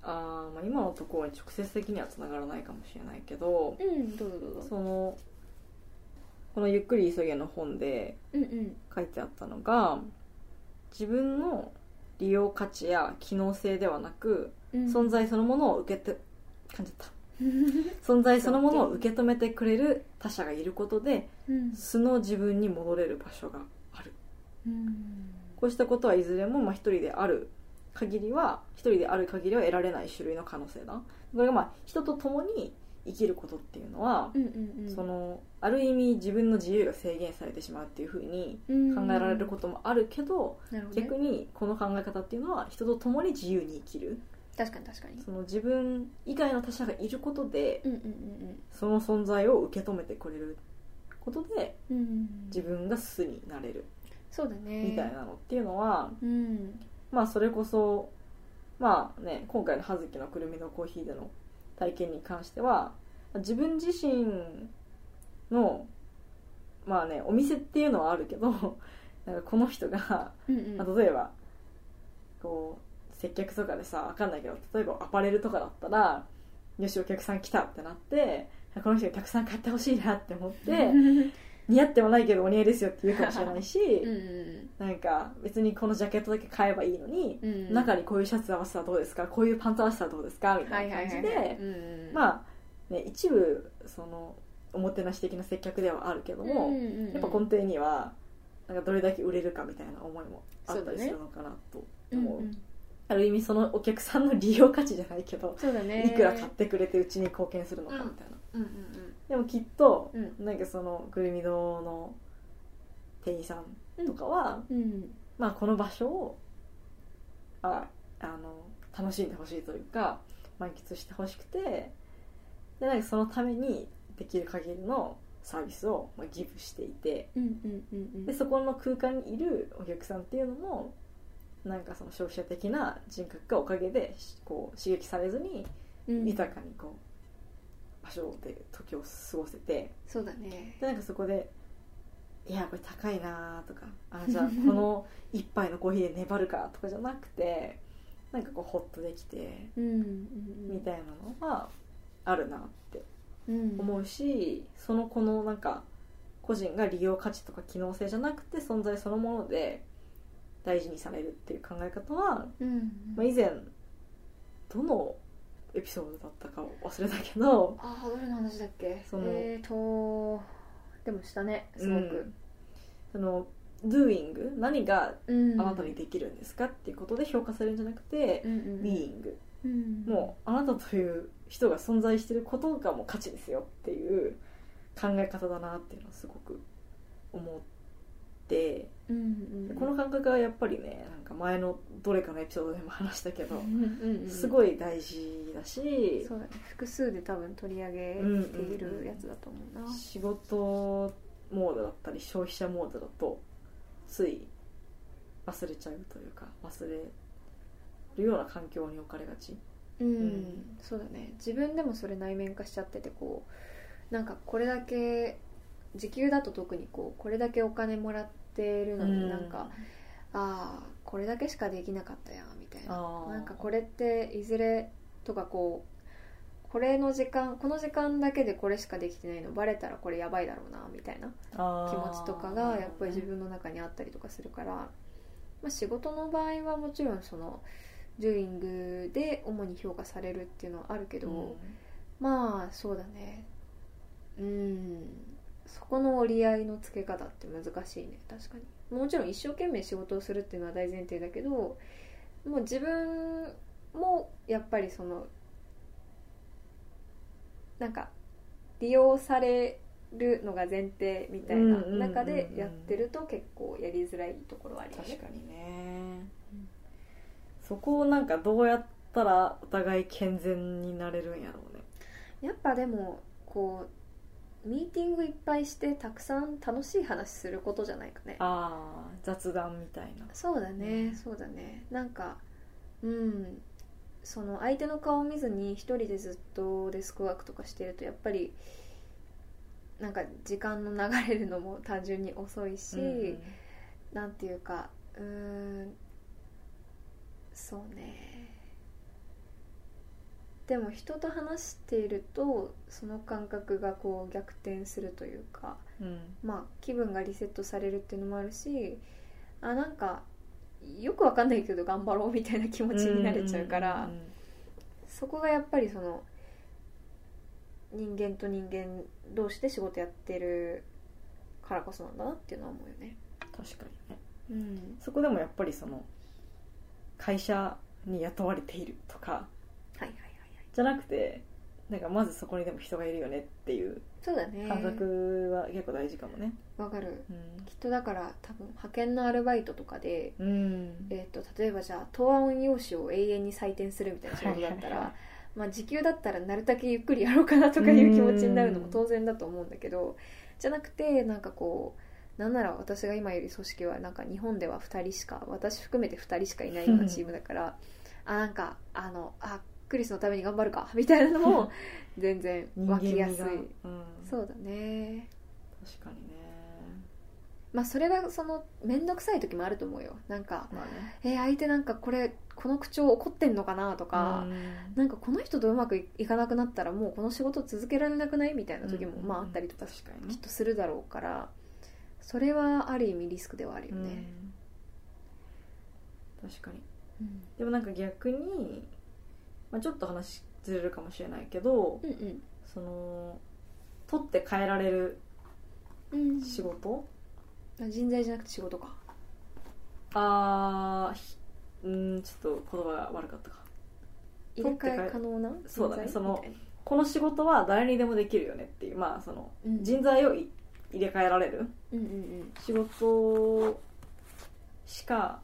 Speaker 2: あー、まあ今のところに直接的にはつながらないかもしれないけど
Speaker 1: うんどうぞどうぞ
Speaker 2: そのこの「ゆっくり急げ」の本で
Speaker 1: うんうん
Speaker 2: 書いてあったのが自分の利用価値や機能性ではなく
Speaker 1: うん
Speaker 2: 存在そのものを受けて感じた存在そのものを受け止めてくれる他者がいることで
Speaker 1: うん
Speaker 2: 素の自分に戻れる場所がある
Speaker 1: うん
Speaker 2: こうしたことはいずれもまあ一人である限りは一人である限りは得られない種類の可能性だこれがまあ人と共に生きることっていうのは、
Speaker 1: うんうんうん
Speaker 2: そのある意味自分の自由が制限されてしまうっていうふうに考えられることもあるけど、
Speaker 1: となるほどね
Speaker 2: 逆にこの考え方っていうのは人と共に自由に生きる
Speaker 1: 確かに確かに
Speaker 2: その自分以外の他者がいることで
Speaker 1: うんうんうん
Speaker 2: その存在を受け止めてくれることで
Speaker 1: うんうん
Speaker 2: 自分が素になれる
Speaker 1: そうだね
Speaker 2: みたいなのっていうのは、
Speaker 1: うん
Speaker 2: まあそれこそまあね今回の葉月のくるみのコーヒーでの体験に関しては自分自身のまあねお店っていうのはあるけど なんかこの人が、
Speaker 3: うん
Speaker 2: まあ例えばこう接客とかでさわかんないけど例えばアパレルとかだったらよしお客さん来たってなってこの人にたくさん買ってほしいなって思って似合ってもないけどお似合いですよって言うかもしれないし、
Speaker 3: うん
Speaker 2: なんか別にこのジャケットだけ買えばいいのに、
Speaker 3: うん
Speaker 2: 中にこういうシャツ合わせたらどうですかこういうパンツ合わせたらどうですかみたいな感じで、
Speaker 3: うん
Speaker 2: まあ、ね、一部そのおもてなし的な接客ではあるけども、
Speaker 3: うんうんうん
Speaker 2: やっぱ根底にはなんかどれだけ売れるかみたいな思いもあったりするのかなと思う
Speaker 3: うんうん
Speaker 2: ある意味そのお客さんの利用価値じゃないけど、
Speaker 3: そうだね
Speaker 2: いくら買ってくれてうちに貢献するのかみたいな、
Speaker 3: うんうん
Speaker 2: でもきっと、
Speaker 3: うん
Speaker 2: なんかそのぐるみ堂の店員さんとかは、
Speaker 3: うんうん
Speaker 2: まあ、この場所をああの楽しんでほしいというか満喫してほしくてでなんかそのためにできる限りのサービスをまあギブしていて
Speaker 3: うんうんうんう
Speaker 2: で
Speaker 3: ん
Speaker 2: そこの空間にいるお客さんっていうのもなんかその消費者的な人格がおかげでしこう刺激されずに
Speaker 3: うん
Speaker 2: 豊かにこう場所で時を過ごせて
Speaker 3: そうだね
Speaker 2: でなんかそこで「いやこれ高いな」とか「あじゃあこの一杯のコーヒーで粘るか」とかじゃなくて なんかこうホッとできて
Speaker 3: うんうんうん
Speaker 2: みたいなのはあるなって
Speaker 3: うん
Speaker 2: 思うしその子のなんか個人が利用価値とか機能性じゃなくて存在そのもので大事にされるっていう考え方は、
Speaker 3: うんう
Speaker 2: まあ、
Speaker 3: ん
Speaker 2: 以前どのエピソードだったか忘れたけど
Speaker 3: ああどれの話だっけ
Speaker 2: その
Speaker 1: えーとでもしたねすごく、
Speaker 2: その「doing」何が
Speaker 3: うん
Speaker 2: あなたにできるんですかっていうことで評価されるんじゃなくて
Speaker 3: うんうん
Speaker 2: being
Speaker 3: うん
Speaker 2: もうあなたという人が存在してることがもう価値ですよっていう考え方だなっていうのはすごく思って
Speaker 3: うんうんうん
Speaker 2: この感覚はやっぱりねなんか前のどれかのエピソードでも話したけど
Speaker 3: うんうんうん
Speaker 2: すごい大事だし
Speaker 1: そうだね複数で多分取り上げているやつだと思うな、
Speaker 2: 仕事モードだったり消費者モードだとつい忘れちゃうというか忘れるような環境に置かれがち。
Speaker 1: うん
Speaker 2: ん
Speaker 1: そうだね自分でもそれ内面化しちゃっててこうなんかこれだけ時給だと特にこうこれだけお金もらってるのに、
Speaker 2: うん
Speaker 1: なんかああこれだけしかできなかったやみたいな
Speaker 2: あー
Speaker 1: なんかこれっていずれとかこうこれの時間この時間だけでこれしかできてないのバレたらこれやばいだろうなみたいな
Speaker 2: 気
Speaker 1: 気持ちとかがやっぱり自
Speaker 2: 分
Speaker 1: 分の中にあったりとかするから、まあ、仕事の場合はもちろんそのドゥーイングで主に評価されるっていうのはあるけど、まあそうだねうんそこの折り合いのつけ方って難しいね確かにもちろん一生懸命仕事をするっていうのは大前提だけどもう自分もやっぱりそのなんか利用されるのが前提みたいな中でやってると結構やりづらいところはあります
Speaker 2: 確かにね、
Speaker 1: うん
Speaker 2: そこをなんかどうやったらお互い健全になれるんやろうね
Speaker 1: やっぱでもこうミーティングいっぱいしてたくさん楽しい話することじゃないかね
Speaker 2: ああ雑談みたいな
Speaker 1: そうだね、
Speaker 2: うん
Speaker 1: そうだねなんかうんその相手の顔を見ずに一人でずっとデスクワークとかしてるとやっぱりなんか時間の流れるのも単純に遅いし、なんていうかうーんそうねでも人と話しているとその感覚がこう逆転するというか
Speaker 2: うんうん
Speaker 1: まあ、気分がリセットされるっていうのもあるしあなんかよくわかんないけど頑張ろうみたいな気持ちになれちゃうから、
Speaker 2: んん
Speaker 1: そこがやっぱりその人間と人間同士で仕事やってるからこそなんだなっていうのは思うよね。
Speaker 2: 確かにね
Speaker 1: うん、
Speaker 2: そこでもやっぱりその会社に雇われているとか
Speaker 1: はいはいはいはい
Speaker 2: じゃなくてなんかまずそこにでも人がいるよねっていう
Speaker 1: そうだね
Speaker 2: 感覚は結構大事かもね、
Speaker 1: わかるきっとだから多分派遣のアルバイトとかで、
Speaker 2: うん、うん
Speaker 1: えー、と例えばじゃあ答案用紙を永遠に採点するみたいな仕事だっ
Speaker 2: は
Speaker 1: た
Speaker 2: いはいは
Speaker 1: ら
Speaker 2: い
Speaker 1: まあ、時給だったらなるだけゆっくりやろうかなとかいう気持ちになるのも
Speaker 2: うん
Speaker 1: 当然だと思うんだけどじゃなくてなんかこうなんなら私が今いる組織はなんか日本では2人しか私含めて2人しかいないようなチームだからあなんかあのあクリスのために頑張るかみたいなの も全然
Speaker 2: 人
Speaker 1: 湧
Speaker 2: 間
Speaker 1: き
Speaker 2: 味
Speaker 1: やすい
Speaker 2: が、うん、
Speaker 1: そうだね
Speaker 2: 確かにね
Speaker 1: まあそれがその面倒くさい時もあると思うよなんか
Speaker 2: まあね
Speaker 1: えー相手なんかこれこの口調怒ってんのかなとか、
Speaker 2: うん
Speaker 1: なんかこの人とうまくいいかなくなったらもうこの仕事続けられなくないみたいな時も
Speaker 2: うん
Speaker 1: まああったりとか
Speaker 2: 確かに
Speaker 1: きっ
Speaker 2: ね
Speaker 1: とするだろうからそれはある意味リスクではあるよね、
Speaker 2: うん確かに
Speaker 1: うん、
Speaker 2: でもなんか逆に、まあ、ちょっと話ずれるかもしれないけど
Speaker 1: うんうん
Speaker 2: その取って変えられる
Speaker 1: うん
Speaker 2: 仕事、
Speaker 1: あ人材じゃなくて仕事か
Speaker 2: あーひうんちょっと言葉が悪かったか
Speaker 1: 入れ
Speaker 2: 取って変え
Speaker 1: 替え可能な
Speaker 2: そうだね
Speaker 1: 人材
Speaker 2: その
Speaker 1: みたいな
Speaker 2: この仕事は誰にでもできるよねっていうまあその
Speaker 1: うん
Speaker 2: 人材をい入れ替えられる
Speaker 1: うんうん
Speaker 2: 仕事しか、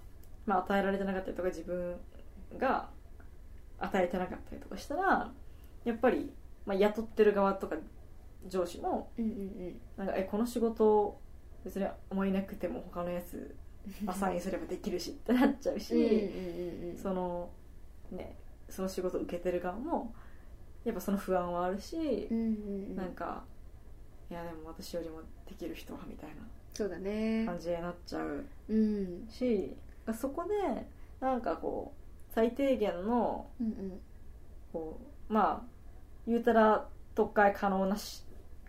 Speaker 2: まあ、与えられてなかったりとか自分が与えてなかったりとかしたらやっぱり、まあ、雇ってる側とか上司も
Speaker 1: うんうんうん
Speaker 2: なんかえこの仕事別に思いなくても他のやつアサインすればできるしってなっちゃうし、
Speaker 1: うんうんうんうん
Speaker 2: そのねその仕事を受けてる側もやっぱその不安はあるし
Speaker 1: う、んうんうん
Speaker 2: なんかいやでも私よりもできる人はみたい
Speaker 1: そうだ
Speaker 2: な
Speaker 1: ね
Speaker 2: 感じになっちゃう
Speaker 1: うんうん
Speaker 2: しそこでなんかこう最低限の
Speaker 1: うん
Speaker 2: こうまあ言うたら特会可能なし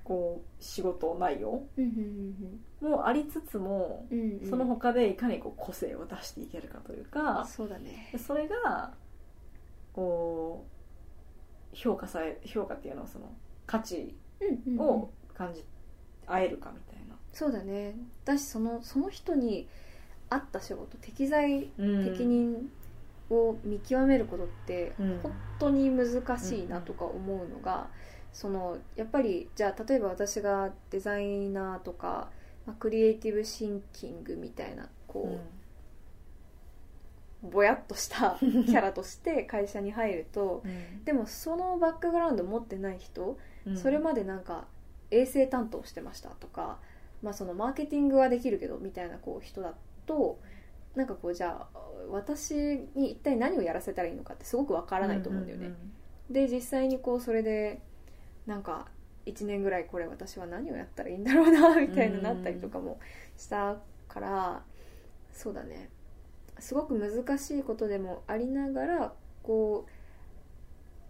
Speaker 2: こう仕事内容
Speaker 1: うんうん
Speaker 2: もありつつも
Speaker 1: うんうんうん
Speaker 2: その他でいかにこう個性を出していけるかというか、
Speaker 1: そうだね
Speaker 2: でそれがこう評価され評価っていうのはその価値
Speaker 1: うんうんうん
Speaker 2: を感じ合えるかみたいな、
Speaker 1: そうだねだしそのその人に合った仕事適材適任を見極めることって
Speaker 2: うん
Speaker 1: 本当に難しいなとか思うのが、そのやっぱりじゃあ例えば私がデザイナーとか、まあクリエイティブシンキングみたいな
Speaker 2: う
Speaker 1: こ
Speaker 2: ん
Speaker 1: う、ぼやっとしたキャラとして会社に入るとでもそのバックグラウンド持ってない人、
Speaker 2: うん
Speaker 1: それまでなんか衛生担当してましたとか、まあ、そのマーケティングはできるけどみたいなこう人だと。なんかこうじゃあ私に一体何をやらせたらいいのかってすごくわからないと思うんだよね、で実際にこうそれでなんか1年ぐらいこれ私は何をやったらいいんだろうなみたいななったりとかもしたからそうだねすごく難しいことでもありながらこ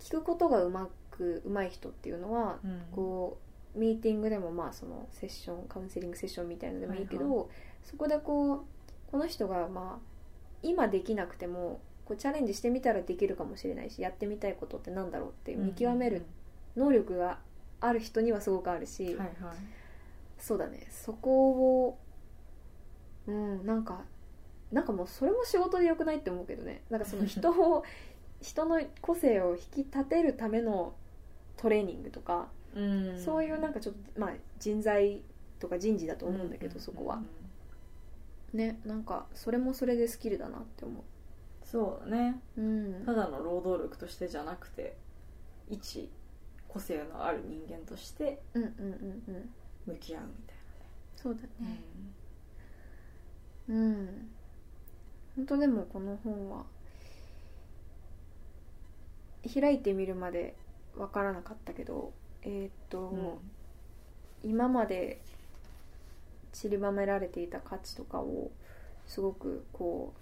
Speaker 1: う聞くことがうまくうまい人っていうのは
Speaker 2: うん
Speaker 1: こうミーティングでもまあそのセッションカウンセリングセッションみたいのでもいいけど、
Speaker 2: はい
Speaker 1: そこでこうこの人がまあ今できなくてもこうチャレンジしてみたらできるかもしれないしやってみたいことってなんだろうって見極める、能力がある人にはすごくあるし、
Speaker 2: うんはいはい
Speaker 1: そうだねそこをうんなんかなんかもうそれも仕事でよくないって思うけどねなんかその人 を人の個性を引き立てるためのトレーニングとか
Speaker 2: うん
Speaker 1: そういうなんかちょっと、まあ、人材とか人事だと思うんだけど、
Speaker 2: う
Speaker 1: そこはねなんかそれもそれでスキルだなって思
Speaker 2: そうだね
Speaker 1: ううん
Speaker 2: ただの労働力としてじゃなくて一個性のある人間として
Speaker 1: うんうんうんうん
Speaker 2: 向き合うみたい
Speaker 1: そうだ
Speaker 2: な、
Speaker 1: ねうん本当でもこの本は開いてみるまでわからなかったけどえーっと、今まで散りばめられていた価値とかをすごくこ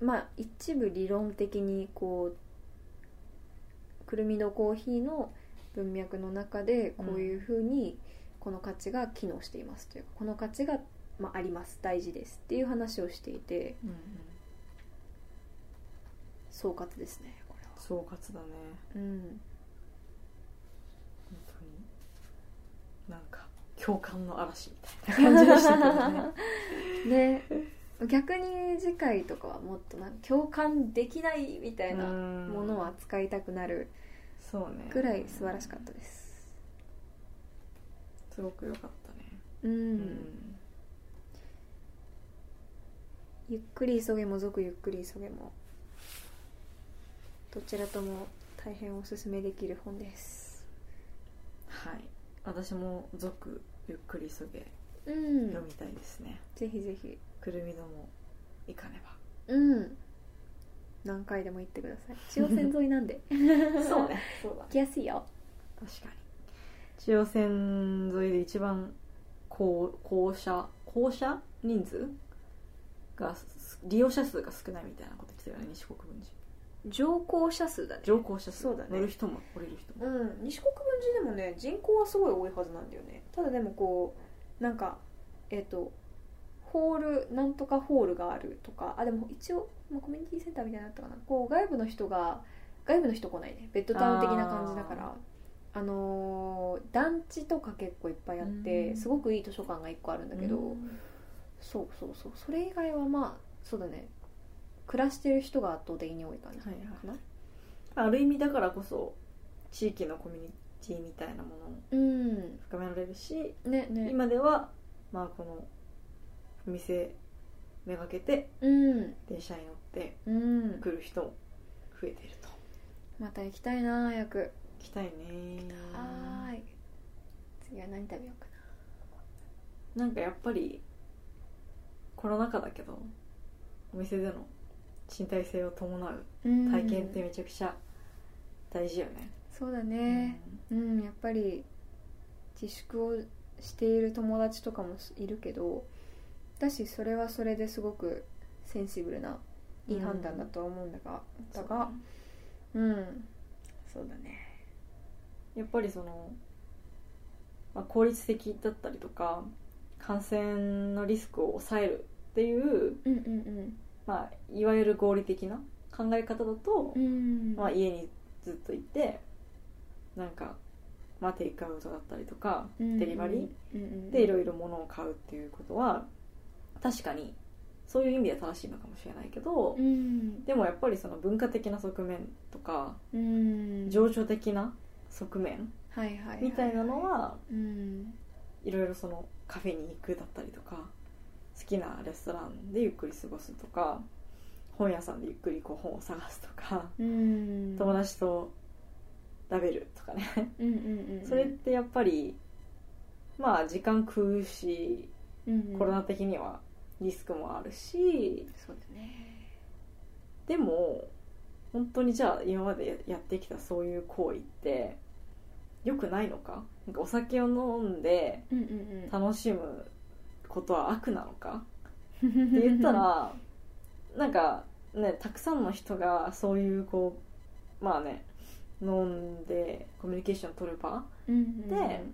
Speaker 1: うまあ一部理論的にこうくるみのコーヒーの文脈の中でこういうふうにこの価値が機能していますというかこの価値が、まあ、あります大事ですっていう話をしていて
Speaker 2: うんうん
Speaker 1: 総括ですねこれは。
Speaker 2: 総括だね
Speaker 1: うん
Speaker 2: 本当になんか共感の嵐みたいな感じでしたけど ね
Speaker 1: ね逆に次回とかはもっとなんか共感できないみたいなものを
Speaker 2: は
Speaker 1: 扱いたくなる
Speaker 2: そうね
Speaker 1: ぐらい素晴らしかったです
Speaker 2: すごく良かったね
Speaker 1: うん、
Speaker 2: うん
Speaker 1: ゆっくり急げも続ゆっくり急げもどちらとも大変おすすめできる本です
Speaker 2: はい私も「続ゆっくり急げ
Speaker 1: うん」
Speaker 2: 読みたいですね
Speaker 1: ぜひぜひ
Speaker 2: くるみども行かねば
Speaker 1: うん何回でも行ってください
Speaker 3: 中央線沿いなんで
Speaker 2: そうねそうだ
Speaker 3: 行きやすいよ
Speaker 2: 確かに中央線沿いで一番こう降車降車人数がす利用者数が少ないみたいなこと言ってたよね西国分寺
Speaker 1: 乗降者数だね
Speaker 2: 乗降者数
Speaker 1: そうだね
Speaker 2: 乗る人も降りる人も
Speaker 1: うん西国分寺でもね人口はすごい多いはずなんだよねただでもこうなんかえっ、とホールなんとかホールがあるとかあでも一応、まあ、コミュニティセンターみたいなのあったかなこう外部の人が外部の人来ないねベッドタウン的な感じだからあのー団地とか結構いっぱいあって、
Speaker 2: うん
Speaker 1: すごくいい図書館が1個あるんだけど、
Speaker 2: うん
Speaker 1: そうそうそうそれ以外はまあそうだね暮らしてる人が圧倒的に多い感じか
Speaker 2: はい
Speaker 1: な、
Speaker 2: はいある意味だからこそ地域のコミュニティみたいなものも
Speaker 1: うん
Speaker 2: 深められるし
Speaker 1: ねね
Speaker 2: 今ではまあこのお店めがけて
Speaker 1: うん
Speaker 2: 電車に乗って
Speaker 1: うん
Speaker 2: 来る人も増えてると
Speaker 1: また行きたいな早く
Speaker 2: 行きたいね
Speaker 1: はーい次は何食べようかな
Speaker 2: なんかやっぱりコロナ禍だけどお店での身体性を伴う
Speaker 1: うん
Speaker 2: 体験ってめちゃくちゃ大事よね、
Speaker 1: そうだねうん、やっぱり自粛をしている友達とかもいるけどだしそれはそれですごくセンシブルないい判断だとは思うんだが、
Speaker 2: うん
Speaker 1: だがうんそうだね
Speaker 2: やっぱりその、まあ、効率的だったりとか感染のリスクを抑えるっていう、
Speaker 1: うんうん
Speaker 2: まあ、いわゆる合理的な考え方だと、
Speaker 1: うん
Speaker 2: まあ、家にずっといてなんか、まあ、テイクアウトだったりとか、デリバリー
Speaker 1: ー
Speaker 2: でい
Speaker 1: い
Speaker 2: ろいろ物を買うっていうことは確かにそういう意味では正しいのかもしれないけど、
Speaker 1: うん
Speaker 2: でもやっぱりその文化的な側面とか
Speaker 1: うん
Speaker 2: 情緒的な側面
Speaker 1: はいはいは
Speaker 2: みたいなのは
Speaker 1: うん
Speaker 2: いろいろそのカフェに行くだったりとか好きなレストランでゆっくり過ごすとか本屋さんでゆっくりこう本を探すとか
Speaker 1: うん
Speaker 2: 友達と食べるとかね
Speaker 1: うんうんうん
Speaker 2: それってやっぱりまあ時間食うし
Speaker 1: うんうん
Speaker 2: コロナ的にはリスクもあるし
Speaker 1: そうだね
Speaker 2: でも本当にじゃあ今までやってきたそういう行為って良くないのかなんかお酒を飲んで
Speaker 1: うんうんうん
Speaker 2: 楽しむことは悪なのかって言っ たらなんかねたくさんの人がそういうこうまあね飲んでコミュニケーションを取る場
Speaker 1: うんうんうん
Speaker 2: で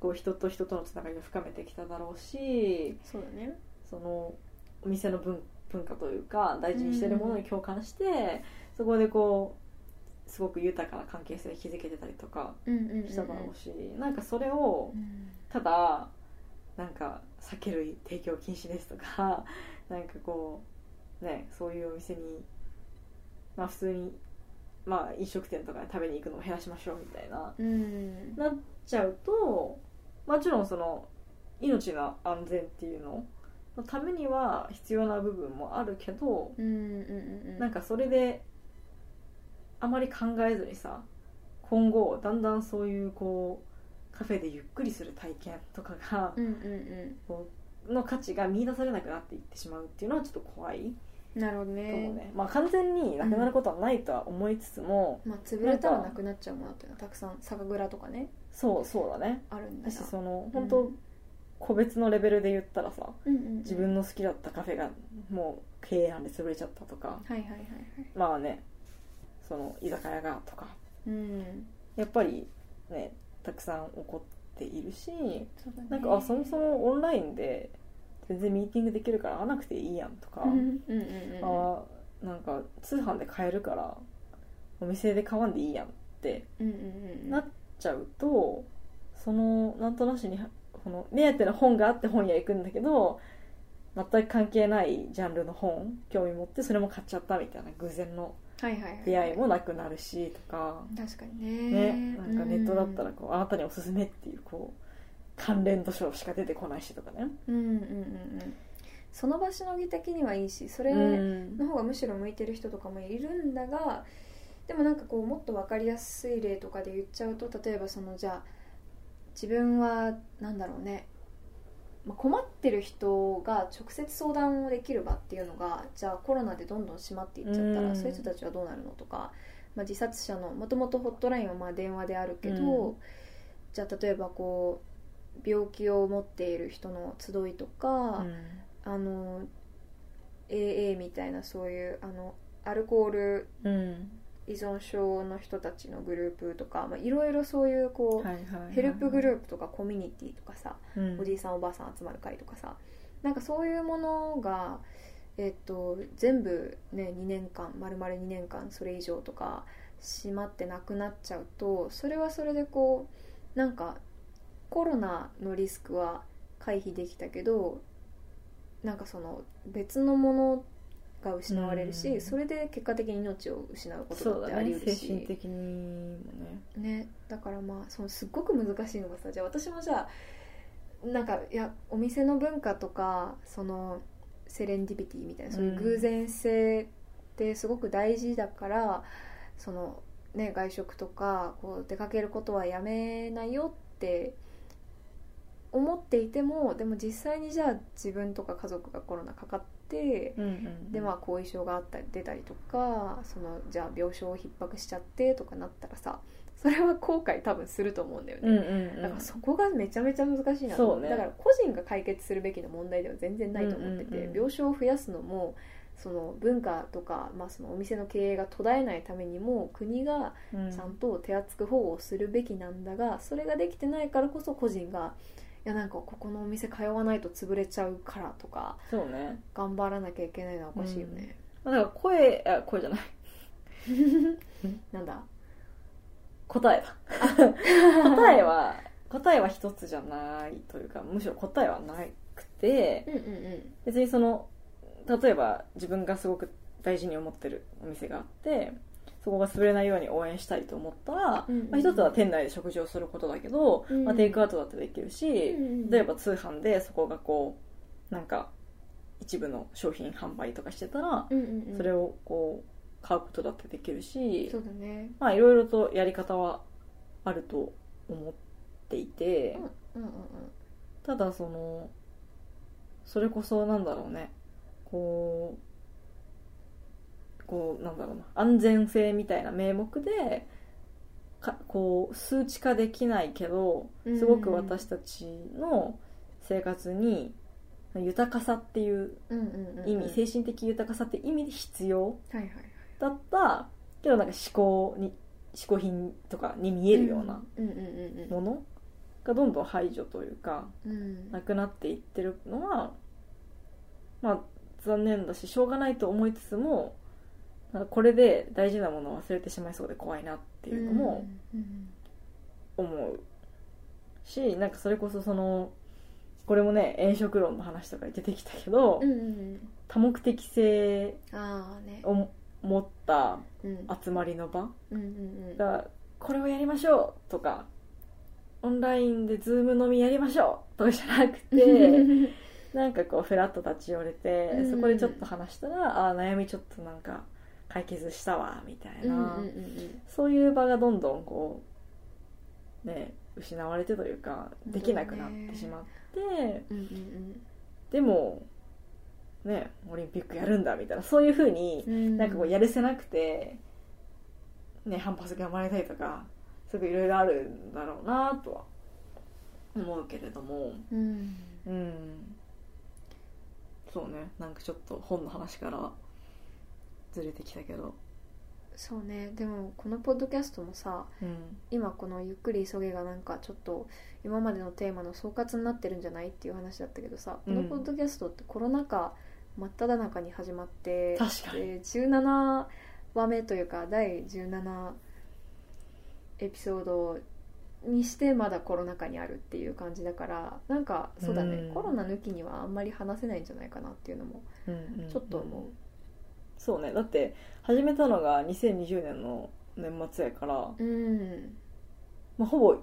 Speaker 2: こう人と人とのつながりを深めてきただろうし
Speaker 1: そうだね
Speaker 2: そのお店の文文化というか大事にしてるものに共感して、そこでこうすごく豊かな関係性を築けてたりとか
Speaker 1: うんうんうんうん
Speaker 2: しただろうし、なんかそれを
Speaker 1: うん
Speaker 2: ただなんか酒類提供禁止ですとか なんかこうねそういうお店にまあ普通にまあ飲食店とかで食べに行くのを減らしましょうみたいな
Speaker 1: うん
Speaker 2: なっちゃうともちろんその命の安全っていうののためには必要な部分もあるけど、
Speaker 1: うんうんうんうん
Speaker 2: なんかそれであまり考えずにさ今後だんだんそういうこうカフェでゆっくりする体験とかが
Speaker 1: うんうん
Speaker 2: の価値が見出されなくなっていってしまうっていうのはちょっと怖い
Speaker 1: うんなるほど
Speaker 2: と思う
Speaker 1: ね
Speaker 2: ね、まあ完全になくなることはないとは思いつつも、
Speaker 1: まあ潰れたらなくなっちゃうものっていうのはたくさん酒蔵とかね
Speaker 2: そうそうだね
Speaker 1: あるんだ
Speaker 2: だ
Speaker 1: な
Speaker 2: しその本当個別のレベルで言ったらさ、
Speaker 1: うんうんうん
Speaker 2: 自分の好きだったカフェがもう経営なんで潰れちゃったとか
Speaker 1: はいはいはいはい
Speaker 2: まあねその居酒屋がとか
Speaker 1: うん
Speaker 2: やっぱりねたくさん起こっているし
Speaker 1: そうだね
Speaker 2: なんかあそもそもオンラインで全然ミーティングできるから会わなくていいやんとか、
Speaker 1: うんうんうんうん
Speaker 2: あーなんか通販で買えるからお店で買わんでいいやんって
Speaker 1: うんうんうん
Speaker 2: なっちゃうとそのなんとなしにこの目当ての本があって本屋行くんだけど全く関係ないジャンルの本興味持ってそれも買っちゃったみたいな偶然の
Speaker 1: はいはいはい
Speaker 2: 出会いもなくなるしとか、
Speaker 1: 確かにね
Speaker 2: ね、なんかネットだったらこう、あなたにおすすめっていうこう関連図書しか出てこないしとかね。
Speaker 1: うんうんうんうんその場しのぎ的にはいいしそれ
Speaker 2: うん
Speaker 1: の方がむしろ向いてる人とかもいるんだがでもなんかこうもっと分かりやすい例とかで言っちゃうと例えばそのじゃあ自分はなんだろうねまあ、困ってる人が直接相談をできる場っていうのがじゃあコロナでどんどん閉まっていっちゃったら、
Speaker 2: うん
Speaker 1: そういう人たちはどうなるのとか、まあ、自殺者のもともとホットラインはまあ電話であるけど、
Speaker 2: うん
Speaker 1: じゃあ例えばこう病気を持っている人の集いとか、あの AA みたいなそういうあのアルコール
Speaker 2: うん
Speaker 1: 依存症の人たちのグループとかまあいろいろそういうこう、
Speaker 2: はいはいはいはい
Speaker 1: ヘルプグループとかコミュニティとかさ、
Speaker 2: うん
Speaker 1: おじいさんおばあさん集まる会とかさなんかそういうものが、えっと、全部ね2年間丸々2年間それ以上とか閉まってなくなっちゃうとそれはそれでこうなんかコロナのリスクは回避できたけどなんかその別のものが失われるし、
Speaker 2: うん
Speaker 1: それで結果的に命を失うこと
Speaker 2: そ
Speaker 1: だ
Speaker 2: う
Speaker 1: って
Speaker 2: だ
Speaker 1: あり
Speaker 2: ね
Speaker 1: 得る
Speaker 2: 精
Speaker 1: し
Speaker 2: 神的にもね
Speaker 1: ねだからまあそのすっごく難しいのがさじゃあ私もじゃあなんかいやお店の文化とかそのセレンディピティみたいなそういう偶然性ってすごく大事だから、そのね外食とかこう出かけることはやめないよって思っていてもでも実際にじゃあ自分とか家族がコロナかかって
Speaker 2: うんうん
Speaker 1: でまあ後遺症があったり出たりとかそのじゃあ病床を逼迫しちゃってとかなったらさそれは後悔多分すると思うんだよね、
Speaker 2: うんうんうん
Speaker 1: だからそこがめちゃめちゃ難しいなと
Speaker 2: そ
Speaker 1: 思
Speaker 2: うね
Speaker 1: だから個人が解決するべきな問題では全然ないと思ってて、
Speaker 2: うんうんうん
Speaker 1: 病床を増やすのもその文化とか、まあ、そのお店の経営が途絶えないためにも国が
Speaker 2: うん
Speaker 1: ちゃんと手厚く保護をするべきなんだがそれができてないからこそ個人がいやなんかここのお店通わないと潰れちゃうからとか
Speaker 2: そうね
Speaker 1: 頑張らなきゃいけないのはおかしいよね。
Speaker 2: うんまあだから声あ声じゃない
Speaker 1: なんだ
Speaker 2: 答 えだ答えは答えは一つじゃないというかむしろ答えはなくて
Speaker 1: うんうんうん
Speaker 2: 別にその例えば自分がすごく大事に思ってるお店があってそこが潰れないように応援したいと思ったら、
Speaker 1: うんうん
Speaker 2: まあ、一つは店内で食事をすることだけど、
Speaker 1: うん
Speaker 2: まあ、テイクアウトだってできるし、
Speaker 1: うんうん
Speaker 2: 例えば通販でそこがこうなんか一部の商品販売とかしてたら、
Speaker 1: うんうんうん
Speaker 2: それをこう買うことだってできるし
Speaker 1: そうだね
Speaker 2: まあいろいろとやり方はあると思っていて、
Speaker 1: うんうん
Speaker 2: ただそのそれこそなんだろうねこうこうなんだろうな安全性みたいな名目でかこう数値化できないけど
Speaker 1: うん
Speaker 2: すごく私たちの生活に豊かさっていう
Speaker 1: うんうんうんうん
Speaker 2: 意味、精神的豊かさって意味で必要
Speaker 1: はいはいはい
Speaker 2: だったけどなんか思考に嗜好品とかに見えるような
Speaker 1: うんうんうん
Speaker 2: ものがどんどん排除というか
Speaker 1: うんうん
Speaker 2: なくなっていってるのはまあ残念だししょうがないと思いつつもなんかこれで大事なものを忘れてしまいそうで怖いなっていうのも
Speaker 1: うん
Speaker 2: 思うしなんかそれこそそのこれもね炎色論の話とかに出てきたけど
Speaker 1: うんうんうん
Speaker 2: 多目的性
Speaker 1: うんああね
Speaker 2: を持った
Speaker 1: うん
Speaker 2: 集まりの場
Speaker 1: うんうんうん
Speaker 2: だからこれをやりましょうとかオンラインでズーム飲みやりましょうとかじゃなく てなんかこうフラッと立ち寄れて、
Speaker 1: うん
Speaker 2: そこでちょっと話したらあー悩みちょっとなんか解決したわみたい
Speaker 1: うんう
Speaker 2: な、
Speaker 1: んうん
Speaker 2: そういう場がどんどんこうね失われてというかできなくなってしまって、
Speaker 1: うんうんうん
Speaker 2: でもねオリンピックやるんだみたいなそういうふうに
Speaker 1: うん
Speaker 2: なんかこうやるせなくて、ね、反発が生まれたりとかすごいいろいろあるんだろうなとは思うけれども
Speaker 1: うん
Speaker 2: うんそうねなんかちょっと本の話からずれてきたけど
Speaker 1: そうねでもこのポッドキャストもさ
Speaker 2: うん
Speaker 1: 今この「ゆっくり急げ」がなんかちょっと今までのテーマの総括になってるんじゃないっていう話だったけどさこの
Speaker 2: うん
Speaker 1: ポッドキャストってコロナ禍真っ只中に始まって、
Speaker 2: 確かに
Speaker 1: で17話目というか第17エピソードにしてまだコロナ禍にあるっていう感じだからなんかそうだね、
Speaker 2: うん
Speaker 1: コロナ抜きにはあんまり話せないんじゃないかなっていうのも
Speaker 2: うんうんうん
Speaker 1: ちょっと思う、
Speaker 2: そうねだって始めたのが2020年の年末やから、
Speaker 1: うん
Speaker 2: まあ、ほぼ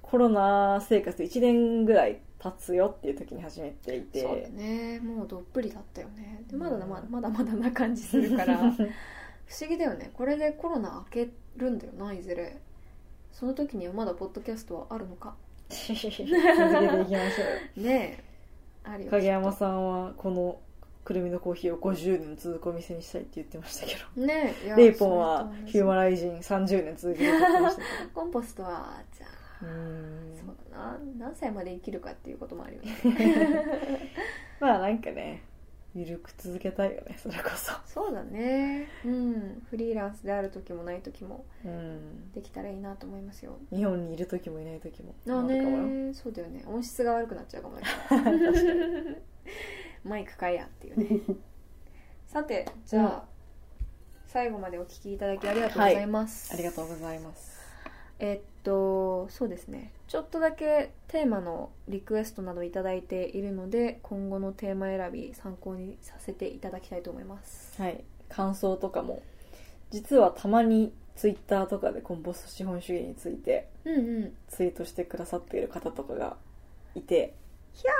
Speaker 2: コロナ生活1年ぐらい経つよっていう時に始めていて
Speaker 1: そうだねもうどっぷりだったよねでまだ
Speaker 2: うん
Speaker 1: まだまだまだな感じするから不思議だよねこれでコロナ明けるんだよないずれその時にはまだポッドキャストはあるのか
Speaker 2: 続けていきましょうよ
Speaker 1: ねあるよ
Speaker 2: 影山さんはこのくるみのコーヒーを50年続くお店にしたいって言ってましたけど
Speaker 1: ねえいや
Speaker 2: レイポンは
Speaker 1: それと同じ
Speaker 2: ヒューマライジン30年続けるって言ってましたけ
Speaker 1: コンポストはじゃあ
Speaker 2: ど うーん
Speaker 1: そうだな何歳まで生きるかっていうこともあるよね
Speaker 2: まあなんかねゆるく続けたいよねそれこそ
Speaker 1: そうだねうんフリーランスである時もない時も
Speaker 2: うん
Speaker 1: できたらいいなと思いますよ
Speaker 2: 日本にいる時もいない時も
Speaker 1: あ
Speaker 2: るかもよ
Speaker 1: ねそうだよね音質が悪くなっちゃうか もだけどマイク買えやっていうね さてじゃあ、
Speaker 2: うん
Speaker 1: 最後までお聞きいただきありがとうございます、
Speaker 2: ありがとうございます
Speaker 1: えっとそうですねちょっとだけテーマのリクエストなどいただいているので今後のテーマ選び参考にさせていただきたいと思います
Speaker 2: はい感想とかも実はたまにツイッターとかでコンポスト資本主義について
Speaker 1: うんうん
Speaker 2: ツイートしてくださっている方とかがいて
Speaker 1: ひゃ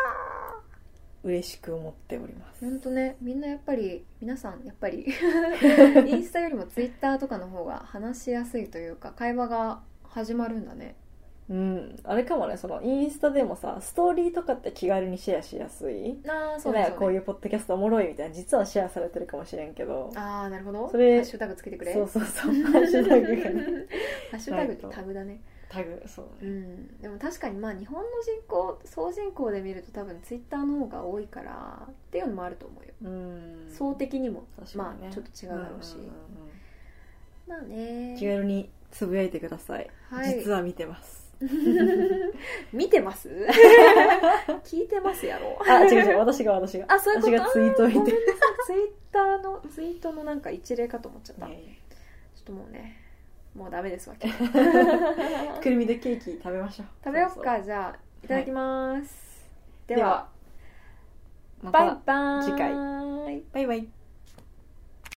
Speaker 2: 嬉しく思っております
Speaker 1: ーほんとねみんなやっぱり皆さんやっぱ りインスタよりもツイッターとかの方が話しやすいというか会話が始まるんだね
Speaker 2: うんあれかもねそのインスタでもさストーリーとかって気軽にシェアしやすい
Speaker 1: ああ
Speaker 2: そうねこういうポッドキャストおもろいみたいな実はシェアされてるかもしれんけど
Speaker 1: ああなるほど
Speaker 2: それ
Speaker 1: ハッシュタグつけてくれ
Speaker 2: そうそうそうハッシュタグがね
Speaker 1: ハッシュタグ
Speaker 2: ないと
Speaker 1: タグだね
Speaker 2: タグそう
Speaker 1: う
Speaker 2: ね
Speaker 1: ん、でも確かにまあ日本の人口総人口で見ると多分ツイッターの方が多いからっていうのもあると思うよ、
Speaker 2: うん
Speaker 1: 総的にも
Speaker 2: 確か
Speaker 1: ま
Speaker 2: にね
Speaker 1: あちょっと違うだろうし、
Speaker 2: んんうんうん
Speaker 1: まあね
Speaker 2: 気軽につぶやいてください、
Speaker 1: はい
Speaker 2: 実は見 てます
Speaker 1: 見てます 聞いてますやろ
Speaker 2: あ違う違う私が私が
Speaker 1: あそういうこと
Speaker 2: 私がツイートを見てる
Speaker 1: ツイッターのツイートのなんか一例かと思っちゃった、
Speaker 2: ね
Speaker 1: ちょっともうねもうダメですわけ 食
Speaker 2: くるみでケーキ食べましょう
Speaker 1: べよっ
Speaker 2: そ
Speaker 1: か
Speaker 2: う
Speaker 1: じゃあいただきます、
Speaker 2: そう
Speaker 1: で
Speaker 2: で
Speaker 1: は
Speaker 2: はま
Speaker 1: バイ
Speaker 2: た
Speaker 1: バーイ
Speaker 2: 次
Speaker 1: バイ
Speaker 2: バイバイ